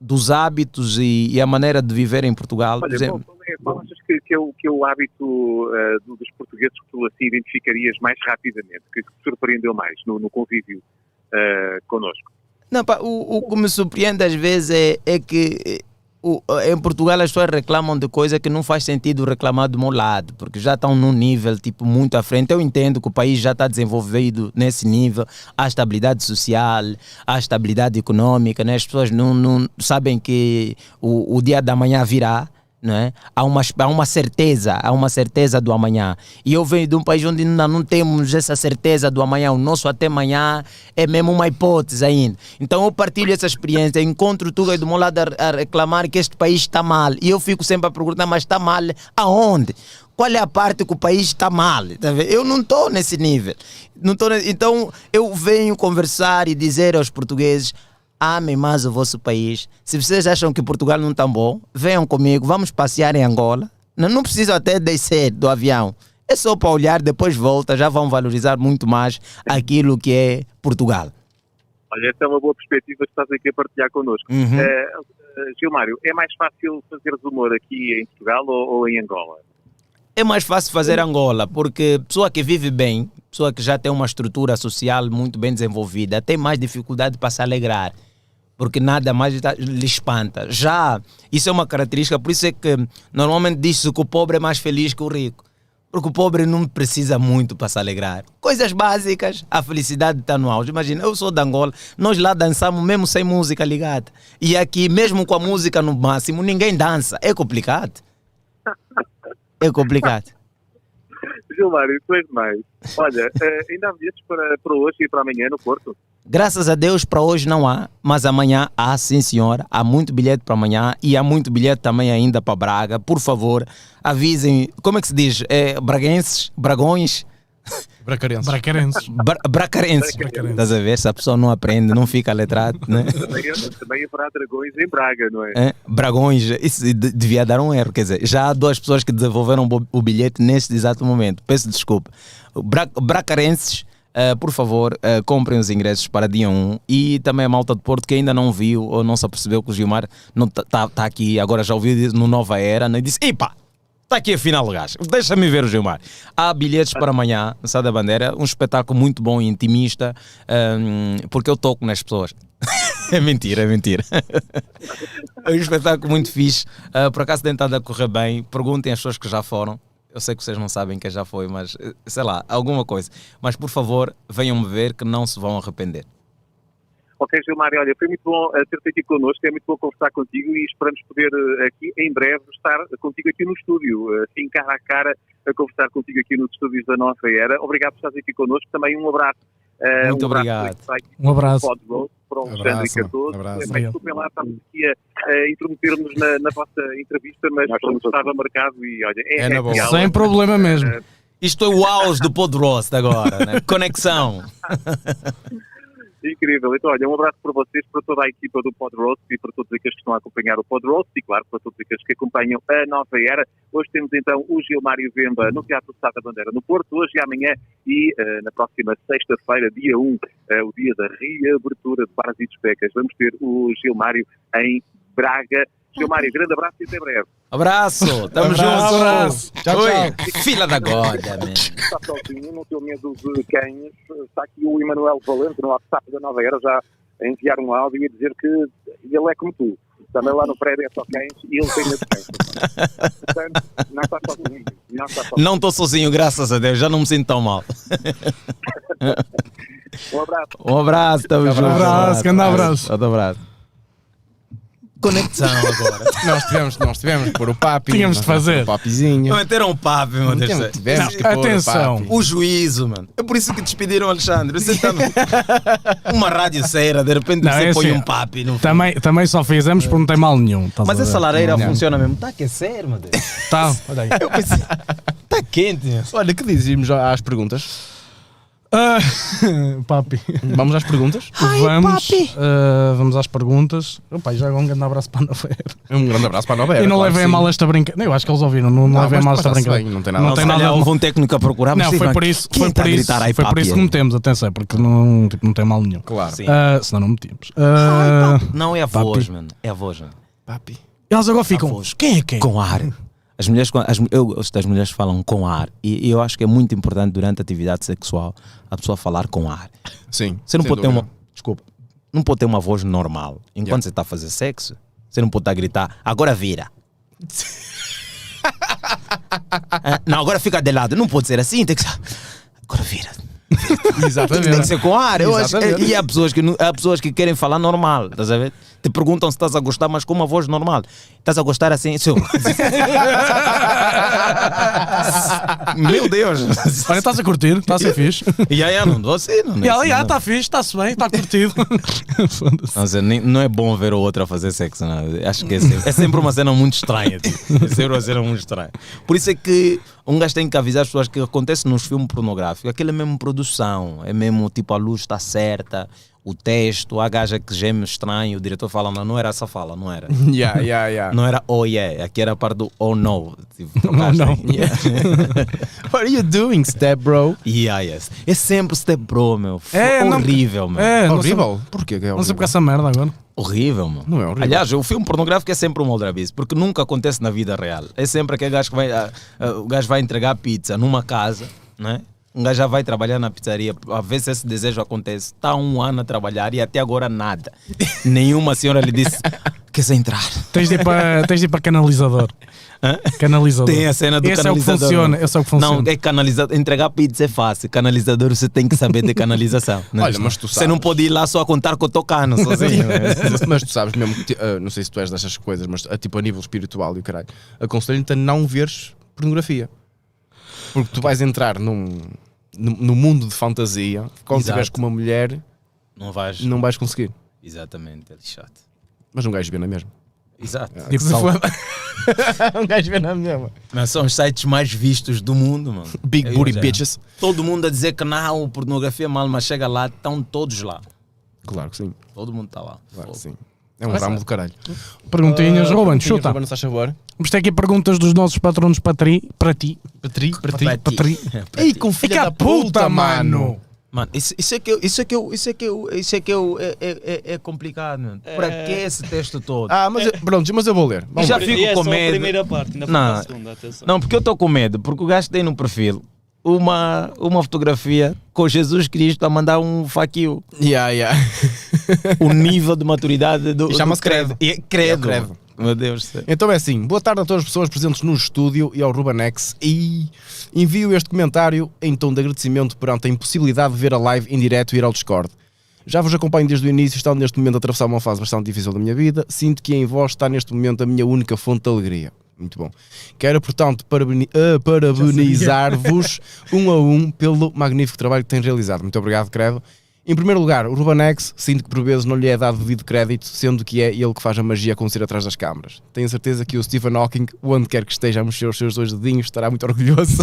Speaker 3: dos hábitos e, e a maneira de viver em Portugal. Por
Speaker 5: Olha,
Speaker 3: exemplo,
Speaker 5: qual, qual é, qual achas que, que é o, que é o hábito ah, do- dos portugueses que tu assim identificarias mais rapidamente, que, que te surpreendeu mais no, no convívio ah, connosco?
Speaker 3: Não, pá, o, o que me surpreende às vezes é, é que eh, o- em Portugal as pessoas reclamam de coisa que não faz sentido reclamar do meu lado, porque já estão num nível tipo muito à frente. Eu entendo que o país já está desenvolvido nesse nível, há estabilidade social, há estabilidade econômica, né? as pessoas não, não sabem que o, o dia da manhã virá. Não é? há, uma, há uma certeza, há uma certeza do amanhã. E eu venho de um país onde ainda não temos essa certeza do amanhã. O nosso até amanhã é mesmo uma hipótese ainda. Então eu partilho essa experiência, encontro tu aí do meu lado a, a reclamar que este país está mal. E eu fico sempre a perguntar, mas está mal aonde? Qual é a parte que o país está mal? Tá vendo? Eu não estou nesse nível. Não tô ne- Então eu venho conversar e dizer aos portugueses amem mais o vosso país. Se vocês acham que Portugal não está bom, venham comigo, vamos passear em Angola. Não, não precisam até descer do avião. É só para olhar, depois volta, já vão valorizar muito mais aquilo que é Portugal.
Speaker 5: Olha, essa é uma boa perspectiva que estás aqui a partilhar
Speaker 3: Hum?
Speaker 5: connosco. Ah, ah, Gilmário, é mais fácil fazer humor aqui em Portugal ou, ou em Angola?
Speaker 3: é mais fácil fazer Angola, porque pessoa que vive bem, pessoa que já tem uma estrutura social muito bem desenvolvida, tem mais dificuldade para se alegrar, porque nada mais tá- lhe espanta. Já, isso é uma característica, por isso é que normalmente diz-se que o pobre é mais feliz que o rico, porque o pobre não precisa muito para se alegrar. Coisas básicas, a felicidade está no auge. Imagina, eu sou de Angola, nós lá dançamos mesmo sem música ligada, e aqui, mesmo com a música no máximo, ninguém dança, é complicado. É complicado.
Speaker 5: Gilmário, tu és mais. Olha, ah, ainda há bilhetes para, para hoje e para amanhã no Porto?
Speaker 3: Graças a Deus para hoje não há, mas amanhã há sim senhora, há muito bilhete para amanhã e há muito bilhete também ainda para Braga. Por favor, avisem, como é que se diz? É, braguenses, bragões,
Speaker 7: Bracarenses.
Speaker 1: Bracarenses.
Speaker 3: Bra- bracarenses.
Speaker 1: Bracarenses.
Speaker 3: Estás a ver? Se a pessoa não aprende, não fica letrado, né?
Speaker 5: Também, também haverá dragões em Braga, não é?
Speaker 3: É, Bragões, isso de- devia dar um erro, quer dizer, já há duas pessoas que desenvolveram bo- o bilhete neste exato momento. Peço desculpa. Bra bracarenses, eh, por favor, eh, comprem os ingressos para dia 1 e também a malta de Porto que ainda não viu ou não se apercebeu que o Gilmar não está aqui, agora já ouviu dizer no Nova Era, né? e disse: Epa! Está aqui afinal, gajo. Deixa-me ver o Gilmar. Há bilhetes para amanhã, no Sá da ah, Bandeira, um espetáculo muito bom e intimista, ehm, porque eu toco nas pessoas. <laughs> É mentira, é mentira. É um espetáculo muito fixe. Ah, por acaso tem estado a correr bem. Perguntem às pessoas que já foram. Eu sei que vocês não sabem quem já foi, mas eh, sei lá, alguma coisa. Mas por favor, venham-me ver que não se vão arrepender.
Speaker 5: Ok, Gilmar, olha, foi muito bom eh, ter-te aqui connosco, é muito bom conversar contigo e esperamos poder eh, aqui, em breve, estar contigo aqui no estúdio, eh, assim, cara a cara, a conversar contigo aqui nos estúdios da Nova Era. Obrigado por estares aqui connosco, também um abraço. eh,
Speaker 3: Muito
Speaker 5: um abraço
Speaker 3: obrigado.
Speaker 5: para quem está aqui
Speaker 1: Um abraço.
Speaker 5: Pod Road, para o
Speaker 2: Abraço,
Speaker 5: Alexandre
Speaker 2: mano.
Speaker 5: Cardoso.
Speaker 2: Abraço.
Speaker 5: Eh, bem,
Speaker 1: Obrigado.
Speaker 5: Desculpem lá, estamos aqui a, a intrometer-nos na, na vossa entrevista, mas
Speaker 4: Nós estamos
Speaker 5: pronto,
Speaker 4: aqui.
Speaker 5: estava marcado e olha, é,
Speaker 2: É na
Speaker 5: é
Speaker 2: boa.
Speaker 5: real.
Speaker 1: Sem problema mesmo.
Speaker 3: Isto é o auge do Podrost agora, né? Conexão.
Speaker 5: Incrível. Então, olha, um abraço para vocês, para toda a equipa do Pod Roast e para todos aqueles que estão a acompanhar o Pod Roast e, claro, para todos aqueles que acompanham a Nova Era. Hoje temos então o Gilmário Vemba no Teatro Sá da Bandeira no Porto, hoje e amanhã e eh, na próxima sexta-feira, dia 1, eh, o dia da reabertura de bares e discotecas. Vamos ter o Gilmário em Braga. Gilmário, grande abraço e até breve.
Speaker 3: Abraço, tamo
Speaker 1: Abraço.
Speaker 3: junto.
Speaker 1: Abraço.
Speaker 3: Tchau, tchau. Filha da né? goda, man.
Speaker 4: está sozinho, não tenho medo de cães. Está aqui o Emanuel Valente, no WhatsApp da Nova Era, já a enviar um áudio e a dizer que ele é como tu. Também lá no prédio é só cães e ele tem medo de cães. Portanto, não está sozinho. Não está sozinho.
Speaker 3: Não estou sozinho, graças a Deus, já não me sinto tão mal.
Speaker 4: <laughs> Um abraço.
Speaker 3: Um abraço, tamo junto.
Speaker 1: abraço, grande abraço.
Speaker 3: Outro abraço. Conexão agora.
Speaker 2: Nós tivemos, nós tivemos que pôr o papi.
Speaker 1: Tínhamos
Speaker 2: nós
Speaker 1: de fazer.
Speaker 2: tivemos que pôr O papizinho.
Speaker 3: <laughs> Meteram um papo, meu Deus. do
Speaker 2: Tivemos,
Speaker 3: céu.
Speaker 2: tivemos que pôr o
Speaker 1: Atenção.
Speaker 2: papi.
Speaker 3: O juízo, mano. É por isso que despediram o Alexandre. Você tá no... <laughs> uma rádio ceira, de repente
Speaker 1: Não,
Speaker 3: você
Speaker 1: é
Speaker 3: põe
Speaker 1: assim,
Speaker 3: um papo e não.
Speaker 1: Também, também só fizemos porque não tem mal nenhum. estás
Speaker 3: Mas
Speaker 1: a ver?
Speaker 3: essa lareira funciona mesmo. Tá a aquecer, meu Deus.
Speaker 1: Tá, olha aí.
Speaker 3: Eu pensei. <laughs> Tá quente, meu.
Speaker 2: Olha, que dizíamos às perguntas?
Speaker 1: Ah, <laughs> papi.
Speaker 2: Vamos às perguntas?
Speaker 1: vamos, ah, vamos às perguntas. Opa, já agora um grande abraço para a Nova Era.
Speaker 2: Um grande abraço para a Nova Era.
Speaker 1: E não
Speaker 2: claro
Speaker 1: levei a
Speaker 2: que
Speaker 1: mal esta brincadeira. Eu acho que eles ouviram, não, não
Speaker 2: Não,
Speaker 1: levei a
Speaker 2: mas
Speaker 1: mal esta
Speaker 2: passa-se
Speaker 1: brincadeira.
Speaker 2: bem, não tem nada.
Speaker 1: Não tem
Speaker 3: Olha,
Speaker 1: nada de mal.
Speaker 3: Houve um técnico a procurar, mas
Speaker 1: Não,
Speaker 3: sim,
Speaker 1: foi
Speaker 3: mano,
Speaker 1: por isso,
Speaker 3: quem
Speaker 1: foi
Speaker 3: tá
Speaker 1: por
Speaker 3: a
Speaker 1: isso,
Speaker 3: gritar, "Ai, é?"
Speaker 1: foi por
Speaker 3: papi",
Speaker 1: isso que
Speaker 3: aí?
Speaker 1: metemos, atenção, porque não, tipo, não tem mal nenhum.
Speaker 2: Claro.
Speaker 3: Sim.
Speaker 1: Ah, senão não metíamos. Ah,
Speaker 3: Não, é a voz,
Speaker 1: Papi.
Speaker 3: mano. É a voz, mano.
Speaker 2: Papi.
Speaker 1: eles agora ficam. Quem é quem?
Speaker 3: Com ar. As mulheres, com- as, mu- eu gosto das mulheres que falam com ar. E, e eu acho que é muito importante durante a atividade sexual a pessoa falar com ar.
Speaker 2: Sim.
Speaker 3: Você não
Speaker 2: sem
Speaker 3: pode ter
Speaker 2: dúvida.
Speaker 3: uma. Desculpa. Não pode ter uma voz normal. Enquanto
Speaker 2: Yeah.
Speaker 3: você está a fazer sexo, você não pode estar a gritar, agora
Speaker 2: <laughs>
Speaker 3: vira. Ah, não, agora fica de lado. Não pode ser assim, tem que ser. Agora vira. Tem que
Speaker 2: Exatamente.
Speaker 3: ser com ar. Eu acho,
Speaker 2: Exatamente.
Speaker 3: e há pessoas, que, não- há pessoas que querem falar normal, estás a ver? Te perguntam se estás a gostar, mas com uma voz normal. Estás a gostar
Speaker 1: <laughs>
Speaker 3: assim? Seu... Meu Deus!
Speaker 1: Olha, estás a curtir, está a ser fixe.
Speaker 3: E aí, não, você não,
Speaker 1: E ela,
Speaker 3: não,
Speaker 1: já, está tá fixe, está-se bem, está curtido. Foda-se.
Speaker 3: Não, sei, nem- não é bom ver o outro a fazer sexo, não. Acho que é sempre, é sempre uma cena muito estranha. tipo. É sempre uma cena muito estranha. Por isso é que um gajo tem que avisar as pessoas que acontece nos filmes pornográficos. Aquilo é mesmo produção, é mesmo tipo a luz está certa, o texto, a gaja que geme estranho, o diretor fala, não, não era essa fala, não era.
Speaker 2: Yeah, yeah,
Speaker 3: <laughs>
Speaker 2: yeah.
Speaker 3: Não era oh yeah, aqui era a parte do oh no.
Speaker 1: <laughs>
Speaker 3: Tipo, o gajo
Speaker 1: não.
Speaker 3: tem- Yeah.
Speaker 2: What are you doing, step bro?
Speaker 3: <laughs> Yeah, yes. É sempre step bro, meu.
Speaker 1: É, não-
Speaker 3: horrível, meu.
Speaker 1: É, não sei-
Speaker 2: horrível? Porquê que é horrível?
Speaker 1: Não sei porque essa merda agora.
Speaker 3: Horrível, mano.
Speaker 2: Não é horrível.
Speaker 3: Aliás, o filme pornográfico é sempre um aldrabice, porque nunca acontece na vida real. É sempre aquele gajo que vai. ah, ah, o gajo vai entregar pizza numa casa, né? Um gajo já vai trabalhar na pizzaria a ver se esse desejo acontece. Está um ano a trabalhar e até
Speaker 1: <laughs>
Speaker 3: agora nada. Nenhuma senhora lhe disse: Queres entrar?
Speaker 1: Tens de ir para, tens de ir para canalizador.
Speaker 3: Hã?
Speaker 1: Canalizador.
Speaker 3: Tem a cena do
Speaker 1: esse
Speaker 3: canalizador.
Speaker 1: É o que funciona,
Speaker 3: não.
Speaker 1: esse é o que funciona.
Speaker 3: Não, é canalizador. Entregar pizza é fácil. Canalizador você tem que saber de canalização. né?
Speaker 2: Olha, mas tu
Speaker 3: Você não
Speaker 2: sabes.
Speaker 3: pode ir lá só a contar com o tocano
Speaker 1: <laughs>
Speaker 3: <laughs> sozinho. né?
Speaker 2: <laughs> Mas- mas tu sabes mesmo que, ti- ah, não sei se tu és destas coisas, mas ah, tipo a nível espiritual e o caralho, aconselho-te a não veres pornografia. Porque tu vais entrar num, num, num mundo de fantasia, quando
Speaker 3: Exato.
Speaker 2: estiveres com uma mulher,
Speaker 3: Não vais.
Speaker 2: não vais conseguir.
Speaker 3: Exatamente, é lixado.
Speaker 2: Mas um gajo vê na mesma.
Speaker 3: Exato.
Speaker 1: Que se
Speaker 3: São-
Speaker 1: foda.
Speaker 2: um gajo vê na mesma.
Speaker 3: Mas são os sites mais vistos do mundo, mano.
Speaker 2: <laughs> Big
Speaker 3: Eu
Speaker 2: booty
Speaker 3: já.
Speaker 2: bitches.
Speaker 3: Todo mundo a dizer que não, pornografia é mal, mas chega lá, estão todos lá.
Speaker 2: Claro que sim,
Speaker 3: Todo mundo está lá.
Speaker 2: claro que
Speaker 3: Fogo.
Speaker 2: sim. É um ramo do caralho.
Speaker 1: Perguntinhas,
Speaker 2: Ah,
Speaker 1: Ruben,
Speaker 2: perguntinhas,
Speaker 1: chuta.
Speaker 2: Ruben, se faz favor.
Speaker 1: Vamos ter aqui perguntas dos nossos patronos para, tri, para ti.
Speaker 2: Patri, patri.
Speaker 3: Para ti.
Speaker 1: Patri.
Speaker 2: <laughs>
Speaker 3: Para
Speaker 2: Ei,
Speaker 3: ti.
Speaker 2: com filha
Speaker 1: Fica
Speaker 2: da puta, mano.
Speaker 3: Mano, isso, isso é que eu, isso é que eu, isso é que eu, isso é que eu, é, é, é- é complicado, mano. Para que esse texto todo?
Speaker 2: Ah, mas, eu- pronto, mas eu vou ler.
Speaker 3: E
Speaker 2: Vamos
Speaker 3: já
Speaker 2: ver.
Speaker 3: <laughs> fico
Speaker 8: é
Speaker 3: com
Speaker 8: só a
Speaker 3: medo.
Speaker 8: primeira parte, ainda
Speaker 3: Não.
Speaker 8: falta a segunda, atenção.
Speaker 3: Não, porque eu estou com medo, porque o gajo tem no perfil uma, uma fotografia com Jesus Cristo a mandar
Speaker 2: <laughs>
Speaker 3: um faquio.
Speaker 2: Yeah, yeah.
Speaker 3: O nível de maturidade do.
Speaker 2: E chama-se
Speaker 3: do credo. E- credo.
Speaker 2: É o credo.
Speaker 3: Meu Deus do céu.
Speaker 2: Então é assim, boa tarde a todas as pessoas presentes no estúdio e ao Rubanex e envio este comentário em tom de agradecimento perante a impossibilidade de ver a live em direto e ir ao Discord. Já vos acompanho desde o início, estão neste momento a atravessar uma fase bastante difícil da minha vida, sinto que em vós está neste momento a minha única fonte de alegria. Muito bom. Quero, portanto, parabeni- ah, parabenizar-vos um a um pelo magnífico trabalho que têm realizado. Muito obrigado, Credo. Em primeiro lugar, o Rubanex, sinto que por vezes não lhe é dado devido crédito, sendo que é ele que faz a magia acontecer atrás das câmaras. Tenho certeza que o Stephen Hawking, onde quer que esteja a mexer os seus dois dedinhos, estará muito orgulhoso.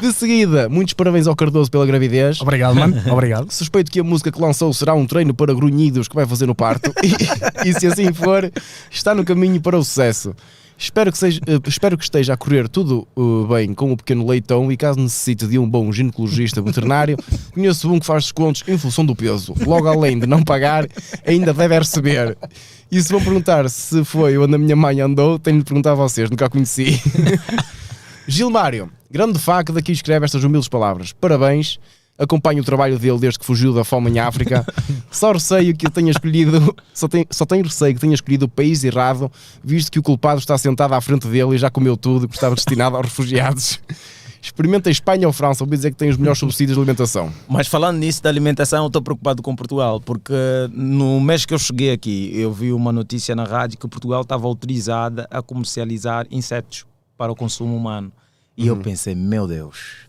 Speaker 2: De seguida, muitos parabéns ao Cardoso pela gravidez.
Speaker 1: Obrigado, mano. Obrigado.
Speaker 2: Suspeito que a música que lançou será um treino para grunhidos que vai fazer no parto. E, e se assim for, está no caminho para o sucesso. Espero que, seja- eh, espero que esteja a correr tudo eh, bem com o pequeno leitão e caso necessite de um bom ginecologista veterinário, conheço um que faz descontos em função do peso. Logo além de não pagar, ainda deve receber. E se vão perguntar se foi onde a minha mãe andou, tenho de perguntar a vocês, nunca a conheci. Gilmário, grande faca daqui escreve estas humildes palavras. Parabéns. Acompanho o trabalho dele desde que fugiu da fome em
Speaker 1: <laughs>
Speaker 2: África. Só receio que eu tenha escolhido, só tenho, só tenho receio que tenha escolhido o país errado, visto que o culpado está sentado à frente dele e já comeu tudo e que estava destinado aos refugiados. Experimenta Espanha ou França, ouvi dizer que tem os melhores subsídios de alimentação.
Speaker 3: Mas falando nisso da alimentação, eu estou preocupado com Portugal, porque no mês que eu cheguei aqui, eu vi uma notícia na rádio que Portugal estava autorizada a comercializar insetos para o consumo humano. E eu pensei, meu Deus,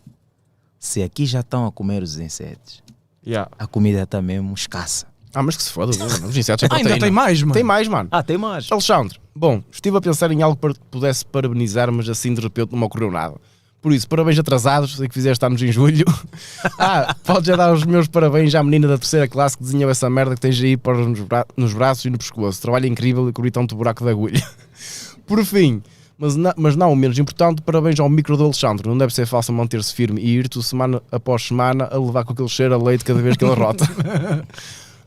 Speaker 3: se aqui já estão a comer os insetos, a comida está mesmo escassa.
Speaker 2: Ah, mas que se
Speaker 1: <laughs>
Speaker 2: foda, mano. os insetos é
Speaker 1: Ah, ainda
Speaker 2: proteína.
Speaker 1: tem mais, mano.
Speaker 2: Tem mais, mano.
Speaker 3: Ah, tem mais.
Speaker 2: Alexandre, bom, estive a pensar em algo para que pudesse parabenizar, mas assim de repente não me ocorreu nada. Por isso, parabéns atrasados, sei que fizeste anos em julho. <laughs> ah, podes já dar os meus parabéns à menina da terceira classe que desenhou essa merda que tens aí para nos, bra- nos braços e no pescoço. Trabalho incrível e cobri tanto buraco da agulha. <laughs> Por fim, mas, na- mas não menos importante, parabéns ao micro do Alexandre. Não deve ser fácil manter-se firme e ir-te semana após semana a levar com aquele cheiro a leite cada vez que ele rota.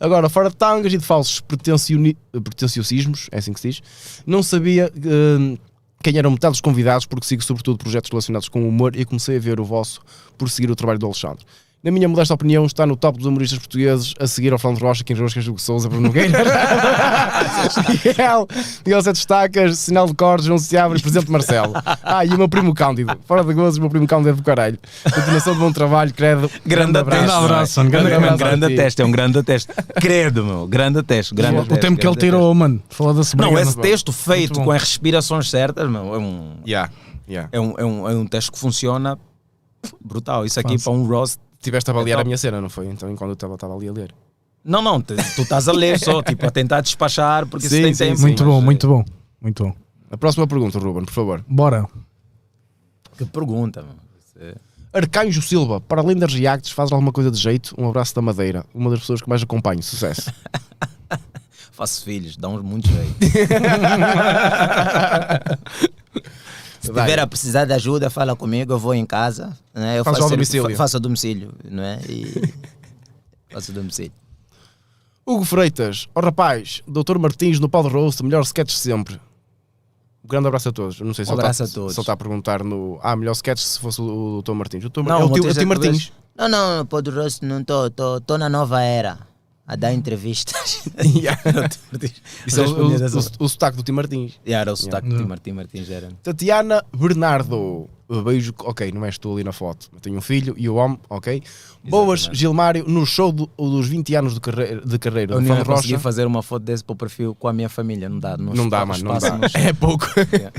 Speaker 2: Agora, fora de tangas e de falsos pretencioni- pretenciosismos, é assim que se diz, não sabia eh, quem eram metade dos convidados, porque sigo sobretudo projetos relacionados com o humor e comecei a ver o vosso por seguir o trabalho do Alexandre. Na minha modesta opinião, está no top dos humoristas portugueses a seguir ao Fernando Rocha, Quem Roscas, Hugo Souza, Bruno Nogueira. Miguel, Miguel Sete Estacas, Sinal de Cordes, João Seabra e Presidente Marcelo. Ah, e o meu primo Cândido. Fora de gozos, o meu primo Cândido é do caralho. Continuação de bom trabalho, credo.
Speaker 3: Grande
Speaker 1: Grande
Speaker 3: abraço.
Speaker 1: abraço,
Speaker 3: mano.
Speaker 1: grande
Speaker 3: Grande, grande,
Speaker 2: Um abraço a ti.
Speaker 3: teste, é um grande teste. Credo, meu. Grande teste. Grande
Speaker 1: O
Speaker 3: teste,
Speaker 1: tempo que ele
Speaker 3: grande teste.
Speaker 1: tirou, mano. Falou da
Speaker 3: Não,
Speaker 1: sobremesa.
Speaker 3: esse texto feito
Speaker 1: bom.
Speaker 3: com as respirações certas, meu, é um.
Speaker 2: Yeah, yeah.
Speaker 3: É um, é um, é um teste que funciona brutal. Isso aqui
Speaker 1: Fácil.
Speaker 3: para um roast.
Speaker 2: Tiveste a avaliar
Speaker 3: Então-
Speaker 2: a minha cena, não foi? Então, enquanto eu estava- estava ali a ler.
Speaker 3: Não, não, te- tu estás a ler só, tipo, a tentar despachar, porque se
Speaker 2: Sim,
Speaker 3: tem
Speaker 2: sim,
Speaker 3: tempo.
Speaker 1: Muito
Speaker 3: mas,
Speaker 1: bom,
Speaker 3: eh,
Speaker 1: muito bom. Muito bom.
Speaker 2: A próxima pergunta, Ruben, por favor.
Speaker 1: Bora.
Speaker 3: Que pergunta, mano.
Speaker 2: Arcanjo Silva, para além das reacts, faz alguma coisa de jeito? Um abraço da Madeira, uma das pessoas que mais acompanho. Sucesso.
Speaker 3: <laughs> Faço filhos, dá uns
Speaker 2: <laughs>
Speaker 3: muito jeito. se
Speaker 2: Vai.
Speaker 3: tiver a precisar de ajuda, fala comigo, eu vou em casa. Né? Eu
Speaker 2: Faz ao
Speaker 3: faço,
Speaker 2: domicílio.
Speaker 3: fa- faço a domicílio, não é? E- <laughs> faço a domicílio.
Speaker 2: Hugo Freitas, ó rapaz, Dr. Martins no Pau de Roast, melhor sketch de sempre. Um grande abraço a todos. Eu não sei se
Speaker 3: Um
Speaker 2: ele tá-
Speaker 3: abraço a todos.
Speaker 2: se ele está a perguntar no. Ah, melhor sketch se fosse o Dr. Martins. O Dr. Mar-
Speaker 3: Não,
Speaker 2: é o
Speaker 3: uma
Speaker 2: tio, é o
Speaker 3: terça
Speaker 2: tio
Speaker 3: vez. <laughs>
Speaker 2: Martins. <laughs>
Speaker 3: Não, não, pô, do rosto não tô, tô, tô na nova era. A dar
Speaker 2: <laughs>
Speaker 3: entrevistas.
Speaker 2: Hum. Isso é o, o,
Speaker 3: Respondia dessa-
Speaker 2: o- o sotaque do tio Martins.
Speaker 3: Yeah, Era o sotaque de Martim Martins
Speaker 2: É
Speaker 3: era.
Speaker 2: Tatiana Bernardo. Uh, Beijo, ok, não és tu ali na foto. Eu tenho um filho e o homem, ok. Boas, Gilmário, no show do- dos 20 anos de carreira, de carreira
Speaker 3: Eu
Speaker 2: do
Speaker 3: não
Speaker 2: Fernando
Speaker 3: ia conseguir
Speaker 2: Rocha.
Speaker 3: fazer uma foto desse para o perfil com a minha família, não dá.
Speaker 2: Não dá, mano, não dá. É pouco.
Speaker 3: Yeah.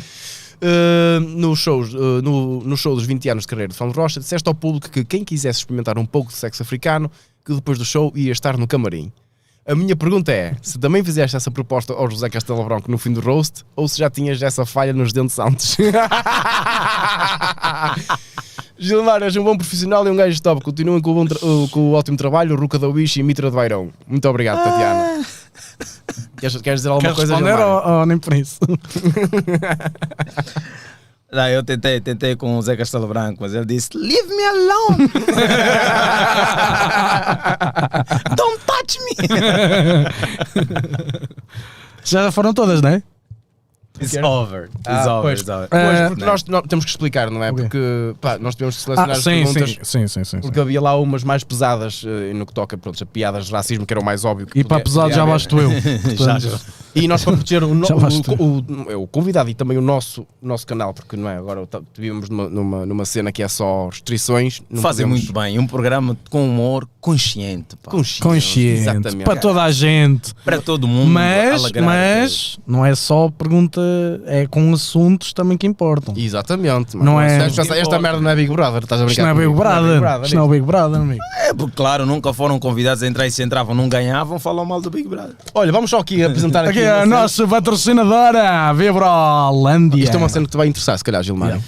Speaker 2: Uh, no, shows, uh, no, no show dos 20 anos de carreira de Fernando Rocha, disseste ao público que quem quisesse experimentar um pouco de sexo africano, que depois do show ia estar no camarim. A minha pergunta é: se também fizeste essa proposta ao José Castelo Branco no fim do roast, ou se já tinhas essa falha nos dentes antes? <laughs> Gilmar, és um bom profissional e um gajo top. Continuem com o, bom tra- uh, com o ótimo trabalho, Ruca da Wish e Mitra do Bairão. Muito obrigado, Tatiana. Queres, queres dizer alguma
Speaker 1: Quer
Speaker 2: coisa,
Speaker 1: responder
Speaker 2: Gilmar?
Speaker 1: ou, ou nem por isso?
Speaker 3: Não, eu tentei, tentei com o Zé Castelo Branco, mas ele disse: Leave me alone! <laughs> Don't touch me!
Speaker 1: Já foram todas, não é?
Speaker 3: It's over. It's over.
Speaker 2: Ah, pois.
Speaker 3: It's over.
Speaker 2: Pois,
Speaker 1: Eh,
Speaker 2: É, porque nós, nós temos que explicar, não é?
Speaker 1: Ok.
Speaker 2: Porque pá, nós tivemos que selecionar
Speaker 1: Ah,
Speaker 2: as
Speaker 1: sim, sim,
Speaker 2: perguntas.
Speaker 1: sim, sim, sim, sim.
Speaker 2: Porque havia lá umas mais pesadas eh, no que toca pronto, a piadas de racismo, que era o mais óbvio que
Speaker 1: E para
Speaker 2: podia-
Speaker 1: pesado
Speaker 2: podia
Speaker 1: já
Speaker 2: haver.
Speaker 1: basto
Speaker 2: <laughs>
Speaker 1: eu.
Speaker 3: Já,
Speaker 1: Portanto,
Speaker 3: já.
Speaker 2: E nós para proteger o, no-
Speaker 1: <laughs> Já basta.
Speaker 2: o, o- é o convidado e também o nosso, o nosso canal, porque não é? Agora tá- vivíamos numa, numa, numa cena que é só restrições. Não
Speaker 3: Fazem
Speaker 2: podemos-
Speaker 3: muito bem. Um programa com humor consciente. pá.
Speaker 2: Consciente.
Speaker 1: Consciente,
Speaker 2: Exatamente. Um
Speaker 1: para toda a gente.
Speaker 3: Para todo mundo.
Speaker 1: Mas,
Speaker 3: alegrar
Speaker 1: mas não é só pergunta, é com assuntos também que importam.
Speaker 2: Exatamente. mano.
Speaker 1: Não é-
Speaker 2: Esta, esta- esta merda não é Big Brother, estás a
Speaker 1: Isto
Speaker 2: brincar?
Speaker 1: não é Big
Speaker 2: comigo?
Speaker 1: Brother, isto não é Big Brother, amigo.
Speaker 3: aquele- É, porque, claro, nunca foram convidados a entrar e se entravam, não ganhavam, falam mal do Big Brother.
Speaker 2: Olha, vamos só aqui apresentar aqui.
Speaker 1: Aqui é
Speaker 2: uma
Speaker 1: a
Speaker 2: cena-
Speaker 1: nossa patrocinadora, Vibrolândia.
Speaker 2: Isto é uma cena que te vai interessar, se calhar, Gilmar.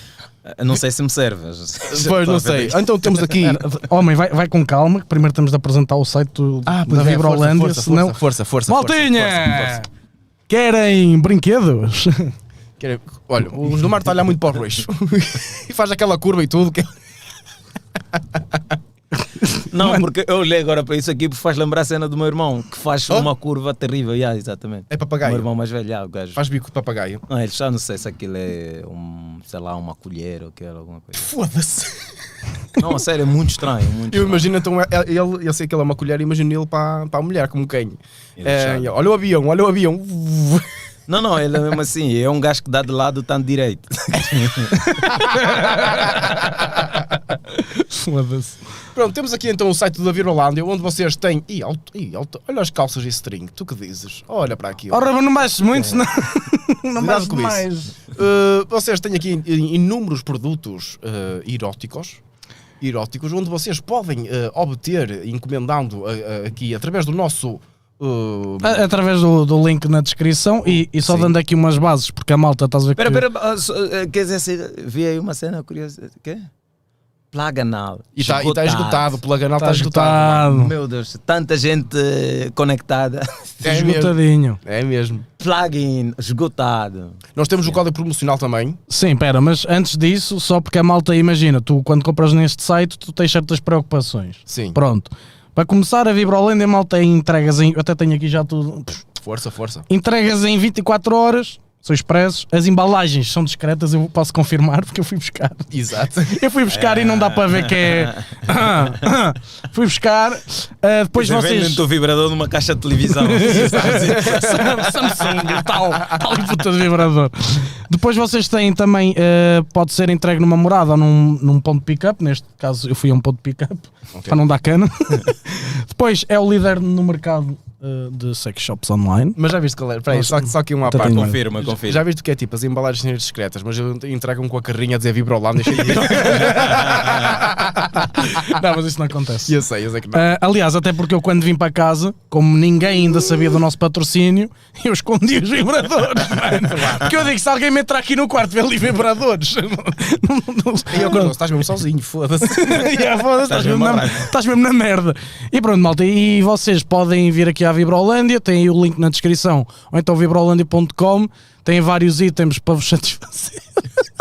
Speaker 3: Ah, Não sei se me serves.
Speaker 2: Pois,
Speaker 3: <laughs>
Speaker 2: não sei. Então temos aqui. <laughs>
Speaker 1: Homem, vai, vai com calma, que primeiro temos de apresentar o site do, da
Speaker 2: é, força,
Speaker 1: Vibrolândia,
Speaker 2: força,
Speaker 1: senão...
Speaker 2: Força, força, força.
Speaker 1: Maltinha!
Speaker 2: força, força.
Speaker 1: Querem brinquedos? <laughs>
Speaker 2: Quer- Olha, o Gilmar está a olhar muito para o roxo. <laughs> e faz aquela curva e tudo. que- é-
Speaker 3: Não, porque eu olhei agora para isso aqui porque faz lembrar a cena do meu irmão, que faz
Speaker 2: Oh.
Speaker 3: uma curva terrível. Yeah, exatamente.
Speaker 2: É papagaio.
Speaker 3: Meu irmão mais velho, yeah, o gajo.
Speaker 2: Faz bico de papagaio.
Speaker 3: Não, ele já não sei se aquilo é um, sei lá, uma colher ou que era alguma coisa.
Speaker 2: Foda-se.
Speaker 3: Não, a sério, é muito estranho. Muito
Speaker 2: Eu
Speaker 3: estranho.
Speaker 2: imagino então ele, eu sei que ele é uma colher, imagino ele para, para a mulher, como quem.
Speaker 3: Ele
Speaker 2: É,
Speaker 3: sabe.
Speaker 2: olha o avião, olha o avião. <laughs>
Speaker 3: Não, não, ele é mesmo assim, é um gajo que dá de lado
Speaker 2: <laughs>
Speaker 3: tanto direito.
Speaker 1: Foda-se.
Speaker 2: Pronto, temos aqui então o site da Virolândia, onde vocês têm. Ih, alto, ih, alto, olha as calças e string, tu que dizes? Olha para aqui.
Speaker 1: Ora, mas Oh, não mexes muito, senão. Não
Speaker 2: Cuidado
Speaker 1: mexes
Speaker 2: com isso.
Speaker 1: demais.
Speaker 2: Uh, vocês têm aqui in- in- inúmeros produtos uh, eróticos, eróticos, onde vocês podem uh, obter, encomendando uh, uh, aqui através do nosso. uh,
Speaker 1: A- Através do, do link na descrição e, e só
Speaker 2: Sim.
Speaker 1: dando aqui umas bases, porque a malta estás a ver
Speaker 3: Espera,
Speaker 1: que-
Speaker 3: espera, ah, só, ah, quer dizer, se- vi aí uma cena curiosa. Quê? Plaga anal.
Speaker 2: e está Tá esgotado. esgotado, pela canal está
Speaker 1: Está
Speaker 2: tá esgotado.
Speaker 1: esgotado.
Speaker 3: Meu Deus, tanta gente eh, conectada. <laughs>
Speaker 2: É mesmo.
Speaker 1: Tá Esgotadinho.
Speaker 2: É mesmo.
Speaker 3: Plugin esgotado.
Speaker 2: Nós temos o código promocional também.
Speaker 1: Sim, pera, mas antes disso, só porque a malta imagina, tu quando compras neste site, tu tens certas preocupações.
Speaker 2: Sim.
Speaker 1: Pronto. Para começar, a Vibrolândia, a malta tem entregas em. Eu até tenho aqui já tudo.
Speaker 2: Força, força.
Speaker 1: Entregas em 24 horas, são expressos. As embalagens são discretas, eu posso confirmar, porque eu fui buscar.
Speaker 2: Exato.
Speaker 1: Eu fui buscar e não dá para ver que é. fui buscar. ah, depois
Speaker 3: é
Speaker 1: vocês.
Speaker 3: Vendem-te o vibrador numa caixa de televisão.
Speaker 1: Samsung, tal, tal e puta de vibrador. Depois vocês têm também, eh, pode ser entregue numa morada ou num, num ponto de pick-up. Neste caso, eu fui a um ponto de pick-up para não dar cana. <laughs> Depois é o líder no mercado eh, de sex
Speaker 2: <laughs>
Speaker 1: shops online.
Speaker 2: <laughs> Mas tá já viste qual era? Peraí, só, só aqui uma
Speaker 1: Até
Speaker 2: parte.
Speaker 1: tenho mais.
Speaker 3: confirma, confirma.
Speaker 2: Já viste o que é tipo as embalagens serem discretas, mas entregam com a carrinha a dizer Vibrolândia. cheio <laughs> de-
Speaker 1: Não, mas isso não acontece.
Speaker 2: eu sei, eu sei que não.
Speaker 1: Ah, aliás, até porque eu quando vim para casa, como ninguém ainda sabia do nosso patrocínio, <laughs> eu escondi os vibradores. <laughs> mano. Porque eu digo: se alguém me entrar aqui no quarto, vê ali vibradores. Não- não-
Speaker 2: E eu quando estás mesmo sozinho,
Speaker 1: <laughs>
Speaker 2: foda-se.
Speaker 1: Yeah, foda-se, estás, mesmo na, estás mesmo na merda. E pronto, malta. E vocês podem vir aqui à Vibrolândia, tem aí o link na descrição, ou então vibrolândia.com. Tem vários itens para vos satisfazer.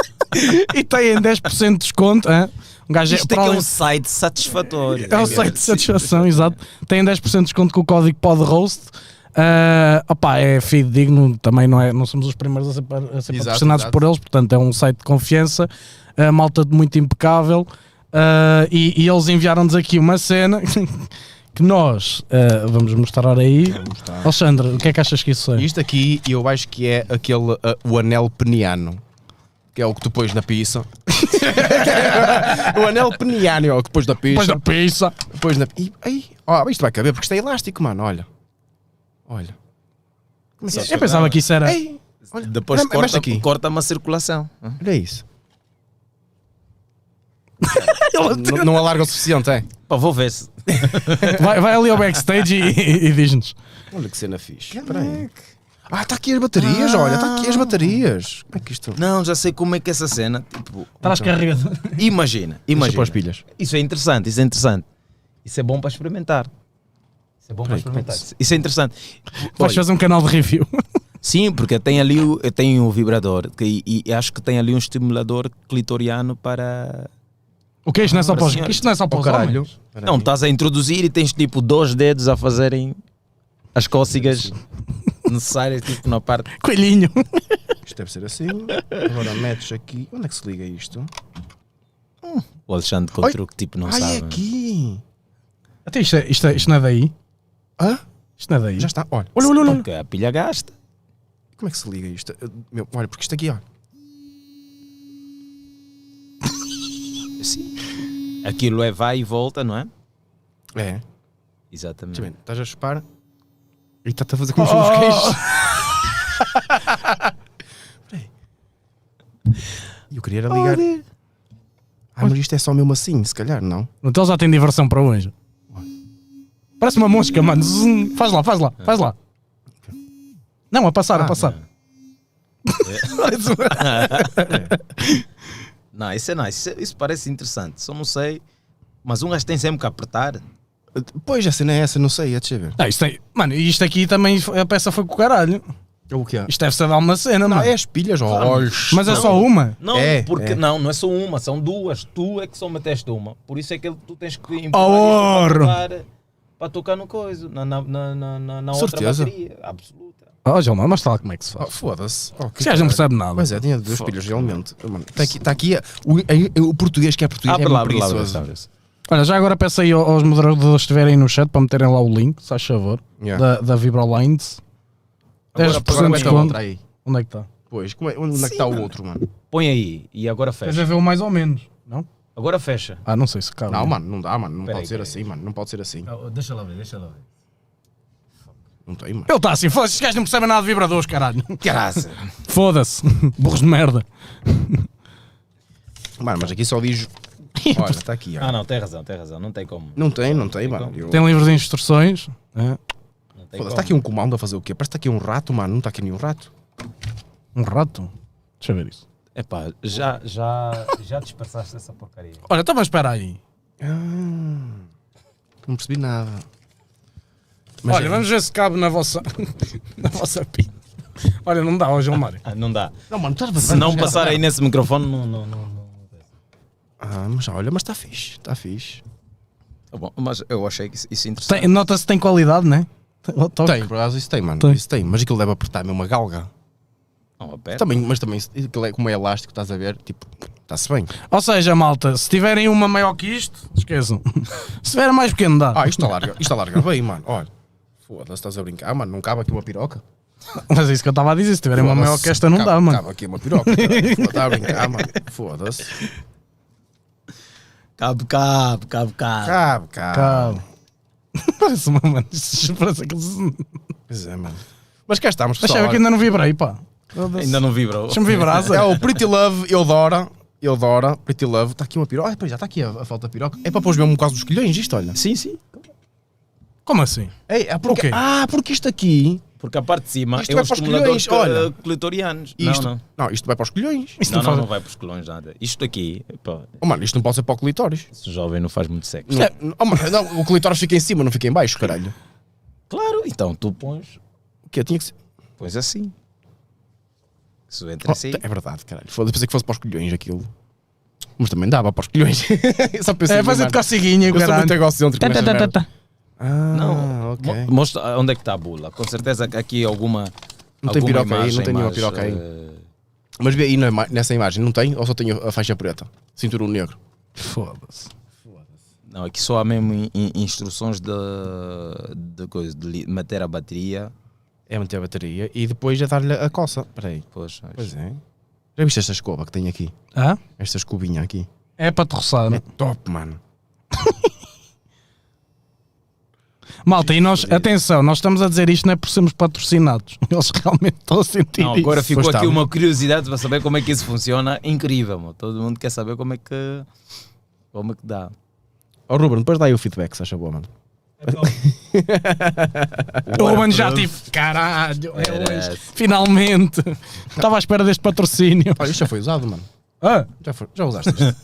Speaker 1: <laughs> e têm 10% de desconto. hã? Um gajo
Speaker 3: Isto
Speaker 1: para
Speaker 3: é que é
Speaker 1: além-
Speaker 3: um site satisfatório.
Speaker 1: é o site de satisfação, exato. Tem 10% de desconto com o código PODROAST. Uh, opá, é fidedigno, também não, é, não somos os primeiros a ser, par- a ser
Speaker 2: Exato,
Speaker 1: patrocinados
Speaker 2: exato.
Speaker 1: por eles, portanto é um site de confiança, a malta de muito impecável. uh, e, e eles enviaram-nos aqui uma cena <laughs> que nós uh, vamos mostrar aí. Alexandre, o que é que achas que isso é?
Speaker 2: Isto aqui eu acho que é aquele ah, o anel peniano. Que é o que tu pões na pizza. <laughs> o anel peniano é o que pões na
Speaker 1: Depois da
Speaker 2: pizza.
Speaker 1: pizza.
Speaker 2: Pões na e, ai, ó, isto vai caber porque isto é elástico, mano. Olha. Olha. Como é que é?
Speaker 1: Eu pensava que isso era.
Speaker 2: Ei, olha.
Speaker 3: Depois
Speaker 2: Mas- mas
Speaker 3: corta,
Speaker 2: aqui.
Speaker 3: corta uma circulação.
Speaker 2: Olha <laughs> isso. não, não alarga o suficiente, é?
Speaker 3: Pá, vou ver se.
Speaker 1: Vai, vai ali ao backstage e, e- e diz-nos.
Speaker 2: Olha que cena fixe. Espera aí. Ah, está aqui as baterias, olha, está aqui as baterias. Como é que isto.
Speaker 3: Não, já sei como é que essa cena. Tipo,
Speaker 1: Traz
Speaker 2: Então.
Speaker 1: carregado.
Speaker 3: imagina, imagina.
Speaker 2: para as pilhas.
Speaker 3: Isso é interessante, isso é interessante. Isso é bom para experimentar. Isso é bom para experimentar. Isso é interessante.
Speaker 1: Vais
Speaker 3: Olha,
Speaker 1: fazer um canal de review. <laughs>
Speaker 3: Sim, porque tem ali o, eu tenho o vibrador que- e, e acho que tem ali um estimulador clitoriano para.
Speaker 1: O que é isto? Não é só para os,
Speaker 3: senhora.
Speaker 1: isto não é só
Speaker 2: Oh,
Speaker 1: para os homens.
Speaker 3: Não, estás a introduzir e tens tipo dois dedos a fazerem as cócegas necessárias, tipo na parte.
Speaker 1: Coelhinho.
Speaker 2: Isto deve ser assim. Agora metes aqui. Onde é que se liga isto?
Speaker 3: O Alexandre contra o que tipo não
Speaker 2: Ai,
Speaker 3: sabe.
Speaker 2: é aqui.
Speaker 1: Até isto, é- isto, é- isto não é daí?
Speaker 2: Hã?
Speaker 1: Isto não é daí?
Speaker 2: Já está. Olha,
Speaker 1: Olha, olha, olha.
Speaker 3: Porque a pilha gasta.
Speaker 2: como é que se liga isto? Eu- meu, olha, porque isto aqui, olha.
Speaker 3: Sim. Aquilo é vai e volta, não é?
Speaker 2: É.
Speaker 3: Exatamente.
Speaker 2: Também, estás a chupar e está-te a fazer como se fosse queijo. Peraí. Eu queria era ligar. Ah, mas isto é só o meu macinho, se calhar, não?
Speaker 1: Então já tem diversão para hoje. Parece uma mosca, mano. Zum. Faz lá, faz lá, faz lá. Não, a passar,
Speaker 2: Ah,
Speaker 1: a passar.
Speaker 3: <laughs> Não, isso é nice. Isso, isso parece interessante. Só não sei. Mas um gajo tem sempre que apertar.
Speaker 2: Pois, a cena é essa, não sei, é de saber.
Speaker 1: Ah, isto tem... Mano, isto aqui também foi- a peça foi com o caralho.
Speaker 2: O que é?
Speaker 1: Isto deve ser dar uma cena,
Speaker 2: Não,
Speaker 1: mano.
Speaker 2: é as pilhas, ó. olhos.
Speaker 1: Mas é só uma.
Speaker 3: Não,
Speaker 2: É,
Speaker 3: porque
Speaker 2: é.
Speaker 3: não, não é só uma, são duas. Tu é que só meteste uma. Por isso é que tu tens que
Speaker 2: Ah,
Speaker 1: Oh,
Speaker 3: empurrar isso
Speaker 1: oro.
Speaker 3: para tocar, para tocar no coisa, na, na, na, na, na- na outra
Speaker 2: Certeza.
Speaker 3: bateria. Absoluta.
Speaker 1: Ó, Gilmar, mas fala como é que se faz.
Speaker 2: Oh, Foda-se. Oh, que
Speaker 1: Este gajo
Speaker 2: caralho.
Speaker 1: não percebe nada.
Speaker 2: Mas é, tinha duas pilhas, realmente. Está aqui, tá aqui a- o, a- o português que é
Speaker 3: Ah,
Speaker 2: português. é muito preguiçoso.
Speaker 1: Olha, já agora peço aí ao- aos moderadores que estiverem no chat para meterem lá o link, se faz favor,
Speaker 2: Yeah.
Speaker 1: da, da Vibrolines.
Speaker 2: Agora,
Speaker 1: 10%
Speaker 2: agora,
Speaker 1: de
Speaker 2: mete a outra
Speaker 1: desconto.
Speaker 2: Então, aí.
Speaker 1: Onde é que está?
Speaker 2: Pois, como é- onde é que está o outro, mano?
Speaker 3: Põe aí e agora
Speaker 1: Estás a
Speaker 3: fecha.
Speaker 1: é ver o mais ou menos, não?
Speaker 3: Agora fecha.
Speaker 1: Ah, não sei se cabe.
Speaker 2: Não, mano, não dá, mano. Não
Speaker 3: Peraí,
Speaker 2: pode ser
Speaker 3: peraí.
Speaker 2: assim, mano. Não pode ser assim.
Speaker 3: Ah, oh, Deixa lá ver, deixa lá ver.
Speaker 2: Não tem, mano.
Speaker 1: Ele está assim, foda-se, estes gajos não percebem nada de vibradores, caralho.
Speaker 3: Caraca.
Speaker 1: <laughs> Foda-se, <laughs> burros de merda.
Speaker 2: Mano, mas aqui só
Speaker 3: <laughs>
Speaker 2: diz. Olha, está aqui, ó.
Speaker 3: Ah, não, tem razão, tem razão. Não tem como.
Speaker 2: Não tem, não tem, mano. Eu...
Speaker 1: Tem livros de instruções. é,
Speaker 3: Não tem
Speaker 2: Foda-se,
Speaker 3: como.
Speaker 2: está aqui um comando a fazer o quê? Parece que está aqui um rato, mano. Não está aqui nenhum rato.
Speaker 1: Um rato. Deixa eu ver isso.
Speaker 2: um-
Speaker 3: Epá, já, já, já dispersaste essa porcaria.
Speaker 1: Olha, então mas espera aí.
Speaker 2: Ah, não percebi nada. é-
Speaker 1: Olha, vamos ver se cabe na vossa. <laughs> na vossa pinta. Olha, não dá, ó Gilmar.
Speaker 3: Ah, não dá.
Speaker 2: Não, mano, estás a
Speaker 3: Se não passar aí nesse microfone, não. não, não, não.
Speaker 2: Ah, mas olha, mas está fixe. Está fixe.
Speaker 3: Tá bom, mas eu achei que isso,
Speaker 2: é
Speaker 3: isso interessante.
Speaker 1: Tem- Nota-se que tem qualidade, não é?
Speaker 3: Tá,
Speaker 2: Tem, por acaso isso tem, mano.
Speaker 1: Tem.
Speaker 2: Isso tem. Mas aquilo deve apertar mesmo uma galga.
Speaker 3: Não, aperta.
Speaker 2: Também, mas também, aquilo é como é elástico, estás a ver? Tipo, está-se bem.
Speaker 1: Ou seja, malta, se tiverem uma maior que isto, esqueçam. <laughs> se tiver mais pequeno, dá.
Speaker 2: Ah, isto alarga, isto alarga bem, mano. Olha, foda-se, estás a brincar, mano. Não cabe aqui uma piroca.
Speaker 1: Mas é isso que eu estava a dizer. Se tiverem uma
Speaker 2: Foda-se,
Speaker 1: maior que esta, não
Speaker 2: cabe-
Speaker 1: dá, mano.
Speaker 2: Cabe aqui uma piroca. caralho. Foda-se, Está a brincar, mano.
Speaker 1: <laughs>
Speaker 2: Foda-se.
Speaker 3: Cabe, cabe, cabe, cabe.
Speaker 2: Cabe, cabe.
Speaker 1: Cabe. Parece uma mano. isto <laughs> Parece que... Mas
Speaker 2: Pois é, mano. Mas cá estamos, pessoal.
Speaker 1: sabe que ainda não vibrei, pá.
Speaker 3: Ainda não vibra.
Speaker 1: Deixa-me vibrar,
Speaker 2: É
Speaker 1: Zé.
Speaker 2: o Pretty Love, Eudora. Eudora, Pretty Love. Está aqui uma piroca. Ah, pois já está aqui a, a falta de piroca. É para pôr mesmo um caso dos colhões, isto, olha.
Speaker 3: <laughs> Sim, sim.
Speaker 1: Como assim?
Speaker 2: Ei, ah, porque,
Speaker 1: Por quê?
Speaker 2: ah, porque isto aqui.
Speaker 3: Porque a parte de cima
Speaker 2: Isto
Speaker 3: é
Speaker 2: vai
Speaker 3: os
Speaker 2: para os
Speaker 3: estimuladores
Speaker 2: colhões, olha.
Speaker 3: cl- clitorianos.
Speaker 2: Isto,
Speaker 3: Não, não.
Speaker 2: isto vai para os colhões.
Speaker 1: Isto não
Speaker 3: Não, não,
Speaker 1: faz-
Speaker 3: não vai para os colões nada. Isto aqui, pá,
Speaker 2: Oh, mano, isto não pode ser para o clitóris.
Speaker 3: esse jovem não faz muito sexo.
Speaker 1: é-
Speaker 2: Não, oh, mano, não, o clitóris fica em cima, não fica em baixo, caralho.
Speaker 3: Claro, então tu pões,
Speaker 2: O que tinha que ser.
Speaker 3: pões assim. Isso entra
Speaker 2: Oh,
Speaker 3: assim.
Speaker 2: É verdade, caralho. Foda-se, pensei que fosse para os colhões aquilo. Mas também dava para os colhões. <laughs> Só pensei,
Speaker 1: É fazer
Speaker 2: mano,
Speaker 1: de coceguinha,
Speaker 2: eu sou
Speaker 1: caralho.
Speaker 2: muito egocêntrico. nesta merda. Ah,
Speaker 3: Não,
Speaker 2: ok.
Speaker 3: mo- mostra onde é que está a bula. Com certeza que aqui é alguma.
Speaker 2: Não tem
Speaker 3: alguma
Speaker 2: piroca aí, não
Speaker 3: imagem
Speaker 2: tem nenhuma
Speaker 3: mais,
Speaker 2: piroca aí.
Speaker 3: eh,
Speaker 2: Mas vê aí na ima- nessa imagem, não tem? Ou só tem a faixa preta? Cinturão negro.
Speaker 1: Foda-se.
Speaker 3: Não, aqui só há mesmo in- in- instruções de, de coisa, de li- meter a bateria.
Speaker 2: É meter a bateria e depois é dar-lhe a coça. Peraí.
Speaker 3: Poxa,
Speaker 2: Pois é. Já viste esta escova que tem aqui?
Speaker 1: Hã?
Speaker 2: Esta escovinha aqui?
Speaker 1: É para te roçar.
Speaker 2: É top, mano.
Speaker 1: Malta, e nós, atenção, nós estamos a dizer isto não é por sermos patrocinados. <laughs> Eles realmente estão a sentir <laughs>
Speaker 3: Não, agora
Speaker 1: isso. tá.
Speaker 3: ficou
Speaker 2: Pois
Speaker 3: aqui
Speaker 2: está.
Speaker 3: uma curiosidade para saber como é que isso funciona. Incrível, meu. todo mundo quer saber como é que como é que dá.
Speaker 2: Ó Ruben, depois dá aí o feedback, se acha boa, mano.
Speaker 1: O Ruben já tipo, caralho, é
Speaker 3: Merece.
Speaker 1: hoje. Finalmente. Estava à espera deste patrocínio.
Speaker 3: <laughs>
Speaker 2: Olha, isto já foi usado, mano.
Speaker 1: Ah,
Speaker 2: Já, foi, já usaste isto.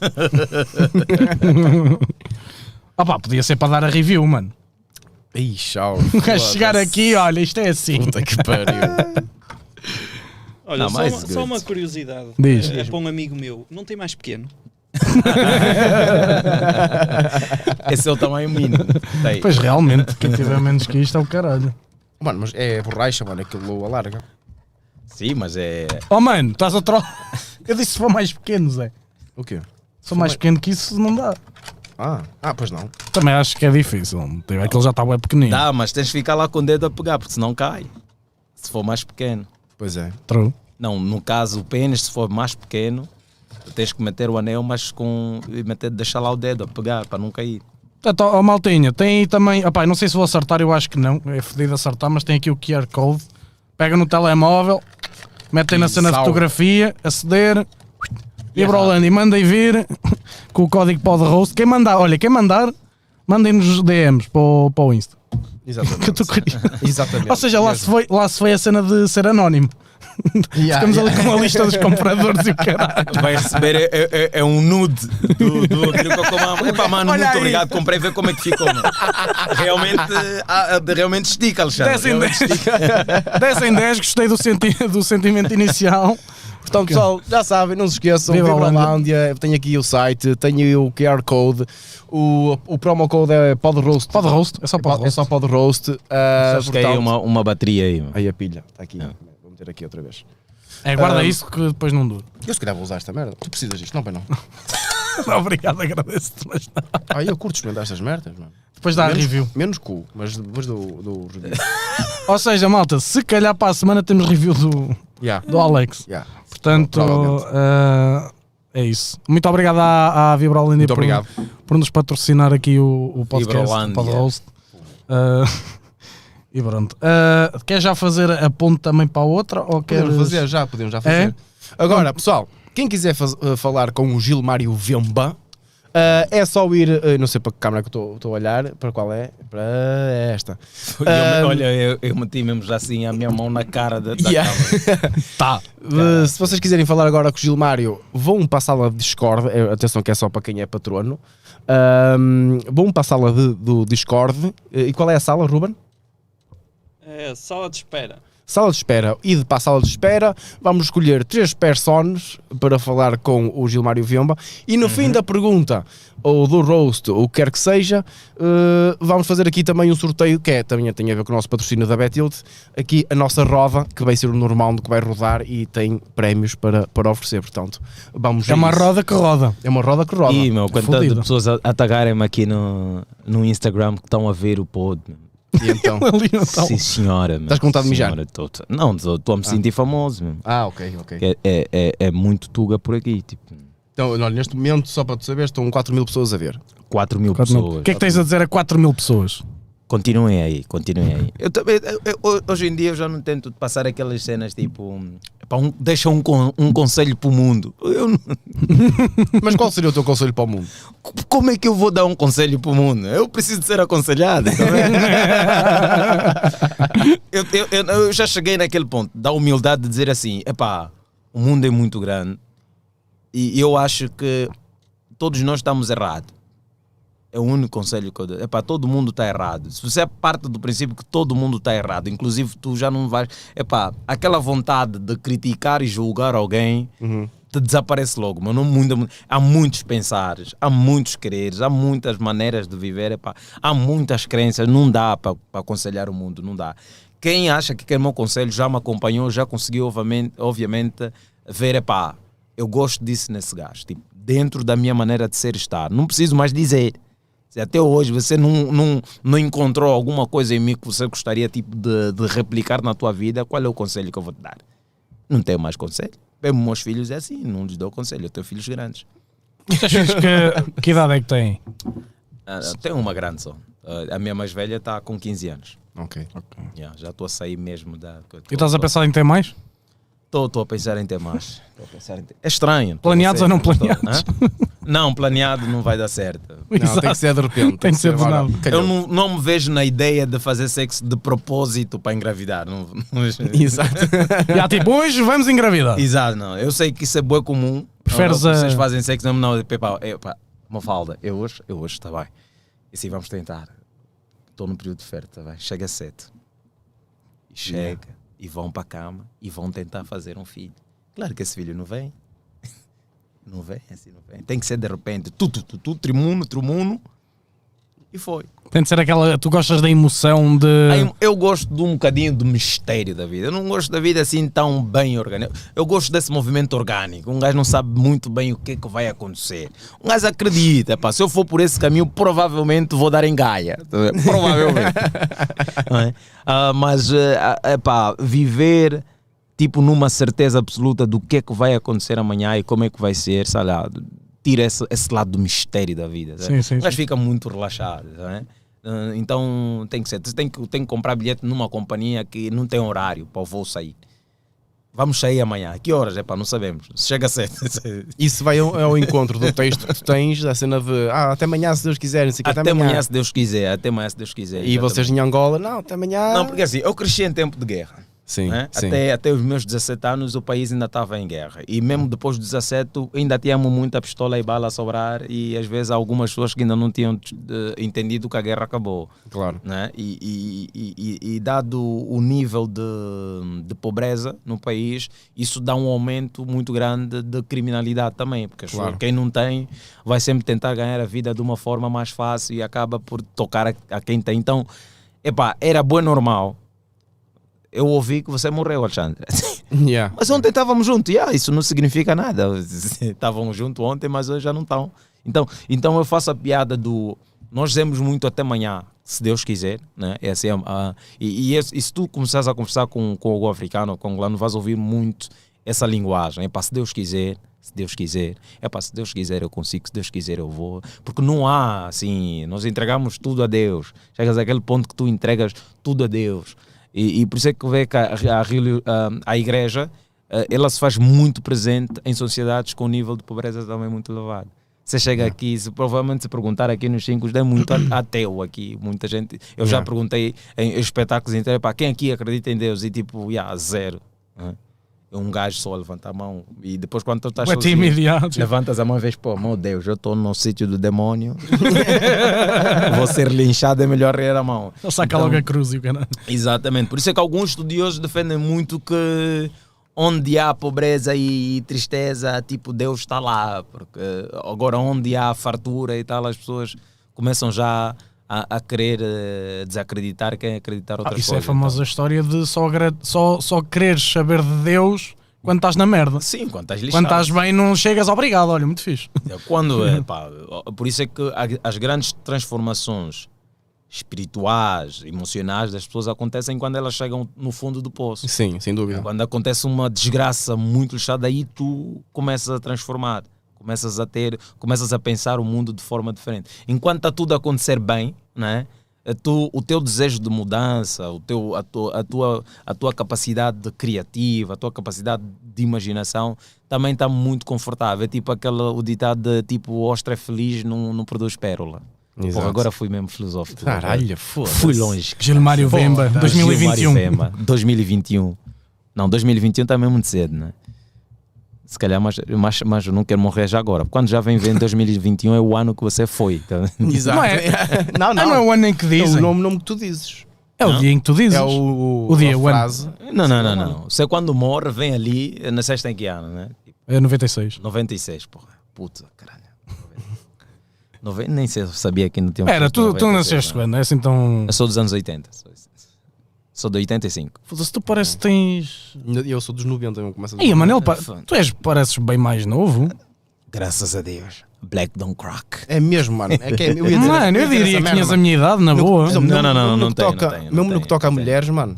Speaker 1: <laughs> opá, podia ser para dar a review, mano.
Speaker 2: Ih,
Speaker 1: <laughs>
Speaker 2: tchau.
Speaker 1: O gajo chegar aqui, olha, isto é assim.
Speaker 2: Puta que pariu.
Speaker 8: Olha,
Speaker 3: Não,
Speaker 8: só,
Speaker 3: mais
Speaker 8: uma,
Speaker 3: good.
Speaker 8: só uma curiosidade.
Speaker 1: Diz.
Speaker 8: É, é para um amigo meu. Não tem mais pequeno.
Speaker 3: Esse é o tamanho mínimo. Tá aí.
Speaker 2: <laughs>
Speaker 1: Pois realmente, quem tiver menos que isto é o caralho.
Speaker 2: Mano, mas é borracha, mano, aquilo alarga.
Speaker 3: Sim, mas é.
Speaker 1: Oh mano, estás a troll. <laughs> Eu disse se for mais pequeno, Zé.
Speaker 2: O quê?
Speaker 1: Se for mais pequeno que isso, não dá.
Speaker 2: Ah, ah pois não.
Speaker 1: Também acho que é difícil. Aquele já está bem pequenino.
Speaker 3: Dá, mas tens de ficar lá com o dedo a pegar, porque senão cai. Se for mais pequeno.
Speaker 2: Pois
Speaker 1: <laughs>
Speaker 2: é.
Speaker 1: True.
Speaker 3: Não, no caso, o pênis, se for mais pequeno, tu tens que meter o anel, mas com. e meter, deixar lá o dedo a pegar para não cair.
Speaker 1: Portanto, ó, ó, maltinha, tem aí também. Opá, não sei se vou acertar, eu acho que não. É fedido acertar, mas tem aqui o QR Code. Pega no telemóvel, metem na cena de
Speaker 2: salve.
Speaker 1: fotografia, aceder. E Brolando, e mandem vir <laughs> com o código PodRoast. Quem mandar, olha, quem mandar, mandem-nos DMs para o, para o Insta.
Speaker 2: Exatamente.
Speaker 1: <laughs> Que eu tô curioso.
Speaker 2: Exatamente.
Speaker 1: Ou seja, lá se, foi, lá se foi a cena de ser anónimo.
Speaker 2: Ah,
Speaker 1: Ficamos ali com uma lista dos compradores e o caralho.
Speaker 3: Vai receber é, é- é- é um nude do, do aquilo que eu <laughs> como. Epá, mano, muito obrigado. Comprei ver como é que ficou. mano. Realmente, ah, ah, realmente estica, Alexandre.
Speaker 1: 10 em
Speaker 3: Realmente
Speaker 1: 10. <laughs> 10 em 10, gostei do, senti do sentimento inicial.
Speaker 2: Então, pessoal, já sabem, não se esqueçam,
Speaker 1: Viva
Speaker 2: Viva
Speaker 1: a
Speaker 2: Holândia. tenho aqui o site, tenho aí o QR Code, o, o promo code é podroast.
Speaker 1: Pode roast, é só
Speaker 2: É
Speaker 1: pode
Speaker 2: pod- é
Speaker 1: roast.
Speaker 2: só podroast. ah,
Speaker 3: Acho que aí é
Speaker 2: portanto-
Speaker 3: uma, uma bateria aí. mano.
Speaker 2: Aí a pilha, está aqui.
Speaker 1: Ah.
Speaker 2: Vou meter aqui outra vez.
Speaker 1: É, guarda
Speaker 2: Ah,
Speaker 1: isso que depois não dura.
Speaker 2: Eu se calhar vou usar esta merda. Tu precisas disto, não, pai não.
Speaker 1: <laughs> Obrigado, agradeço-te. mas não.
Speaker 2: Ah, eu curto experimentar estas merdas, mano.
Speaker 1: Depois dá a
Speaker 2: menos,
Speaker 1: review.
Speaker 2: Menos cu, mas depois do, do
Speaker 1: <laughs>
Speaker 2: review.
Speaker 1: Ou seja, malta, se calhar para a semana temos review do,
Speaker 2: yeah.
Speaker 1: do Alex.
Speaker 2: Yeah.
Speaker 1: Portanto,
Speaker 2: Provavelmente.
Speaker 1: ah, é isso. Muito obrigado à, à Vibrolândia
Speaker 2: Muito obrigado.
Speaker 1: Por, por nos patrocinar aqui o, o podcast.
Speaker 3: Vibrolândia.
Speaker 1: Pod roast. Ah, <laughs> e pronto. Ah, quer já fazer a ponte também para a outra? Ou queres...
Speaker 2: Podemos fazer já, podemos já fazer. Agora, pessoal, quem quiser faz- eh, falar com o Gilmário Vemba, eh, é só ir, eh, não sei para que câmara que eu estou a olhar, para qual é? Para esta.
Speaker 3: Eu me-
Speaker 2: Ah,
Speaker 3: olha, eu, eu meti mesmo já assim a minha mão na cara da, da
Speaker 2: Yeah.
Speaker 3: <laughs> câmara.
Speaker 1: Tá.
Speaker 2: Eh, se vocês quiserem falar agora com o Gilmário, vão para a sala de Discord, eh, atenção que é só para quem é patrono, Ahm, vão para a sala de- do Discord, eh, e qual é a sala, Ruben?
Speaker 8: É, sala de espera.
Speaker 2: Sala de espera. Ide para a sala de espera, vamos escolher três personas para falar com o Gilmário Viomba e no
Speaker 1: Uhum.
Speaker 2: fim da pergunta, ou do roast, ou o que quer que seja, eh, vamos fazer aqui também um sorteio que é, também tem a ver com o nosso patrocínio da Betild, aqui a nossa roda, que vai ser o normal que vai rodar e tem prémios para, para oferecer, portanto, vamos
Speaker 1: É
Speaker 2: a
Speaker 1: uma
Speaker 2: isso.
Speaker 1: roda que roda.
Speaker 2: É uma roda que roda.
Speaker 3: Ih, meu, quantidade de
Speaker 1: Fudido.
Speaker 3: pessoas a, a tagarem-me aqui no, no Instagram que estão a ver o pod. <laughs> meu.
Speaker 2: <laughs> E então...
Speaker 1: <laughs> Ali no tal.
Speaker 3: Sim, senhora. meu.
Speaker 2: Estás com vontade de mijar?
Speaker 3: Senhora, tô- tô- Não, estou a me sentir famoso. meu.
Speaker 2: Ah, ok, ok.
Speaker 3: É, é, é, é muito tuga por aqui, tipo,
Speaker 2: Então, olha, neste momento, só para tu saber, estão 4 mil pessoas a ver.
Speaker 3: 4 mil
Speaker 1: Quatro mil.
Speaker 3: pessoas.
Speaker 1: O que é que tens a dizer a 4 mil pessoas?
Speaker 3: Continuem aí, continuem aí. Eu também, eu- eu- hoje em dia eu já não tento passar aquelas cenas tipo. Pá, um, deixa um, con- um conselho para o mundo. Eu não-
Speaker 2: Mas qual seria o teu conselho para o mundo?
Speaker 3: como é que eu vou dar um conselho para o mundo? Eu preciso de ser aconselhado. tá vendo? eu, eu- eu- eu já cheguei naquele ponto da humildade de dizer assim: epá, o mundo é muito grande e eu acho que todos nós estamos errados. É o único conselho que eu dou. Epá, todo mundo está errado. Se você é parte do princípio que todo mundo está errado, inclusive tu já não vais. Epá, aquela vontade de criticar e julgar alguém te desaparece logo, mano. Muda, muito. há muitos pensares, há muitos quereres, há muitas maneiras de viver, epá, há muitas crenças, não dá para aconselhar o mundo, não dá. Quem acha que quer meu conselho já me acompanhou, já conseguiu obviamente, obviamente ver, epá, eu gosto disso nesse gajo, tipo, dentro da minha maneira de ser e estar, não preciso mais dizer. Se até hoje você não, não, não encontrou alguma coisa em mim que você gostaria tipo, de, de replicar na tua vida, qual é o conselho que eu vou te dar? Não tenho mais conselho. Bem, meus filhos é assim, não lhes dou conselho. Eu tenho filhos grandes.
Speaker 1: Achas que, que idade é que têm?
Speaker 3: Ah, eu tenho uma grande só. Ah, a minha mais velha está com 15 anos.
Speaker 2: Ok.
Speaker 3: Yeah, já estou a sair mesmo da.
Speaker 1: E estás a pensar em ter mais?
Speaker 3: Estou a pensar em ter mais. <laughs> Tô a pensar em ter- É estranho. tô a
Speaker 1: Planeados
Speaker 3: ser-
Speaker 1: ou não
Speaker 3: tô-
Speaker 1: planeados?
Speaker 3: Hã? Não, planeado não vai dar certo.
Speaker 1: <laughs>
Speaker 2: Não, tem que ser de repente.
Speaker 1: Tem que ser do
Speaker 2: agora.
Speaker 1: nada.
Speaker 2: Calhou.
Speaker 3: Eu não, não me vejo na ideia de fazer sexo de propósito para engravidar. Não, não-
Speaker 1: <laughs>
Speaker 2: Exato.
Speaker 1: E há tipo, hoje vamos engravidar.
Speaker 3: Exato, não. Eu sei que isso é boa comum.
Speaker 1: Preferes
Speaker 3: não, não,
Speaker 1: a-
Speaker 3: Vocês fazem sexo, não, não. Epá, epá, uma falda. Eu hoje, eu hoje, está bem. E sim, vamos tentar. Estou no período de férias, está bem. Chega cedo. E chega, e vão para a cama, e vão tentar fazer um filho. Claro que esse filho não vem. <laughs> Não vem, assim não vem. Tem que ser de repente. Tu, tu, tu, tu, trimuno, trimuno. E foi.
Speaker 1: Tem de ser aquela. Tu gostas da emoção de.
Speaker 3: Aí Eu gosto de um bocadinho do mistério da vida. Eu não gosto da vida assim tão bem orgânica. Eu gosto desse movimento orgânico. Um gajo não sabe muito bem o que é que vai acontecer. Um gajo acredita, pá. Se eu for por esse caminho, provavelmente vou dar em Gaia. Tá a ver? Provavelmente. Não é? Ah, mas, ah, ah, pá, viver tipo numa certeza absoluta do que é que vai acontecer amanhã e como é que vai ser, sei lá, tira esse, esse lado do mistério da vida. tá?
Speaker 1: Sim, sim,
Speaker 3: Um gajo
Speaker 1: sim.
Speaker 3: fica muito relaxado, não é? Ah, Então tem que ser, tem que, tem que comprar bilhete numa companhia que não tem horário para o voo sair. Vamos sair amanhã. Que horas? É pá, não sabemos. Se Chega cedo. <laughs>
Speaker 2: Isso vai ao, ao encontro do texto que tu tens, da cena de ah, até amanhã, se Deus quiser, não sei o que,
Speaker 3: até amanhã, se Deus quiser. Até amanhã, se Deus quiser.
Speaker 2: E vocês em Angola, não, até amanhã.
Speaker 3: Não, porque assim, eu cresci em tempo de guerra.
Speaker 2: Sim,
Speaker 3: né?
Speaker 2: sim.
Speaker 3: Até, até os meus 17 anos o país ainda estava em guerra. E mesmo depois dos 17 ainda tínhamos muita pistola e bala a sobrar e às vezes há algumas pessoas que ainda não tinham eh, entendido que a guerra acabou.
Speaker 2: Claro.
Speaker 3: Né? E, e- e- e- e dado o nível de, de pobreza no país, isso dá um aumento muito grande de criminalidade também, porque as pessoas-
Speaker 2: Claro.
Speaker 3: quem não tem vai sempre tentar ganhar a vida de uma forma mais fácil e acaba por tocar a, a quem tem. Então, epá, era bom e normal. Eu ouvi que você morreu, Alexandre.
Speaker 2: Yeah.
Speaker 3: Mas ontem estávamos juntos, yeah, isso não significa nada. <laughs> Estavam juntos ontem, mas hoje já não estão. Então, então eu faço a piada do nós dizemos muito até amanhã, se Deus quiser, né? É assim, ah, e, e esse- e se tu começares a conversar com, com algum africano ou com angolano, vais ouvir muito essa linguagem. É para se Deus quiser, se Deus quiser, é para se Deus quiser eu consigo, se Deus quiser eu vou. Porque não há assim, nós entregamos tudo a Deus. Chegas àquele ponto que tu entregas tudo a Deus. E, e por isso é que vê que a, a, reli- ah, a igreja ah, ela se faz muito presente em sociedades com nível de pobreza também muito elevado. Você chega aqui, se, provavelmente se perguntar aqui nos cinco, é muito a- ateu aqui. Muita gente. Eu já
Speaker 2: Yeah.
Speaker 3: perguntei em espetáculos inteiros para quem aqui acredita em Deus e tipo, yeah, zero. né? Um gajo só levanta a mão e depois quando tu estás
Speaker 1: é
Speaker 3: sozinho,
Speaker 1: tímido, já, tipo,
Speaker 3: Levantas a mão e vês, pô, meu Deus, eu estou no sítio
Speaker 1: <laughs>
Speaker 3: do demônio. Vou ser linchado, é melhor rir a mão.
Speaker 1: Ele saca
Speaker 3: Então-
Speaker 1: logo a cruz e o cara.
Speaker 3: Exatamente. Por isso é que alguns estudiosos defendem muito que onde há pobreza e tristeza, tipo, Deus está lá. Porque agora onde há fartura e tal, as pessoas começam já a, a querer eh, desacreditar quem acreditar
Speaker 1: Ah,
Speaker 3: outras
Speaker 1: isso é a
Speaker 3: coisas.
Speaker 1: famosa história de só, agra- só, só quereres saber de Deus quando estás na merda.
Speaker 3: Então, sim, quando estás
Speaker 1: Quando
Speaker 3: lixado.
Speaker 1: estás bem, não chegas obrigado. Olha, muito fixe.
Speaker 3: Quando, eh, pá, por isso é que a- as grandes transformações espirituais, emocionais das pessoas acontecem quando elas chegam no fundo do poço.
Speaker 2: Sim, sem dúvida.
Speaker 3: Quando acontece uma desgraça muito lixada, aí tu começas a transformar, começas a ter, começas a pensar o mundo de forma diferente. Enquanto está tudo a acontecer bem, né? eh, Tu, o teu desejo de mudança, o teu, a, tua, a, tua, a tua capacidade de criativa, a tua capacidade de imaginação também está muito confortável. É tipo aquele o ditado de tipo ostra é feliz não, não produz pérola.
Speaker 2: Exato.
Speaker 3: Porra, agora fui mesmo filosófico.
Speaker 2: Caralho, foda-se.
Speaker 3: Fui longe.
Speaker 1: Gilmário Vemba,
Speaker 2: Foda-se.
Speaker 1: 2021.
Speaker 3: Gilmário Vemba, 2021. Não, 2021 está mesmo muito cedo, né? Se calhar, mas, mas, mas eu não quero morrer já agora. Quando já vem vendo 2021 é o ano que você foi. tá?
Speaker 2: Exato.
Speaker 1: Não é-
Speaker 2: <laughs> não,
Speaker 1: Ah,
Speaker 2: não.
Speaker 1: não é o ano em que
Speaker 2: É
Speaker 1: dizem.
Speaker 2: o nome, nome que tu dizes.
Speaker 1: É o dia em que tu dizes.
Speaker 2: É o,
Speaker 1: O dia,
Speaker 2: a
Speaker 1: o ano.
Speaker 2: frase.
Speaker 3: Não, não, não, não. Você quando morre, vem ali, nasceste em que ano, né?
Speaker 1: É 96.
Speaker 3: 96, porra. Puta, caralho. 90. Nem sei, sabia que não tinha... um
Speaker 1: Pera, tu, tu
Speaker 3: 96,
Speaker 1: nasceste
Speaker 3: não.
Speaker 1: quando? É assim tão.
Speaker 3: Eu sou dos anos 80. sou- Sou de 85.
Speaker 1: Foda-se, tu parece que tens.
Speaker 2: Eu sou dos 90, eu começo a
Speaker 1: Ei, mano, ele pa-
Speaker 3: Foda.
Speaker 1: tu és, pareces bem mais novo.
Speaker 3: Graças a Deus. Black Don't Crack.
Speaker 2: É mesmo, mano. É que é, eu ia dizer-
Speaker 1: Mano,
Speaker 2: ia
Speaker 1: eu
Speaker 2: dizer essa
Speaker 1: diria que
Speaker 2: merda,
Speaker 1: tinhas a
Speaker 2: mano.
Speaker 1: minha idade, na
Speaker 2: No-
Speaker 1: boa.
Speaker 2: por exemplo,
Speaker 3: Não,
Speaker 2: no-
Speaker 3: não,
Speaker 2: no
Speaker 3: não, não,
Speaker 2: que
Speaker 3: não tem,
Speaker 2: toca-
Speaker 3: não tem, não
Speaker 2: Mesmo no
Speaker 3: tem,
Speaker 2: que toca a
Speaker 3: não tem.
Speaker 2: mulheres, mano.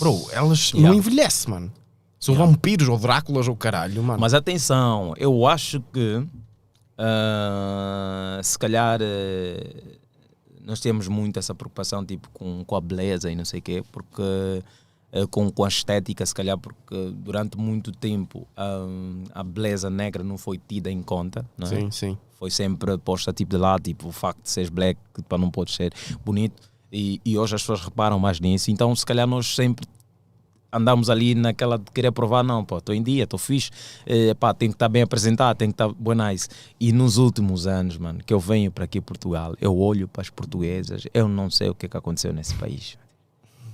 Speaker 2: Bro, elas
Speaker 3: Yeah.
Speaker 2: não envelhecem, mano. São vampiros ou Dráculas ou caralho, mano.
Speaker 3: Mas atenção, eu acho que ah, se calhar eh, nós temos muito essa preocupação tipo, com, com a beleza e não sei o quê, porque eh, com, com a estética, se calhar, porque durante muito tempo ah, a beleza negra não foi tida em conta, não é?
Speaker 2: Sim, sim.
Speaker 3: foi sempre posta tipo de lado, tipo o facto de seres black, que pá, não podes ser bonito, e, e hoje as pessoas reparam mais nisso, então se calhar nós sempre andamos ali naquela de querer provar, não, pô, estou em dia, estou fixe, eh, pá, tenho que estar bem apresentado, tenho que estar bem nice. E nos últimos anos, mano, que eu venho para aqui Portugal, eu olho para as portuguesas, eu não sei o que é que aconteceu nesse país.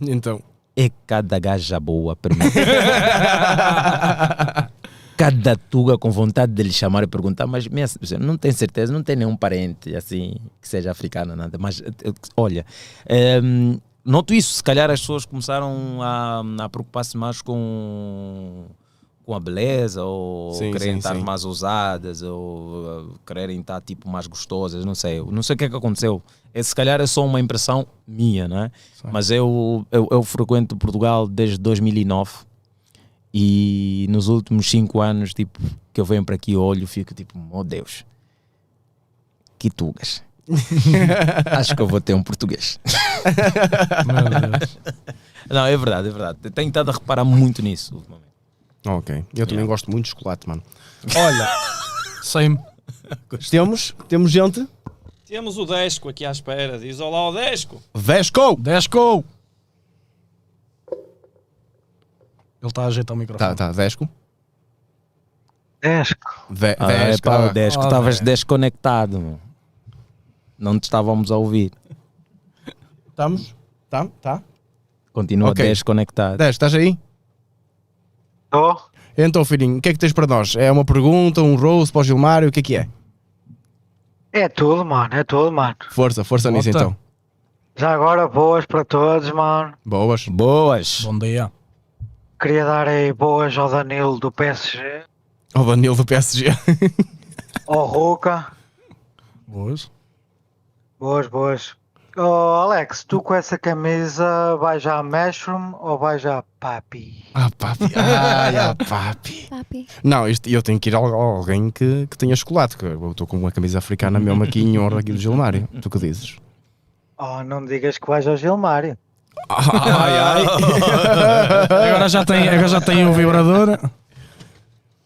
Speaker 2: Então.
Speaker 3: É cada gaja boa, primeiro. cada tuga com vontade de lhe chamar e perguntar, mas minha, senhora, não tenho certeza, não tem nenhum parente assim que seja africano, nada. Mas eh, eh, olha, ehm, noto isso, se calhar as pessoas começaram a, a preocupar-se mais com, com a beleza, ou
Speaker 2: Sim,
Speaker 3: quererem
Speaker 2: sim,
Speaker 3: estar
Speaker 2: sim.
Speaker 3: mais ousadas, ou eh, quererem estar tipo mais gostosas, não sei, Eu não sei o que é que aconteceu. É, se calhar é só uma impressão minha, não é? Mas eu, eu, eu frequento Portugal desde 2009 e nos últimos cinco anos, tipo, que eu venho para aqui, eu olho e fico tipo, meu Deus, que tugas. Acho que eu vou ter um português. Não, é verdade, é verdade. Eu Tenho estado a reparar muito nisso ultimamente.
Speaker 2: Ok. Eu também gosto muito de chocolate, mano.
Speaker 1: Olha, sem
Speaker 2: Temos, temos gente.
Speaker 8: Temos o Desco aqui à espera. Diz olá o Desco.
Speaker 2: Vesco!
Speaker 1: Desco! Ele está a ajeitar o
Speaker 2: Tá,
Speaker 1: microfone.
Speaker 2: tá, Vesco.
Speaker 9: Desco.
Speaker 2: Ve
Speaker 3: Ah, é
Speaker 2: Vesco.
Speaker 3: pá,
Speaker 2: ah.
Speaker 3: o Desco,
Speaker 1: Ah,
Speaker 3: estavas
Speaker 1: velho.
Speaker 3: desconectado. meu. Não te estávamos a ouvir.
Speaker 2: Estamos? Tá, tá.
Speaker 3: Continua
Speaker 2: Ok.
Speaker 3: desconectado.
Speaker 2: Desco, estás aí?
Speaker 9: Tô.
Speaker 2: Então, filhinho, o que é que tens para nós? É uma pergunta, um roast para o Gilmário? O que é que é?
Speaker 9: É tudo, mano. É tudo, mano.
Speaker 2: Força, força nisso
Speaker 1: Bota.
Speaker 2: então.
Speaker 9: Já agora, boas para todos, mano.
Speaker 2: Boas. tá.
Speaker 3: Boas!
Speaker 1: Bom dia.
Speaker 9: Queria dar aí boas ao Danilo do PSG,
Speaker 2: Ao Danilo do PSG.
Speaker 9: ao Ruca.
Speaker 1: Boas.
Speaker 9: Boas, boas. Oh, Alex, tu com essa camisa vais já a Mushroom ou vais já a Papi?
Speaker 2: Ah, papi. Ai, ah, papi.
Speaker 10: Papi.
Speaker 2: Não, isto, eu tenho que ir a al- alguém que, que tenha chocolate. Que eu estou com uma camisa africana mesmo aqui em honra aqui do Gilmário. Tu que dizes?
Speaker 9: Oh, não me digas que vais ao Gilmário.
Speaker 1: Agora já tem, agora já tem um vibrador.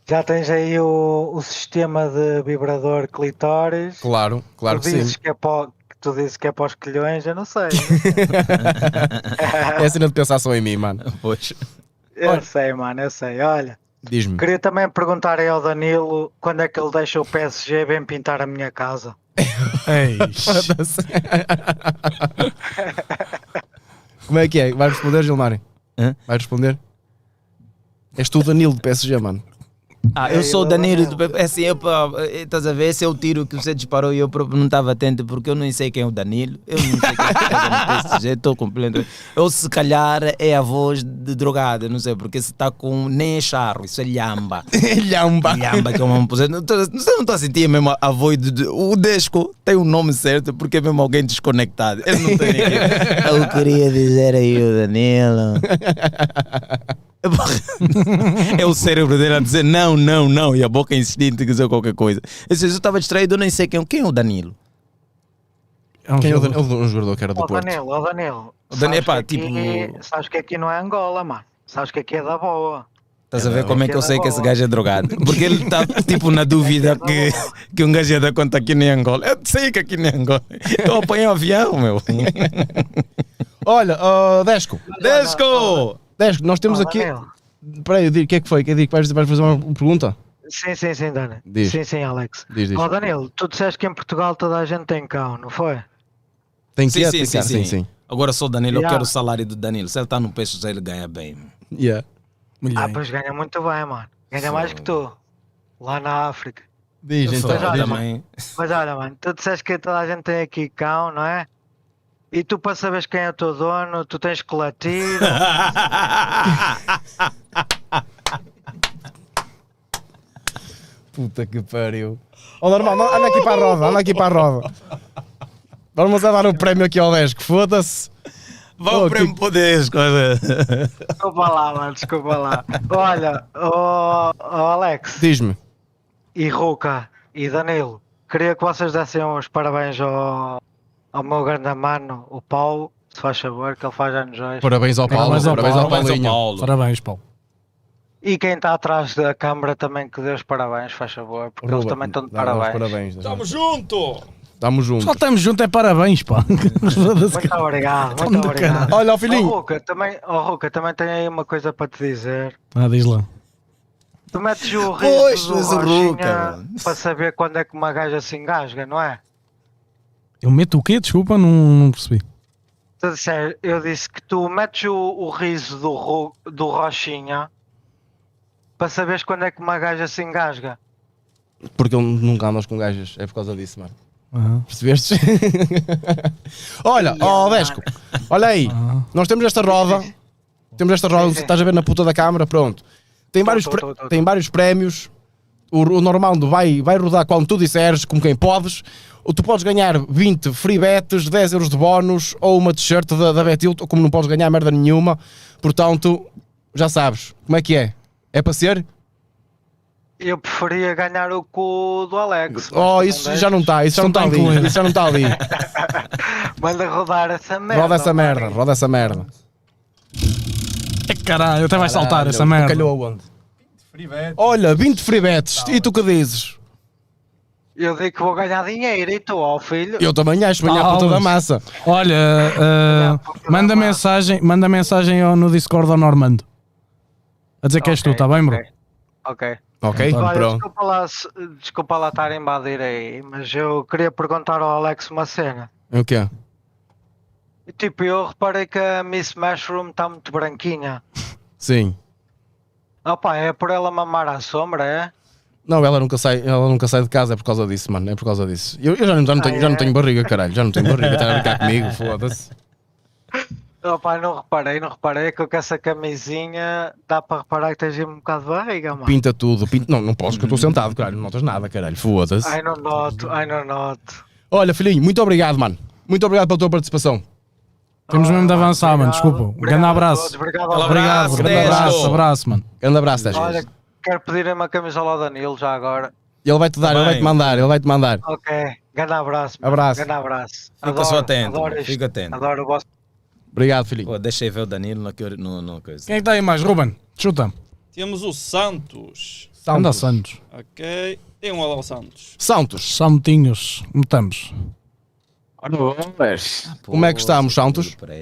Speaker 9: Já tens aí o, o sistema de vibrador clitóris.
Speaker 2: <laughs> Claro, claro
Speaker 9: tu
Speaker 2: que
Speaker 9: dizes
Speaker 2: sim.
Speaker 9: que é para, tu dizes que é para os quilhões, eu
Speaker 2: <laughs>
Speaker 9: não sei.
Speaker 2: É a cena de pensar só em mim, mano.
Speaker 3: Pois.
Speaker 9: eu
Speaker 2: Olha.
Speaker 9: sei, mano, eu sei. Olha,
Speaker 2: Diz-me.
Speaker 9: queria também perguntar aí ao Danilo quando é que ele deixa o PSG bem pintar a minha casa.
Speaker 1: Ei,
Speaker 2: <laughs> Como é que é? Vai responder, Gilmário?
Speaker 3: Hã?
Speaker 2: Vai responder? És tu o Danilo do PSG, <laughs> mano.
Speaker 3: Ah, eu
Speaker 9: É,
Speaker 3: sou o
Speaker 9: ele é
Speaker 3: Danilo do
Speaker 9: Danilo.
Speaker 3: PP. Assim, eu, pá, eh, estás a ver? Esse é o tiro que você disparou e eu próprio não estava atento porque eu não sei quem é o Danilo. Eu não sei quem é o
Speaker 9: <laughs>
Speaker 3: Danilo desse jeito, estou completamente. Ou se calhar é a voz de drogado, eu não sei, porque se está com. Nem é charro, isso é lhamba.
Speaker 2: Lhamba.
Speaker 3: Lhamba que é uma posição. Não estou não estou a sentir mesmo a, a voz de, de- O Desco tem o nome certo porque é mesmo alguém desconectado. Ele não tem ninguém. <laughs> Eu queria dizer aí o Danilo. <laughs> É o cérebro dele a dizer não, não, não e a boca instinto a dizer qualquer coisa. Eu sei, eu estava distraído, eu nem sei quem, quem é o Danilo.
Speaker 1: é um
Speaker 2: Quem é o
Speaker 1: jogo.
Speaker 2: Danilo? É um jogador que era do
Speaker 9: Ó
Speaker 2: Porto.
Speaker 9: Danilo, ó Danilo.
Speaker 3: Ó Danilo,
Speaker 9: sabes
Speaker 3: pá,
Speaker 9: que aqui-
Speaker 3: tipo-
Speaker 9: Sabes que aqui não é Angola, mano. Sabes que aqui é da boa.
Speaker 3: Estás a ver como é que eu sei que esse gajo é drogado? Porque ele está tipo na
Speaker 9: É
Speaker 3: dúvida
Speaker 9: da
Speaker 3: que,
Speaker 9: boa.
Speaker 3: que um gajo ia dar conta aqui nem Angola. Eu sei que aqui nem Angola. Eu apanhei um avião, meu.
Speaker 2: Olha, ó, Desco.
Speaker 3: Desco!
Speaker 2: Desco, nós temos
Speaker 9: Ó,
Speaker 2: aqui.
Speaker 9: Danilo.
Speaker 2: Peraí, eu digo, o que é que foi? Quer dizer que vais, vais fazer uma pergunta?
Speaker 9: Sim, sim, sim, Dani.
Speaker 2: Diz.
Speaker 9: Sim, sim, Alex.
Speaker 2: Diz, diz.
Speaker 9: Ó Danilo, tu disseste que em Portugal toda a gente tem cão, não foi?
Speaker 2: Tem
Speaker 3: Sim,
Speaker 2: que
Speaker 3: sim, sim,
Speaker 2: atacar,
Speaker 3: sim, Agora sou o Danilo, eu
Speaker 9: Yeah.
Speaker 3: quero o salário do Danilo. Se ele está no peixe, ele ganha bem.
Speaker 2: Yeah.
Speaker 9: Ah,
Speaker 1: Milhões.
Speaker 9: pois ganha muito bem, mano. Ganha mais que tu. Lá na África.
Speaker 2: Diz, então.
Speaker 9: Mas olha,
Speaker 2: diz. <laughs>
Speaker 3: <laughs> mãe.
Speaker 9: Mas olha, mano, tu disseste que toda a gente tem aqui cão, não é? E tu, para saberes quem é o teu dono, tu tens que latir.
Speaker 2: Puta que pariu. Ó, normal, não- anda aqui para a roda, anda aqui para a roda. Vamos a dar o prémio aqui ao Desco, foda-se.
Speaker 3: Vá o
Speaker 2: Oh,
Speaker 3: prêmio pro Desco.
Speaker 9: desculpa lá, mano, desculpa lá. Olha, ó ó, Alex
Speaker 2: Diz-me.
Speaker 9: e Ruca e Danilo, queria que vocês dessem uns parabéns ao, ao meu grande mano, o Paulo, se faz favor, que ele faz anos hoje.
Speaker 2: Parabéns ao um Paulo,
Speaker 1: Parabéns ao
Speaker 2: parabéns ao
Speaker 1: Paulo.
Speaker 2: Paulinho.
Speaker 1: Parabéns, Paulo.
Speaker 9: E quem está atrás da câmara também, que dê os parabéns, faz favor, porque eles
Speaker 2: Ruba,
Speaker 9: também estão de
Speaker 2: dá- dá os
Speaker 9: parabéns.
Speaker 2: parabéns.
Speaker 8: Tamo junto!
Speaker 2: Estamos
Speaker 1: Só
Speaker 2: juntos.
Speaker 1: estamos juntos, é parabéns,
Speaker 9: <laughs>
Speaker 1: pá.
Speaker 9: Muito obrigado,
Speaker 1: Tão do
Speaker 9: muito obrigado.
Speaker 2: Olha, ó
Speaker 9: Ó
Speaker 2: filhinho.
Speaker 9: Ruca, também, oh, Ruca, também tenho aí uma coisa para te dizer.
Speaker 1: Ah, diz lá.
Speaker 9: Tu metes o
Speaker 3: Pois,
Speaker 9: riso do
Speaker 3: mas o
Speaker 9: Rochinha
Speaker 3: Ruca, mano.
Speaker 9: para saber quando é que uma gaja se engasga, não é?
Speaker 1: Eu meto o quê? Desculpa, não, não percebi.
Speaker 9: Tu é, disse- eu disse que tu metes o, o riso do, Ru- do Rochinha para saberes quando é que uma gaja se engasga.
Speaker 2: Porque eu nunca andas com gajas, é por causa disso, mano.
Speaker 1: Aham.
Speaker 2: Percebeste? <laughs> olha, ó Vesco, olha aí, nós temos esta roda, temos esta roda,
Speaker 9: Sim, sim.
Speaker 2: estás a ver na puta da câmara, pronto. Tem vários,
Speaker 9: tô,
Speaker 2: pré-
Speaker 9: tô, tô,
Speaker 2: tem vários prémios, o, o Normando vai, vai rodar quando tu disseres, com quem podes, ou tu podes ganhar 20 free bets, 10 euros de bónus, ou uma t-shirt da, da Betilt, ou como não podes ganhar merda nenhuma, portanto, já sabes, como é que é? É para ser?
Speaker 9: Eu preferia ganhar o cu do Alex. mas
Speaker 2: Oh,
Speaker 9: tu
Speaker 2: isso
Speaker 9: deixas.
Speaker 2: já não está, isso já não está
Speaker 1: Não tá
Speaker 2: ali,
Speaker 1: incluído.
Speaker 2: isso já não está
Speaker 9: <laughs>
Speaker 2: ali.
Speaker 9: Manda rodar essa merda.
Speaker 2: Roda essa
Speaker 9: mano.
Speaker 2: merda, roda essa merda.
Speaker 1: É que caralho, até vai saltar
Speaker 2: Caralho,
Speaker 1: essa merda.
Speaker 2: Calhou aonde? Olha, 20 free bets. e tu que dizes?
Speaker 9: Eu digo que vou ganhar dinheiro e tu, ó filho.
Speaker 2: Eu também acho, amanhã para toda a
Speaker 1: Palmas.
Speaker 2: massa.
Speaker 1: Olha, ah, manda mensagem, manda mensagem ao- no Discord ao Normando. A dizer que és tu,
Speaker 9: Ok,
Speaker 1: tá bem, bro?
Speaker 9: ok. Ok.
Speaker 2: Ok,
Speaker 1: Então,
Speaker 9: Olha,
Speaker 2: pronto.
Speaker 9: desculpa lá, se- desculpa lá estar a invadir aí, mas eu queria perguntar ao Alex uma cena.
Speaker 2: O quê?
Speaker 9: Tipo, eu reparei que a Miss Mushroom está muito branquinha.
Speaker 2: Sim.
Speaker 9: Opa, é por ela mamar à sombra, é?
Speaker 2: Não, ela nunca, sai, ela nunca sai de casa, é por causa disso, mano. É por causa disso. Eu, eu já, não, já, não tenho, já não tenho barriga, caralho. Já não tenho barriga. Está a brincar
Speaker 1: <laughs>
Speaker 2: comigo, foda-se.
Speaker 9: Opa, não reparei, não reparei que eu com essa camisinha dá para reparar que tens aí um bocado de barriga, mano.
Speaker 2: Pinta tudo. Pinta... Não, não posso, que eu estou sentado, caralho. Não notas nada, caralho. Foda-se.
Speaker 9: Ai, não noto, ai, não noto.
Speaker 2: Olha, filhinho, muito obrigado, mano. Muito obrigado pela tua participação.
Speaker 1: Temos mesmo de avançar, mano.
Speaker 9: Ah, Obrigado,
Speaker 1: Desculpa. Um
Speaker 9: obrigado
Speaker 1: grande
Speaker 9: a
Speaker 1: abraço.
Speaker 9: todos, Obrigado,
Speaker 11: Olá,
Speaker 9: ao
Speaker 1: Obrigado,
Speaker 11: Abraço,
Speaker 1: grande
Speaker 11: Tejo.
Speaker 1: abraço, abraço, mano.
Speaker 2: Grande abraço, Tejo.
Speaker 9: Olha, quero pedir uma camisola ao Danilo já agora.
Speaker 2: Ele vai-te dar, ele vai-te mandar, ele vai-te mandar.
Speaker 9: Ok, grande abraço. mano.
Speaker 2: Abraço.
Speaker 9: Grande abraço.
Speaker 3: Fica só atento, mano,
Speaker 9: isto.
Speaker 3: fica atento.
Speaker 9: Adoro o vosso
Speaker 2: Obrigado, filhinho.
Speaker 3: Pô, deixa eu ver o Danilo no, que- no, no coisa.
Speaker 1: Quem é que está aí mais? Ruben, chuta.
Speaker 8: Temos o Santos.
Speaker 1: Anda
Speaker 2: Santos.
Speaker 1: Santos.
Speaker 8: Ok. Tem um ao Santos.
Speaker 2: Santos.
Speaker 1: Santinhos, metamos.
Speaker 4: Ora boas.
Speaker 2: Como é que estamos,
Speaker 3: Santos?
Speaker 2: Santos?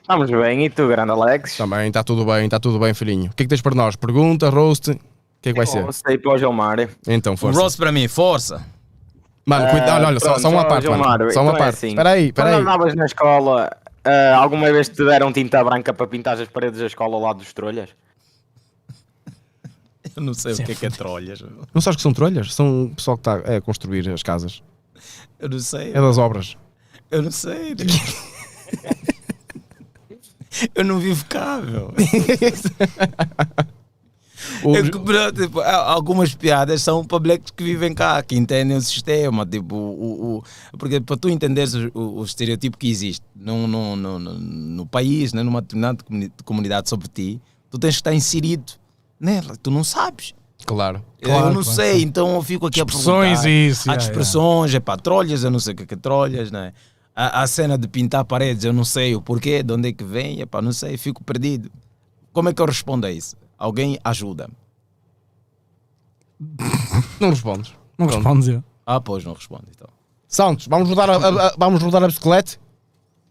Speaker 4: Estamos bem, e tu, grande Alex?
Speaker 2: Também, está tudo bem, está tudo bem, filhinho. O que é que tens para nós? Pergunta, roast? O que é que vai ser?
Speaker 4: Bom, sei para o Gilmar.
Speaker 2: Então,
Speaker 3: O
Speaker 2: força.
Speaker 3: Ross para mim, força.
Speaker 2: Mano, cuidado, olha, olha, só,
Speaker 4: Ah, pronto,
Speaker 2: só uma
Speaker 4: ó,
Speaker 2: parte,
Speaker 4: Gilmar,
Speaker 2: mano. Só uma
Speaker 4: então é
Speaker 2: parte.
Speaker 4: assim.
Speaker 2: Espera aí,
Speaker 4: Quando
Speaker 2: espera aí.
Speaker 4: andavas na escola, ah, alguma vez te deram tinta branca para pintar as paredes da escola ao lado dos trolhas?
Speaker 3: Eu não sei o que é que é trolhas. meu.
Speaker 2: Não sabes que são trolhas? São o pessoal que está a construir as casas.
Speaker 3: Eu não sei.
Speaker 2: É das obras.
Speaker 3: Eu não
Speaker 2: <laughs>
Speaker 3: sei. né? Eu não vivo cá, meu.
Speaker 2: O-
Speaker 3: Eu que- bro, tipo, a- algumas piadas são para blacks que vivem cá, que entendem o sistema. Tipo, o, o- o- porque para tu entenderes o, o- o estereotipo que existe no, no, no, no, no país, né, numa determinada comuni- comunidade sobre ti, tu tens que estar inserido nela. Tu não sabes.
Speaker 2: Claro.
Speaker 1: Claro,
Speaker 3: eu não
Speaker 1: claro,
Speaker 3: sei,
Speaker 1: claro.
Speaker 3: então eu fico
Speaker 2: é
Speaker 3: aqui a
Speaker 1: Expressões
Speaker 3: perguntar.
Speaker 1: e isso,
Speaker 3: Há
Speaker 1: yeah,
Speaker 3: expressões, é pá, trolhas, eu não sei o que é que é trolhas, né? A, a cena de pintar paredes, eu não sei o porquê, de onde é que vem, é pá, não sei, fico perdido. Como é que eu respondo a isso? Alguém ajuda-me.
Speaker 2: Não respondes.
Speaker 1: Não respondes
Speaker 2: É
Speaker 1: eu.
Speaker 3: Ah, pois, não respondo então.
Speaker 2: Santos, vamos rodar a, a- a- vamos rodar a bicicleta?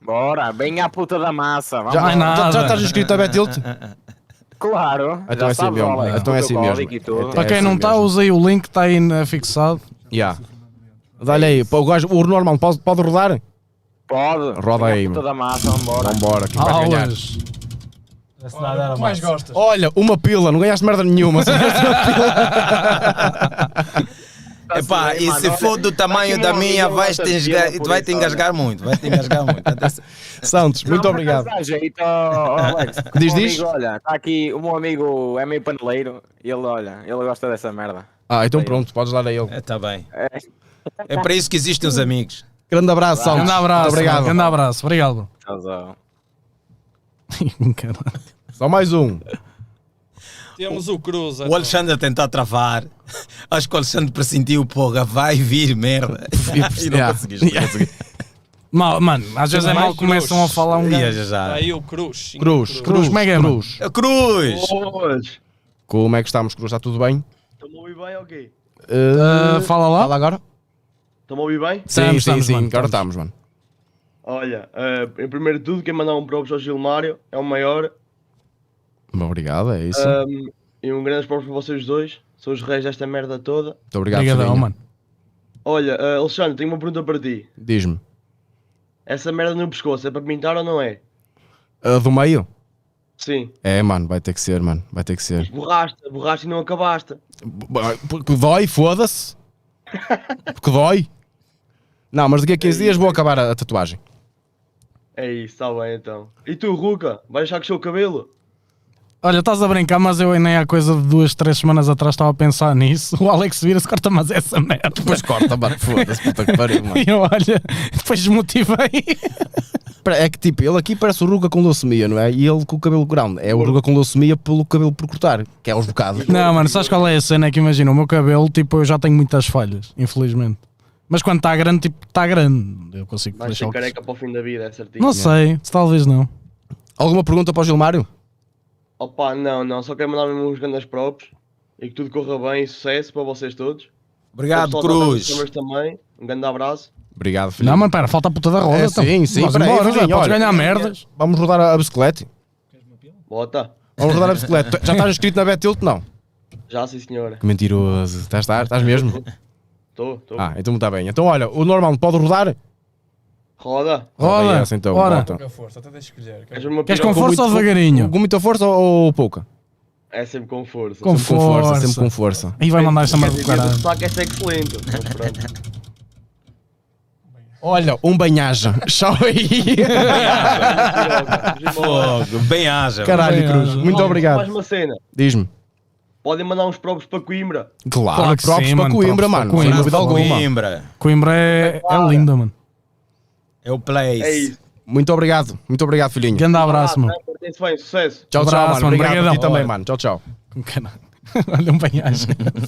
Speaker 4: Bora, bem à puta da massa. Vamos
Speaker 1: Já-
Speaker 4: lá.
Speaker 1: Ai, nada.
Speaker 2: já, já estás inscrito a Betilt?
Speaker 1: <laughs>
Speaker 4: Claro.
Speaker 2: Então é assim mesmo, então é assim mesmo. É-
Speaker 1: Para quem
Speaker 2: assim
Speaker 1: não tá está,
Speaker 2: mesmo.
Speaker 1: usa aí o link, está aí na- fixado.
Speaker 2: Já. Dá-lhe aí, pô, o gajo, o normal pode, pode rodar?
Speaker 4: Pode.
Speaker 2: Roda
Speaker 4: Bem
Speaker 2: aí,
Speaker 4: à puta
Speaker 2: mano.
Speaker 4: da massa, vambora.
Speaker 2: Vambora, quem
Speaker 1: Ah,
Speaker 2: vai ganhar?
Speaker 1: Aulas.
Speaker 2: Olha, uma pila, não ganhaste merda
Speaker 4: <laughs>
Speaker 2: nenhuma. <laughs>
Speaker 3: Epá, e se for do tamanho da minha, vais te, engasgar, vai te engasgar muito, vai te engasgar muito. Atenção.
Speaker 2: Santos, muito
Speaker 4: Não,
Speaker 2: obrigado.
Speaker 4: mas dá
Speaker 2: <laughs>
Speaker 4: jeito, ó, ó, Alex. O
Speaker 2: Diz,
Speaker 4: meu
Speaker 2: diz.
Speaker 4: amigo, olha, está aqui, o meu amigo é meio paneleiro. Ele, olha, ele gosta dessa merda.
Speaker 2: Ah, então pronto, podes dar a ele.
Speaker 3: <laughs> É, tá bem. É para isso que existem os amigos.
Speaker 2: Grande abraço, Santos.
Speaker 1: Grande abraço.
Speaker 2: Muito obrigado.
Speaker 1: mano, Grande abraço.
Speaker 2: <laughs>
Speaker 1: Obrigado, bro.
Speaker 3: Tá
Speaker 4: Casal.
Speaker 1: Caralho.
Speaker 2: Só mais um.
Speaker 8: Temos o Cruz.
Speaker 3: O
Speaker 8: então.
Speaker 3: Alexandre a tentar travar. Acho que o Alexandre pressentiu, porra, vai vir <laughs> merda. E não
Speaker 2: Yeah.
Speaker 3: conseguiste. não conseguiste.
Speaker 1: Mal, mano, às vezes é
Speaker 8: mais
Speaker 1: mal começam a
Speaker 8: cruz.
Speaker 1: falar um
Speaker 3: Ia
Speaker 1: gajo.
Speaker 3: já, já.
Speaker 8: Está Tá aí o Cruz. sim,
Speaker 2: Cruz, é
Speaker 1: Cruz,
Speaker 2: cruz,
Speaker 1: como é que é, mano?
Speaker 2: cruz.
Speaker 3: A Cruz!
Speaker 2: Como é que estamos, Cruz? Está tudo bem?
Speaker 12: Estão-me a ouvir bem ou quê?
Speaker 1: Ah, fala lá.
Speaker 2: Fala agora?
Speaker 12: Estão-me a ouvir
Speaker 2: <laughs>
Speaker 12: bem?
Speaker 2: Sim,
Speaker 1: Estamos,
Speaker 2: sim,
Speaker 1: estamos,
Speaker 2: sim.
Speaker 1: mano,
Speaker 2: agora tá.
Speaker 1: estamos.
Speaker 2: estamos, mano.
Speaker 12: Olha, eh, em primeiro de tudo, quem mandar um props ao Gilmário é o maior.
Speaker 2: Bom, Obrigado, é isso.
Speaker 12: Ahm, e um grande props para vocês dois. São os reis desta merda toda.
Speaker 2: Muito obrigado,
Speaker 1: Obrigadão,
Speaker 2: filhinho.
Speaker 1: mano.
Speaker 12: Olha, eh, Alexandre, tenho uma pergunta para ti.
Speaker 2: Diz-me,
Speaker 12: Essa merda no pescoço é para pintar ou não é?
Speaker 2: a do meio?
Speaker 13: Sim.
Speaker 2: É, mano, vai ter que ser, mano. Vai ter que ser.
Speaker 13: Borraste, borraste e não acabaste.
Speaker 2: Porque dói,
Speaker 13: <laughs>
Speaker 2: foda-se. Porque dói. Não, mas daqui a 15 dias vou acabar a, a tatuagem.
Speaker 13: É isso, está bem então. E tu, Ruca, vais achar que o cabelo?
Speaker 1: Olha, estás a brincar, mas eu nem há coisa de duas, três semanas atrás estava a pensar nisso. O Alex vira-se, corta mas essa merda.
Speaker 2: Depois corta, mano. Foda-se, puta que pariu, <laughs> mano.
Speaker 1: E eu, olha, depois desmotivei.
Speaker 2: É que tipo, ele aqui parece o Ruga com leucemia, não é? E ele com o cabelo grande. É o Ruga com leucemia pelo cabelo por cortar, que é aos bocados.
Speaker 1: Não, mano, sabes qual é a cena? É que imagina, o meu cabelo, tipo, eu já tenho muitas falhas, infelizmente. Mas quando está grande, tipo, está grande. Eu consigo
Speaker 13: Vais
Speaker 1: deixar
Speaker 13: ser
Speaker 1: o que-
Speaker 13: careca para o fim da vida, é certinho.
Speaker 1: Não sei, talvez não.
Speaker 2: Alguma pergunta para o Gilmário?
Speaker 13: Opa, não, não, só quero mandar mesmo uns grandes props e que tudo corra bem e sucesso para vocês todos.
Speaker 3: Obrigado,
Speaker 13: Para o pessoal da Altas
Speaker 3: Cruz.
Speaker 13: Câmaras também, um grande abraço.
Speaker 2: Obrigado, filho.
Speaker 1: Não, mano, pera, falta a puta da roda.
Speaker 2: É,
Speaker 1: então.
Speaker 2: sim, sim.
Speaker 1: Nós
Speaker 2: peraí,
Speaker 1: embora,
Speaker 2: filhinho,
Speaker 1: já, podes
Speaker 2: olha.
Speaker 1: ganhar merdas.
Speaker 2: Vamos rodar a, a bicicleta?
Speaker 13: Bota,
Speaker 2: Vamos rodar a bicicleta. Já estás inscrito na Betilt? Não.
Speaker 13: já sim senhora.
Speaker 2: Que mentiroso. Estás, estás, estás mesmo?
Speaker 13: Estou, estou.
Speaker 2: Ah, então está bem. Então olha, o normal pode rodar?
Speaker 13: Roda.
Speaker 1: Roda,
Speaker 2: aí essa, então,
Speaker 1: ora.
Speaker 2: bota.
Speaker 8: Pouca força, até tens de escolher.
Speaker 13: És uma
Speaker 1: Queres com
Speaker 13: piroca.
Speaker 1: força ou devagarinho?
Speaker 2: Com muita força ou, ou pouca?
Speaker 13: É sempre com força.
Speaker 1: Com
Speaker 2: sempre com força,
Speaker 1: força.
Speaker 2: sempre com força.
Speaker 1: Aí vai mandar esta merda do
Speaker 13: Quer dizer,
Speaker 1: caralho.
Speaker 13: o sotaque é excelente. Mas pronto.
Speaker 2: Olha, um <laughs> banhaja. Tchau aí.
Speaker 3: é Fogo, bem haja.
Speaker 2: Caralho,
Speaker 1: Um
Speaker 2: Cruz.
Speaker 1: banhaja.
Speaker 2: Muito
Speaker 13: Mais
Speaker 2: obrigado.
Speaker 13: uma cena.
Speaker 2: Diz-me.
Speaker 13: Podem mandar uns props para Coimbra.
Speaker 2: Claro,
Speaker 1: Claro que
Speaker 2: próprios
Speaker 1: sim,
Speaker 2: para
Speaker 1: mano,
Speaker 2: Coimbra,
Speaker 1: próprios para
Speaker 2: mano. Sem
Speaker 1: Coimbra.
Speaker 2: dúvida alguma.
Speaker 3: Coimbra.
Speaker 1: Coimbra é, é linda, mano.
Speaker 3: É o place.
Speaker 13: É isso.
Speaker 2: Muito obrigado. Muito obrigado, filhinho.
Speaker 1: Grande abraço, mano.
Speaker 13: Ah, portem-se bem, sucesso.
Speaker 2: Tchau, tchau,
Speaker 1: Abraço,
Speaker 2: mano.
Speaker 1: mano.
Speaker 2: Obrigado a ti
Speaker 1: Obrigadão.
Speaker 2: também, mano. Tchau,
Speaker 1: <laughs>
Speaker 2: tchau.
Speaker 1: Com caralho. Olha, um banhaja.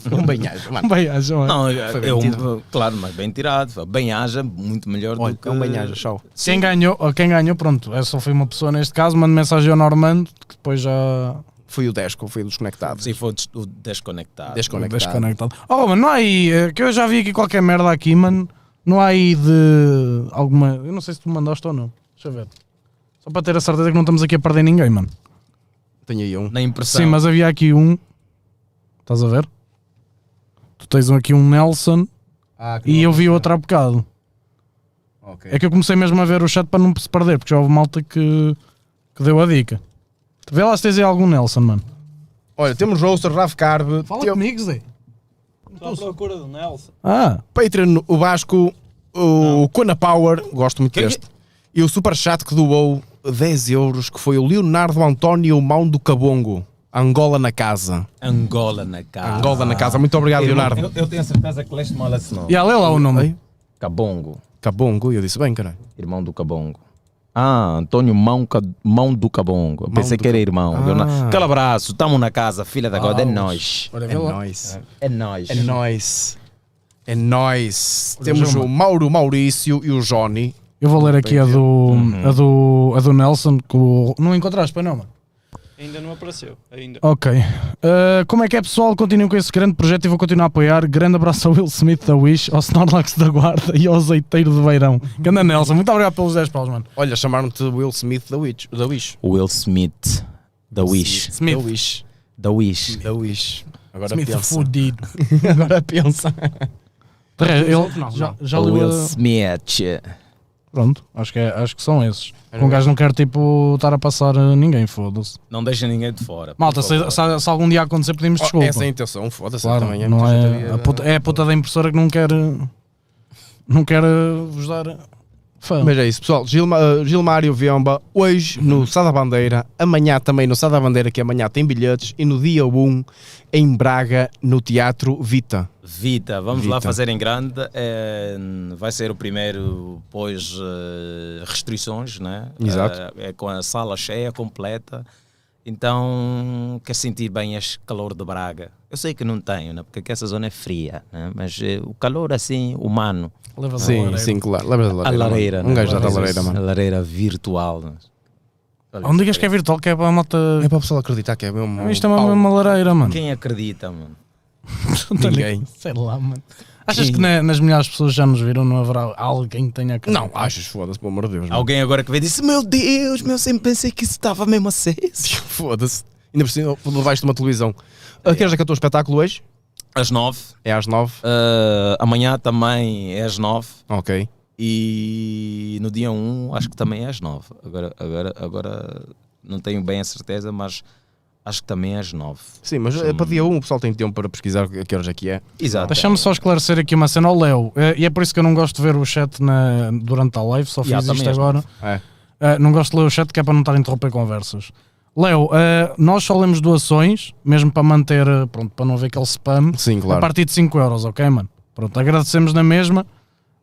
Speaker 2: Um banhaja, mano.
Speaker 1: Um banhaja, mano.
Speaker 3: Não, é
Speaker 2: bem
Speaker 3: um-
Speaker 2: tirado.
Speaker 3: claro, mas bem tirado. Bem haja, muito melhor
Speaker 2: Olha,
Speaker 3: do que
Speaker 2: é um banhaja,
Speaker 1: eh,
Speaker 2: tchau.
Speaker 1: Quem ganhou, ou quem ganhou, pronto, eu só fui uma pessoa neste caso, mando mensagem ao Normando, que depois já
Speaker 2: Foi o Desco, foi o desconectado.
Speaker 3: Se for des- o desconectado.
Speaker 2: Desconectado.
Speaker 1: desconectado. Oh, mano, não há aí, eh, que eu já vi aqui qualquer merda aqui, mano, não há aí de alguma, eu não sei se tu me mandaste ou não, deixa eu ver. Só para ter a certeza que não estamos aqui a perder ninguém, mano.
Speaker 2: Tenho aí um.
Speaker 3: Na impressão.
Speaker 1: Sim, mas havia aqui um, estás a ver? Tu tens aqui um Nelson e eu vi outro há bocado.
Speaker 2: Ok.
Speaker 1: É que eu comecei mesmo a ver o chat para não se perder, porque já houve malta que, que deu a dica. Vê lá se tens aí algum Nelson, mano.
Speaker 2: Olha, temos Roaster, Raf Carb,
Speaker 1: Fala
Speaker 2: teu-
Speaker 1: comigo, Zé.
Speaker 8: Estou à procura do Nelson.
Speaker 1: Ah,
Speaker 2: Patreon, o Vasco, o Cona Power, gosto muito deste. E o super chat que doou 10 euros, que foi o Leonardo António Mão do Cabongo. Angola na casa. é
Speaker 3: Angola na casa.
Speaker 2: Angola na casa. Muito obrigado, Leonardo.
Speaker 3: Eu, eu tenho a certeza que leste mal esse nome.
Speaker 1: e lê lá o nome.
Speaker 2: Ei,
Speaker 3: Cabongo.
Speaker 2: Cabongo, eu disse bem, caralho.
Speaker 3: Irmão do Cabongo. Ah, Antônio Mão, Ca- Mão do Cabongo. Eu Pensei
Speaker 2: do
Speaker 3: que era irmão.
Speaker 2: Ah.
Speaker 3: Leonardo. Aquele abraço. Tamo na casa, filha da God. É nós.
Speaker 2: É nóis.
Speaker 3: É nós.
Speaker 2: É nóis. É nóis. Temos o Mauro Maurício e o Johnny.
Speaker 1: Eu vou ler aqui a do, a do, a do Nelson. Que o- Não encontraste, pois não, mano?
Speaker 8: Ainda não apareceu. Ainda.
Speaker 1: Ok. Uh, como é que é, pessoal? Continuem com esse grande projeto e vou continuar a apoiar. Grande abraço ao Will Smith da Wish, ao Snorlax da Guarda e ao Azeiteiro de Beirão. Ganda Nelson, muito obrigado pelos 10 paus, mano.
Speaker 2: Olha, chamaram-te Will Smith da Wish. Da Wish.
Speaker 3: Will Smith. The Wish.
Speaker 2: Da Wish.
Speaker 3: The Wish.
Speaker 2: Da Wish. Agora
Speaker 1: Smith
Speaker 2: pensa.
Speaker 1: fudido.
Speaker 2: <laughs> Agora pensa.
Speaker 1: De resto, ele- já, já
Speaker 3: Will
Speaker 1: leu a-
Speaker 3: Smith.
Speaker 1: Pronto, acho que, é- acho que são esses. Com um gajo não quer, tipo, estar a passar a ninguém, foda-se.
Speaker 3: Não deixa ninguém de fora. por
Speaker 1: Malta, se,
Speaker 3: favor.
Speaker 1: se- se algum dia acontecer, pedimos
Speaker 2: Oh,
Speaker 1: desculpa.
Speaker 2: essa é a intenção, foda-se.
Speaker 1: Claro,
Speaker 2: também é
Speaker 1: não
Speaker 2: muita
Speaker 1: é,
Speaker 2: gente
Speaker 1: a
Speaker 2: ali a-
Speaker 1: puta, é a puta da impressora que não quer eh, não quer eh, vos dar fã.
Speaker 2: Mas é isso, pessoal. Gilma, uh, Gilmário Viomba, hoje no Sada Bandeira, amanhã também no Sada Bandeira, que amanhã tem bilhetes, e no dia 1 em Braga, no Teatro Vita.
Speaker 3: Vita, vamos lá
Speaker 2: Vita.
Speaker 3: fazer em grande. eh, vai ser o primeiro pós eh, restrições, né?
Speaker 2: Exato.
Speaker 3: Eh, é com a sala cheia, completa. Então, quer sentir bem este calor de Braga? Eu sei que não tenho, né? Porque aqui essa zona é fria, né? Mas eh, o calor assim, humano.
Speaker 1: Levas a
Speaker 2: Sim,
Speaker 1: lareira.
Speaker 2: sim, claro. Lembras da
Speaker 3: A
Speaker 2: lareira?
Speaker 3: lareira,
Speaker 2: mano? Um
Speaker 3: né?
Speaker 2: gajo já da lareira,
Speaker 3: A
Speaker 2: mano.
Speaker 3: lareira virtual. né? Olha,
Speaker 1: Onde digas que é virtual, que é para a malta.
Speaker 2: É para o pessoal acreditar que é mesmo. um
Speaker 1: Isto é uma,
Speaker 2: pau.
Speaker 1: uma lareira, mano. <laughs>
Speaker 3: Quem acredita, mano?
Speaker 2: Ninguém.
Speaker 1: Sei lá, mano. Achas que na- nas milhares de pessoas já nos viram, não haverá alguém que tenha a
Speaker 2: Não, achas, foda-se, pelo amor de Deus. mano.
Speaker 3: Alguém agora que vem e disse: Meu Deus, meu, sempre pensei que isso estava mesmo
Speaker 1: <laughs>
Speaker 3: aceso.
Speaker 2: Foda-se. Ainda por cima, levaste uma televisão. A que horas é que é o teu espetáculo hoje?
Speaker 3: Às nove.
Speaker 2: É às 9.
Speaker 3: Eh, amanhã também é às nove.
Speaker 2: Ok.
Speaker 3: um E no dia 1 acho que também é às 9. Agora, agora, agora não tenho bem a certeza, mas acho que também é às nove.
Speaker 2: Sim, mas eh, para dia 1 o pessoal tem tempo para pesquisar a que horas é que é.
Speaker 3: Exato.
Speaker 1: Deixa-me só esclarecer aqui uma cena ao Leo. Eh, E é por isso que eu não gosto de ver o chat na- durante a live, só fiz
Speaker 3: Yeah,
Speaker 1: isto
Speaker 3: também és
Speaker 1: agora.
Speaker 2: É.
Speaker 1: Eh, não gosto de ler o chat que é para não estar a interromper conversas. Leo, eh, nós só lemos doações, mesmo para manter, eh, pronto, para não haver aquele spam,
Speaker 2: Sim,
Speaker 1: a
Speaker 2: claro.
Speaker 1: partir de 5 euros, ok, mano? Pronto, agradecemos na mesma,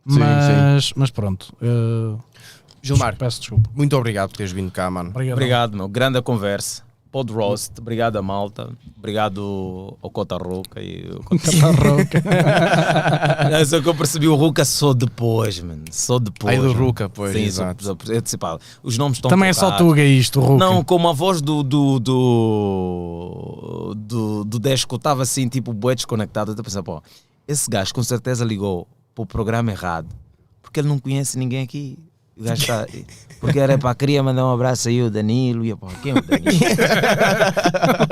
Speaker 2: Sim,
Speaker 1: mas, mas pronto. eh,
Speaker 2: Gilmar,
Speaker 1: peço desculpa.
Speaker 2: muito obrigado por teres vindo cá, mano.
Speaker 1: Obrigado. <laughs>
Speaker 3: Obrigado, meu. Grande a conversa. Pod Roast, obrigado a Malta, obrigado ao Cota Roca e ao
Speaker 2: <laughs>
Speaker 1: Tá,
Speaker 3: Cota Não, só que eu percebi o Ruca só depois, mano. Só depois.
Speaker 2: Aí do
Speaker 3: mano.
Speaker 2: Ruca, pois,
Speaker 3: Sim,
Speaker 2: exato.
Speaker 3: só- só- eu disse, pá, os nomes estão.
Speaker 1: Também é só
Speaker 3: trocados.
Speaker 1: Tuga isto, Hulk.
Speaker 3: Não, como a voz do. do. do. do, do Desco estava assim, tipo, bué desconectado. Eu até pensei, pô, esse gajo com certeza ligou para o programa errado, porque ele não conhece ninguém aqui. O gajo está. Porque era para queria mandar um abraço aí o Danilo e eu, pá, quem é o Danilo?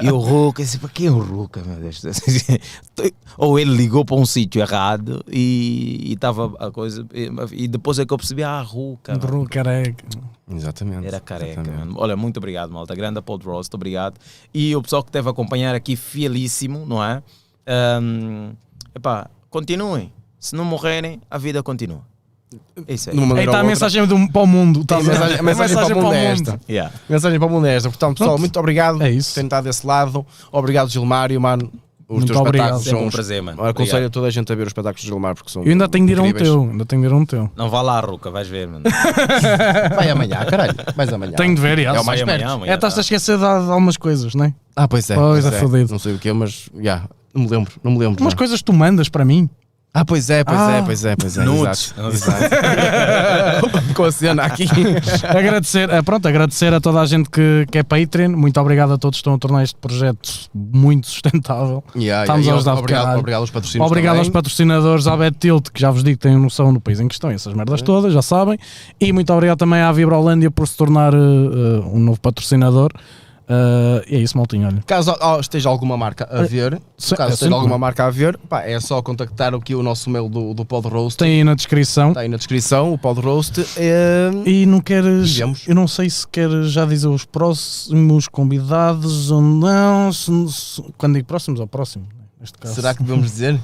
Speaker 3: e o Ruca, eu disse, pá, quem é o Ruca, meu Deus? <laughs> Ou ele ligou para um sítio errado e e estava a coisa. E, e depois é que eu percebi, ah, Ruca. mano.
Speaker 1: Drew careca.
Speaker 2: Exatamente.
Speaker 3: Era careca,
Speaker 2: exatamente.
Speaker 3: mano. Olha, muito obrigado, malta. Grande Apple Roast, obrigado. E o pessoal que esteve a acompanhar aqui, fielíssimo, não é? Ahm, epá, continuem. Se não morrerem, a vida continua. É isso aí.
Speaker 2: De uma
Speaker 1: Aí
Speaker 2: maneira
Speaker 1: está
Speaker 2: ou
Speaker 1: a
Speaker 2: outra-
Speaker 1: mensagem do, para o mundo. Tá
Speaker 2: A mensagem, a mensagem para o mundo é esta.
Speaker 3: Yeah.
Speaker 2: Mensagem para o mundo é esta. Portanto, pessoal,
Speaker 1: Pronto.
Speaker 2: muito obrigado
Speaker 1: É
Speaker 2: por
Speaker 1: isso.
Speaker 2: terem estado desse lado. Obrigado, Gilmário, mano. Os
Speaker 1: Muito
Speaker 2: teus
Speaker 1: obrigado.
Speaker 2: espetáculos
Speaker 3: Sempre
Speaker 2: são
Speaker 3: um
Speaker 2: uns-
Speaker 3: prazer, mano.
Speaker 2: Aconselho
Speaker 3: Obrigado.
Speaker 2: a toda a gente a ver os espetáculos de Gilmar porque são.
Speaker 1: Eu ainda tenho de ir a um
Speaker 2: incríveis.
Speaker 1: teu, ainda tenho de ir a um teu.
Speaker 3: Não vá lá, Ruca, vais ver, mano.
Speaker 14: Vai amanhã, caralho. Vais amanhã.
Speaker 1: Tenho de ver, já.
Speaker 3: É o
Speaker 1: sei.
Speaker 3: mais amanhã,
Speaker 1: É,
Speaker 3: amanhã.
Speaker 1: estás a
Speaker 3: tá.
Speaker 1: esquecer de, de algumas coisas, não é?
Speaker 2: Ah, pois é.
Speaker 1: Pois é, fodido.
Speaker 2: Não sei o que é, mas. já, não me lembro, não me lembro.
Speaker 1: Umas
Speaker 2: já.
Speaker 1: coisas que tu mandas
Speaker 2: <laughs>
Speaker 1: para mim.
Speaker 2: Ah, pois é, pois
Speaker 1: Ah.
Speaker 2: é, pois é, pois é.
Speaker 3: Nudes.
Speaker 2: Exato. exato. <laughs> Com a cena
Speaker 3: <laughs>
Speaker 2: aqui.
Speaker 1: agradecer, eh, pronto, agradecer a toda a gente que, que é Patreon. Muito obrigado a todos que estão a tornar este projeto muito sustentável.
Speaker 2: Yeah,
Speaker 1: Estamos
Speaker 2: yeah,
Speaker 1: a ajudar
Speaker 2: e
Speaker 1: um
Speaker 2: Obrigado,
Speaker 1: bocado.
Speaker 2: obrigado aos patrocínios.
Speaker 1: obrigado
Speaker 2: também.
Speaker 1: aos patrocinadores, à Tilt, que já vos digo que têm noção no país em que estão, essas merdas todas, já sabem. E muito obrigado também à Vibrolândia por se tornar eh, eh, um novo patrocinador. Eh, e é isso, maltinho, olha.
Speaker 2: Caso oh, esteja alguma marca a ver,
Speaker 1: se-
Speaker 2: caso
Speaker 1: é
Speaker 2: esteja
Speaker 1: sempre.
Speaker 2: alguma marca a ver, pá, é só contactar aqui o nosso mail do, do Pod Roast.
Speaker 1: Tem aí na descrição.
Speaker 2: Está aí na descrição, o Pod Roast. É...
Speaker 1: E não queres.
Speaker 2: Digamos.
Speaker 1: Eu não sei se queres já dizer os próximos convidados ou não. se- se- quando digo próximos, ao próximo. Neste caso.
Speaker 2: Será que devemos dizer?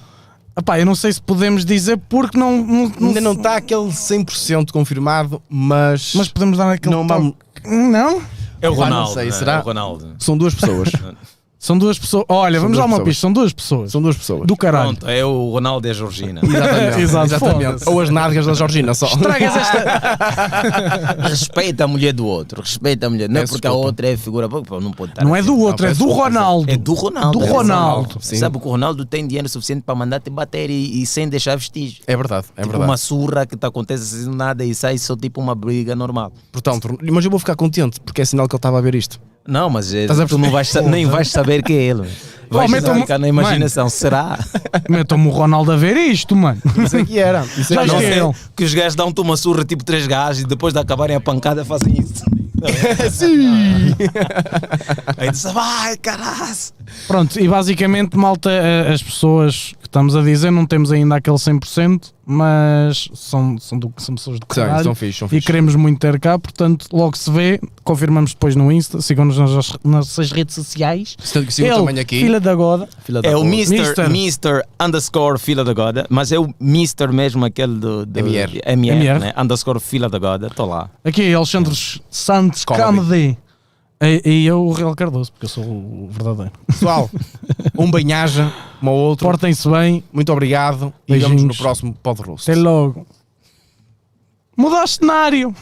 Speaker 1: Epá, eu não sei se podemos dizer porque não. não- não-
Speaker 2: Ainda não está aquele 100% confirmado, mas,
Speaker 1: Mas podemos dar aquele.
Speaker 2: Não,
Speaker 1: toque. Não?
Speaker 3: É o
Speaker 2: Pá, não
Speaker 3: Ronaldo.
Speaker 2: sei,
Speaker 3: né?
Speaker 2: será?
Speaker 3: É o Ronaldo.
Speaker 2: são duas pessoas. <laughs>
Speaker 1: São duas pessoas. Olha,
Speaker 2: São duas
Speaker 1: vamos lá uma
Speaker 2: pessoas.
Speaker 1: pista. São duas pessoas.
Speaker 2: são duas pessoas.
Speaker 1: Do caralho.
Speaker 3: Pronto, é o Ronaldo e
Speaker 2: <laughs>
Speaker 3: a Georgina.
Speaker 2: Exatamente.
Speaker 1: <laughs> Exato,
Speaker 2: exatamente.
Speaker 1: foda-se.
Speaker 2: Ou as nádegas da Georgina só.
Speaker 1: Tragas esta.
Speaker 3: Respeita a mulher do outro, respeita a mulher. Não é
Speaker 2: Peço
Speaker 3: porque a
Speaker 2: desculpa.
Speaker 3: outra é figura. pô, pô, Não pode estar
Speaker 1: Não
Speaker 3: a
Speaker 1: é
Speaker 3: dizer.
Speaker 1: do outro, é
Speaker 2: peço
Speaker 1: do
Speaker 2: desculpa.
Speaker 1: Ronaldo.
Speaker 3: É do Ronaldo.
Speaker 1: Do
Speaker 3: é
Speaker 1: Ronaldo,
Speaker 2: sim.
Speaker 3: Sabe que o Ronaldo tem dinheiro suficiente para mandar te bater e, e sem deixar vestígio.
Speaker 2: <laughs> É verdade, é
Speaker 3: tipo
Speaker 2: verdade.
Speaker 3: uma surra que te acontece assim do nada e sai só tipo uma briga normal.
Speaker 2: Portanto, mas eu vou ficar contente porque é sinal que ele estava a ver isto.
Speaker 3: Não, mas eh,
Speaker 2: Estás a um
Speaker 3: tu não vais, sa- nem vais saber que
Speaker 2: <laughs>
Speaker 3: é ele. Vais
Speaker 1: Aumenta o-
Speaker 3: ficar na imaginação. Será?
Speaker 1: <laughs> Metam-me o Ronaldo a ver
Speaker 2: <laughs>
Speaker 1: isto, mano.
Speaker 2: Isso é que era. Isso
Speaker 1: Já
Speaker 2: é que
Speaker 1: Não
Speaker 2: era.
Speaker 1: sei.
Speaker 3: sei, que os gajos dão-te uma surra tipo três gajos e depois de acabarem a pancada fazem isso.
Speaker 2: <laughs> Sim.
Speaker 3: <laughs> Aí tu sabe, ai caralho.
Speaker 1: Pronto, e basicamente, malta, eh, as pessoas que estamos a dizer, não temos ainda aquele 100%, mas são, são, do, são pessoas do
Speaker 2: São,
Speaker 1: caralho.
Speaker 2: são fixe, são
Speaker 1: e
Speaker 2: fixe.
Speaker 1: queremos muito ter cá, portanto, logo se vê. Confirmamos depois no Insta. Sigam-nos nas, nas nossas redes sociais.
Speaker 2: Sendo que sigam
Speaker 1: Ele,
Speaker 2: também aqui.
Speaker 1: É Filha da Goda.
Speaker 2: Filha da
Speaker 3: É o
Speaker 2: porra.
Speaker 3: Mr.
Speaker 1: Mister.
Speaker 3: Mr. Underscore Fila da Goda, mas é o Mr. mesmo aquele do, do
Speaker 2: MR.
Speaker 3: MR,
Speaker 1: MR.
Speaker 3: Né? Underscore Fila da Goda, estou lá.
Speaker 1: Aqui, Alexandre Santos
Speaker 2: Comedy.
Speaker 1: Comedy. E, e eu, o Real Cardoso, porque eu sou o verdadeiro.
Speaker 2: Pessoal, um banhaja, uma ou outra.
Speaker 1: Portem-se bem.
Speaker 2: Muito obrigado e vemos no
Speaker 1: Beijinhos.
Speaker 2: próximo Pod Roast.
Speaker 1: Até logo. Mudar cenário.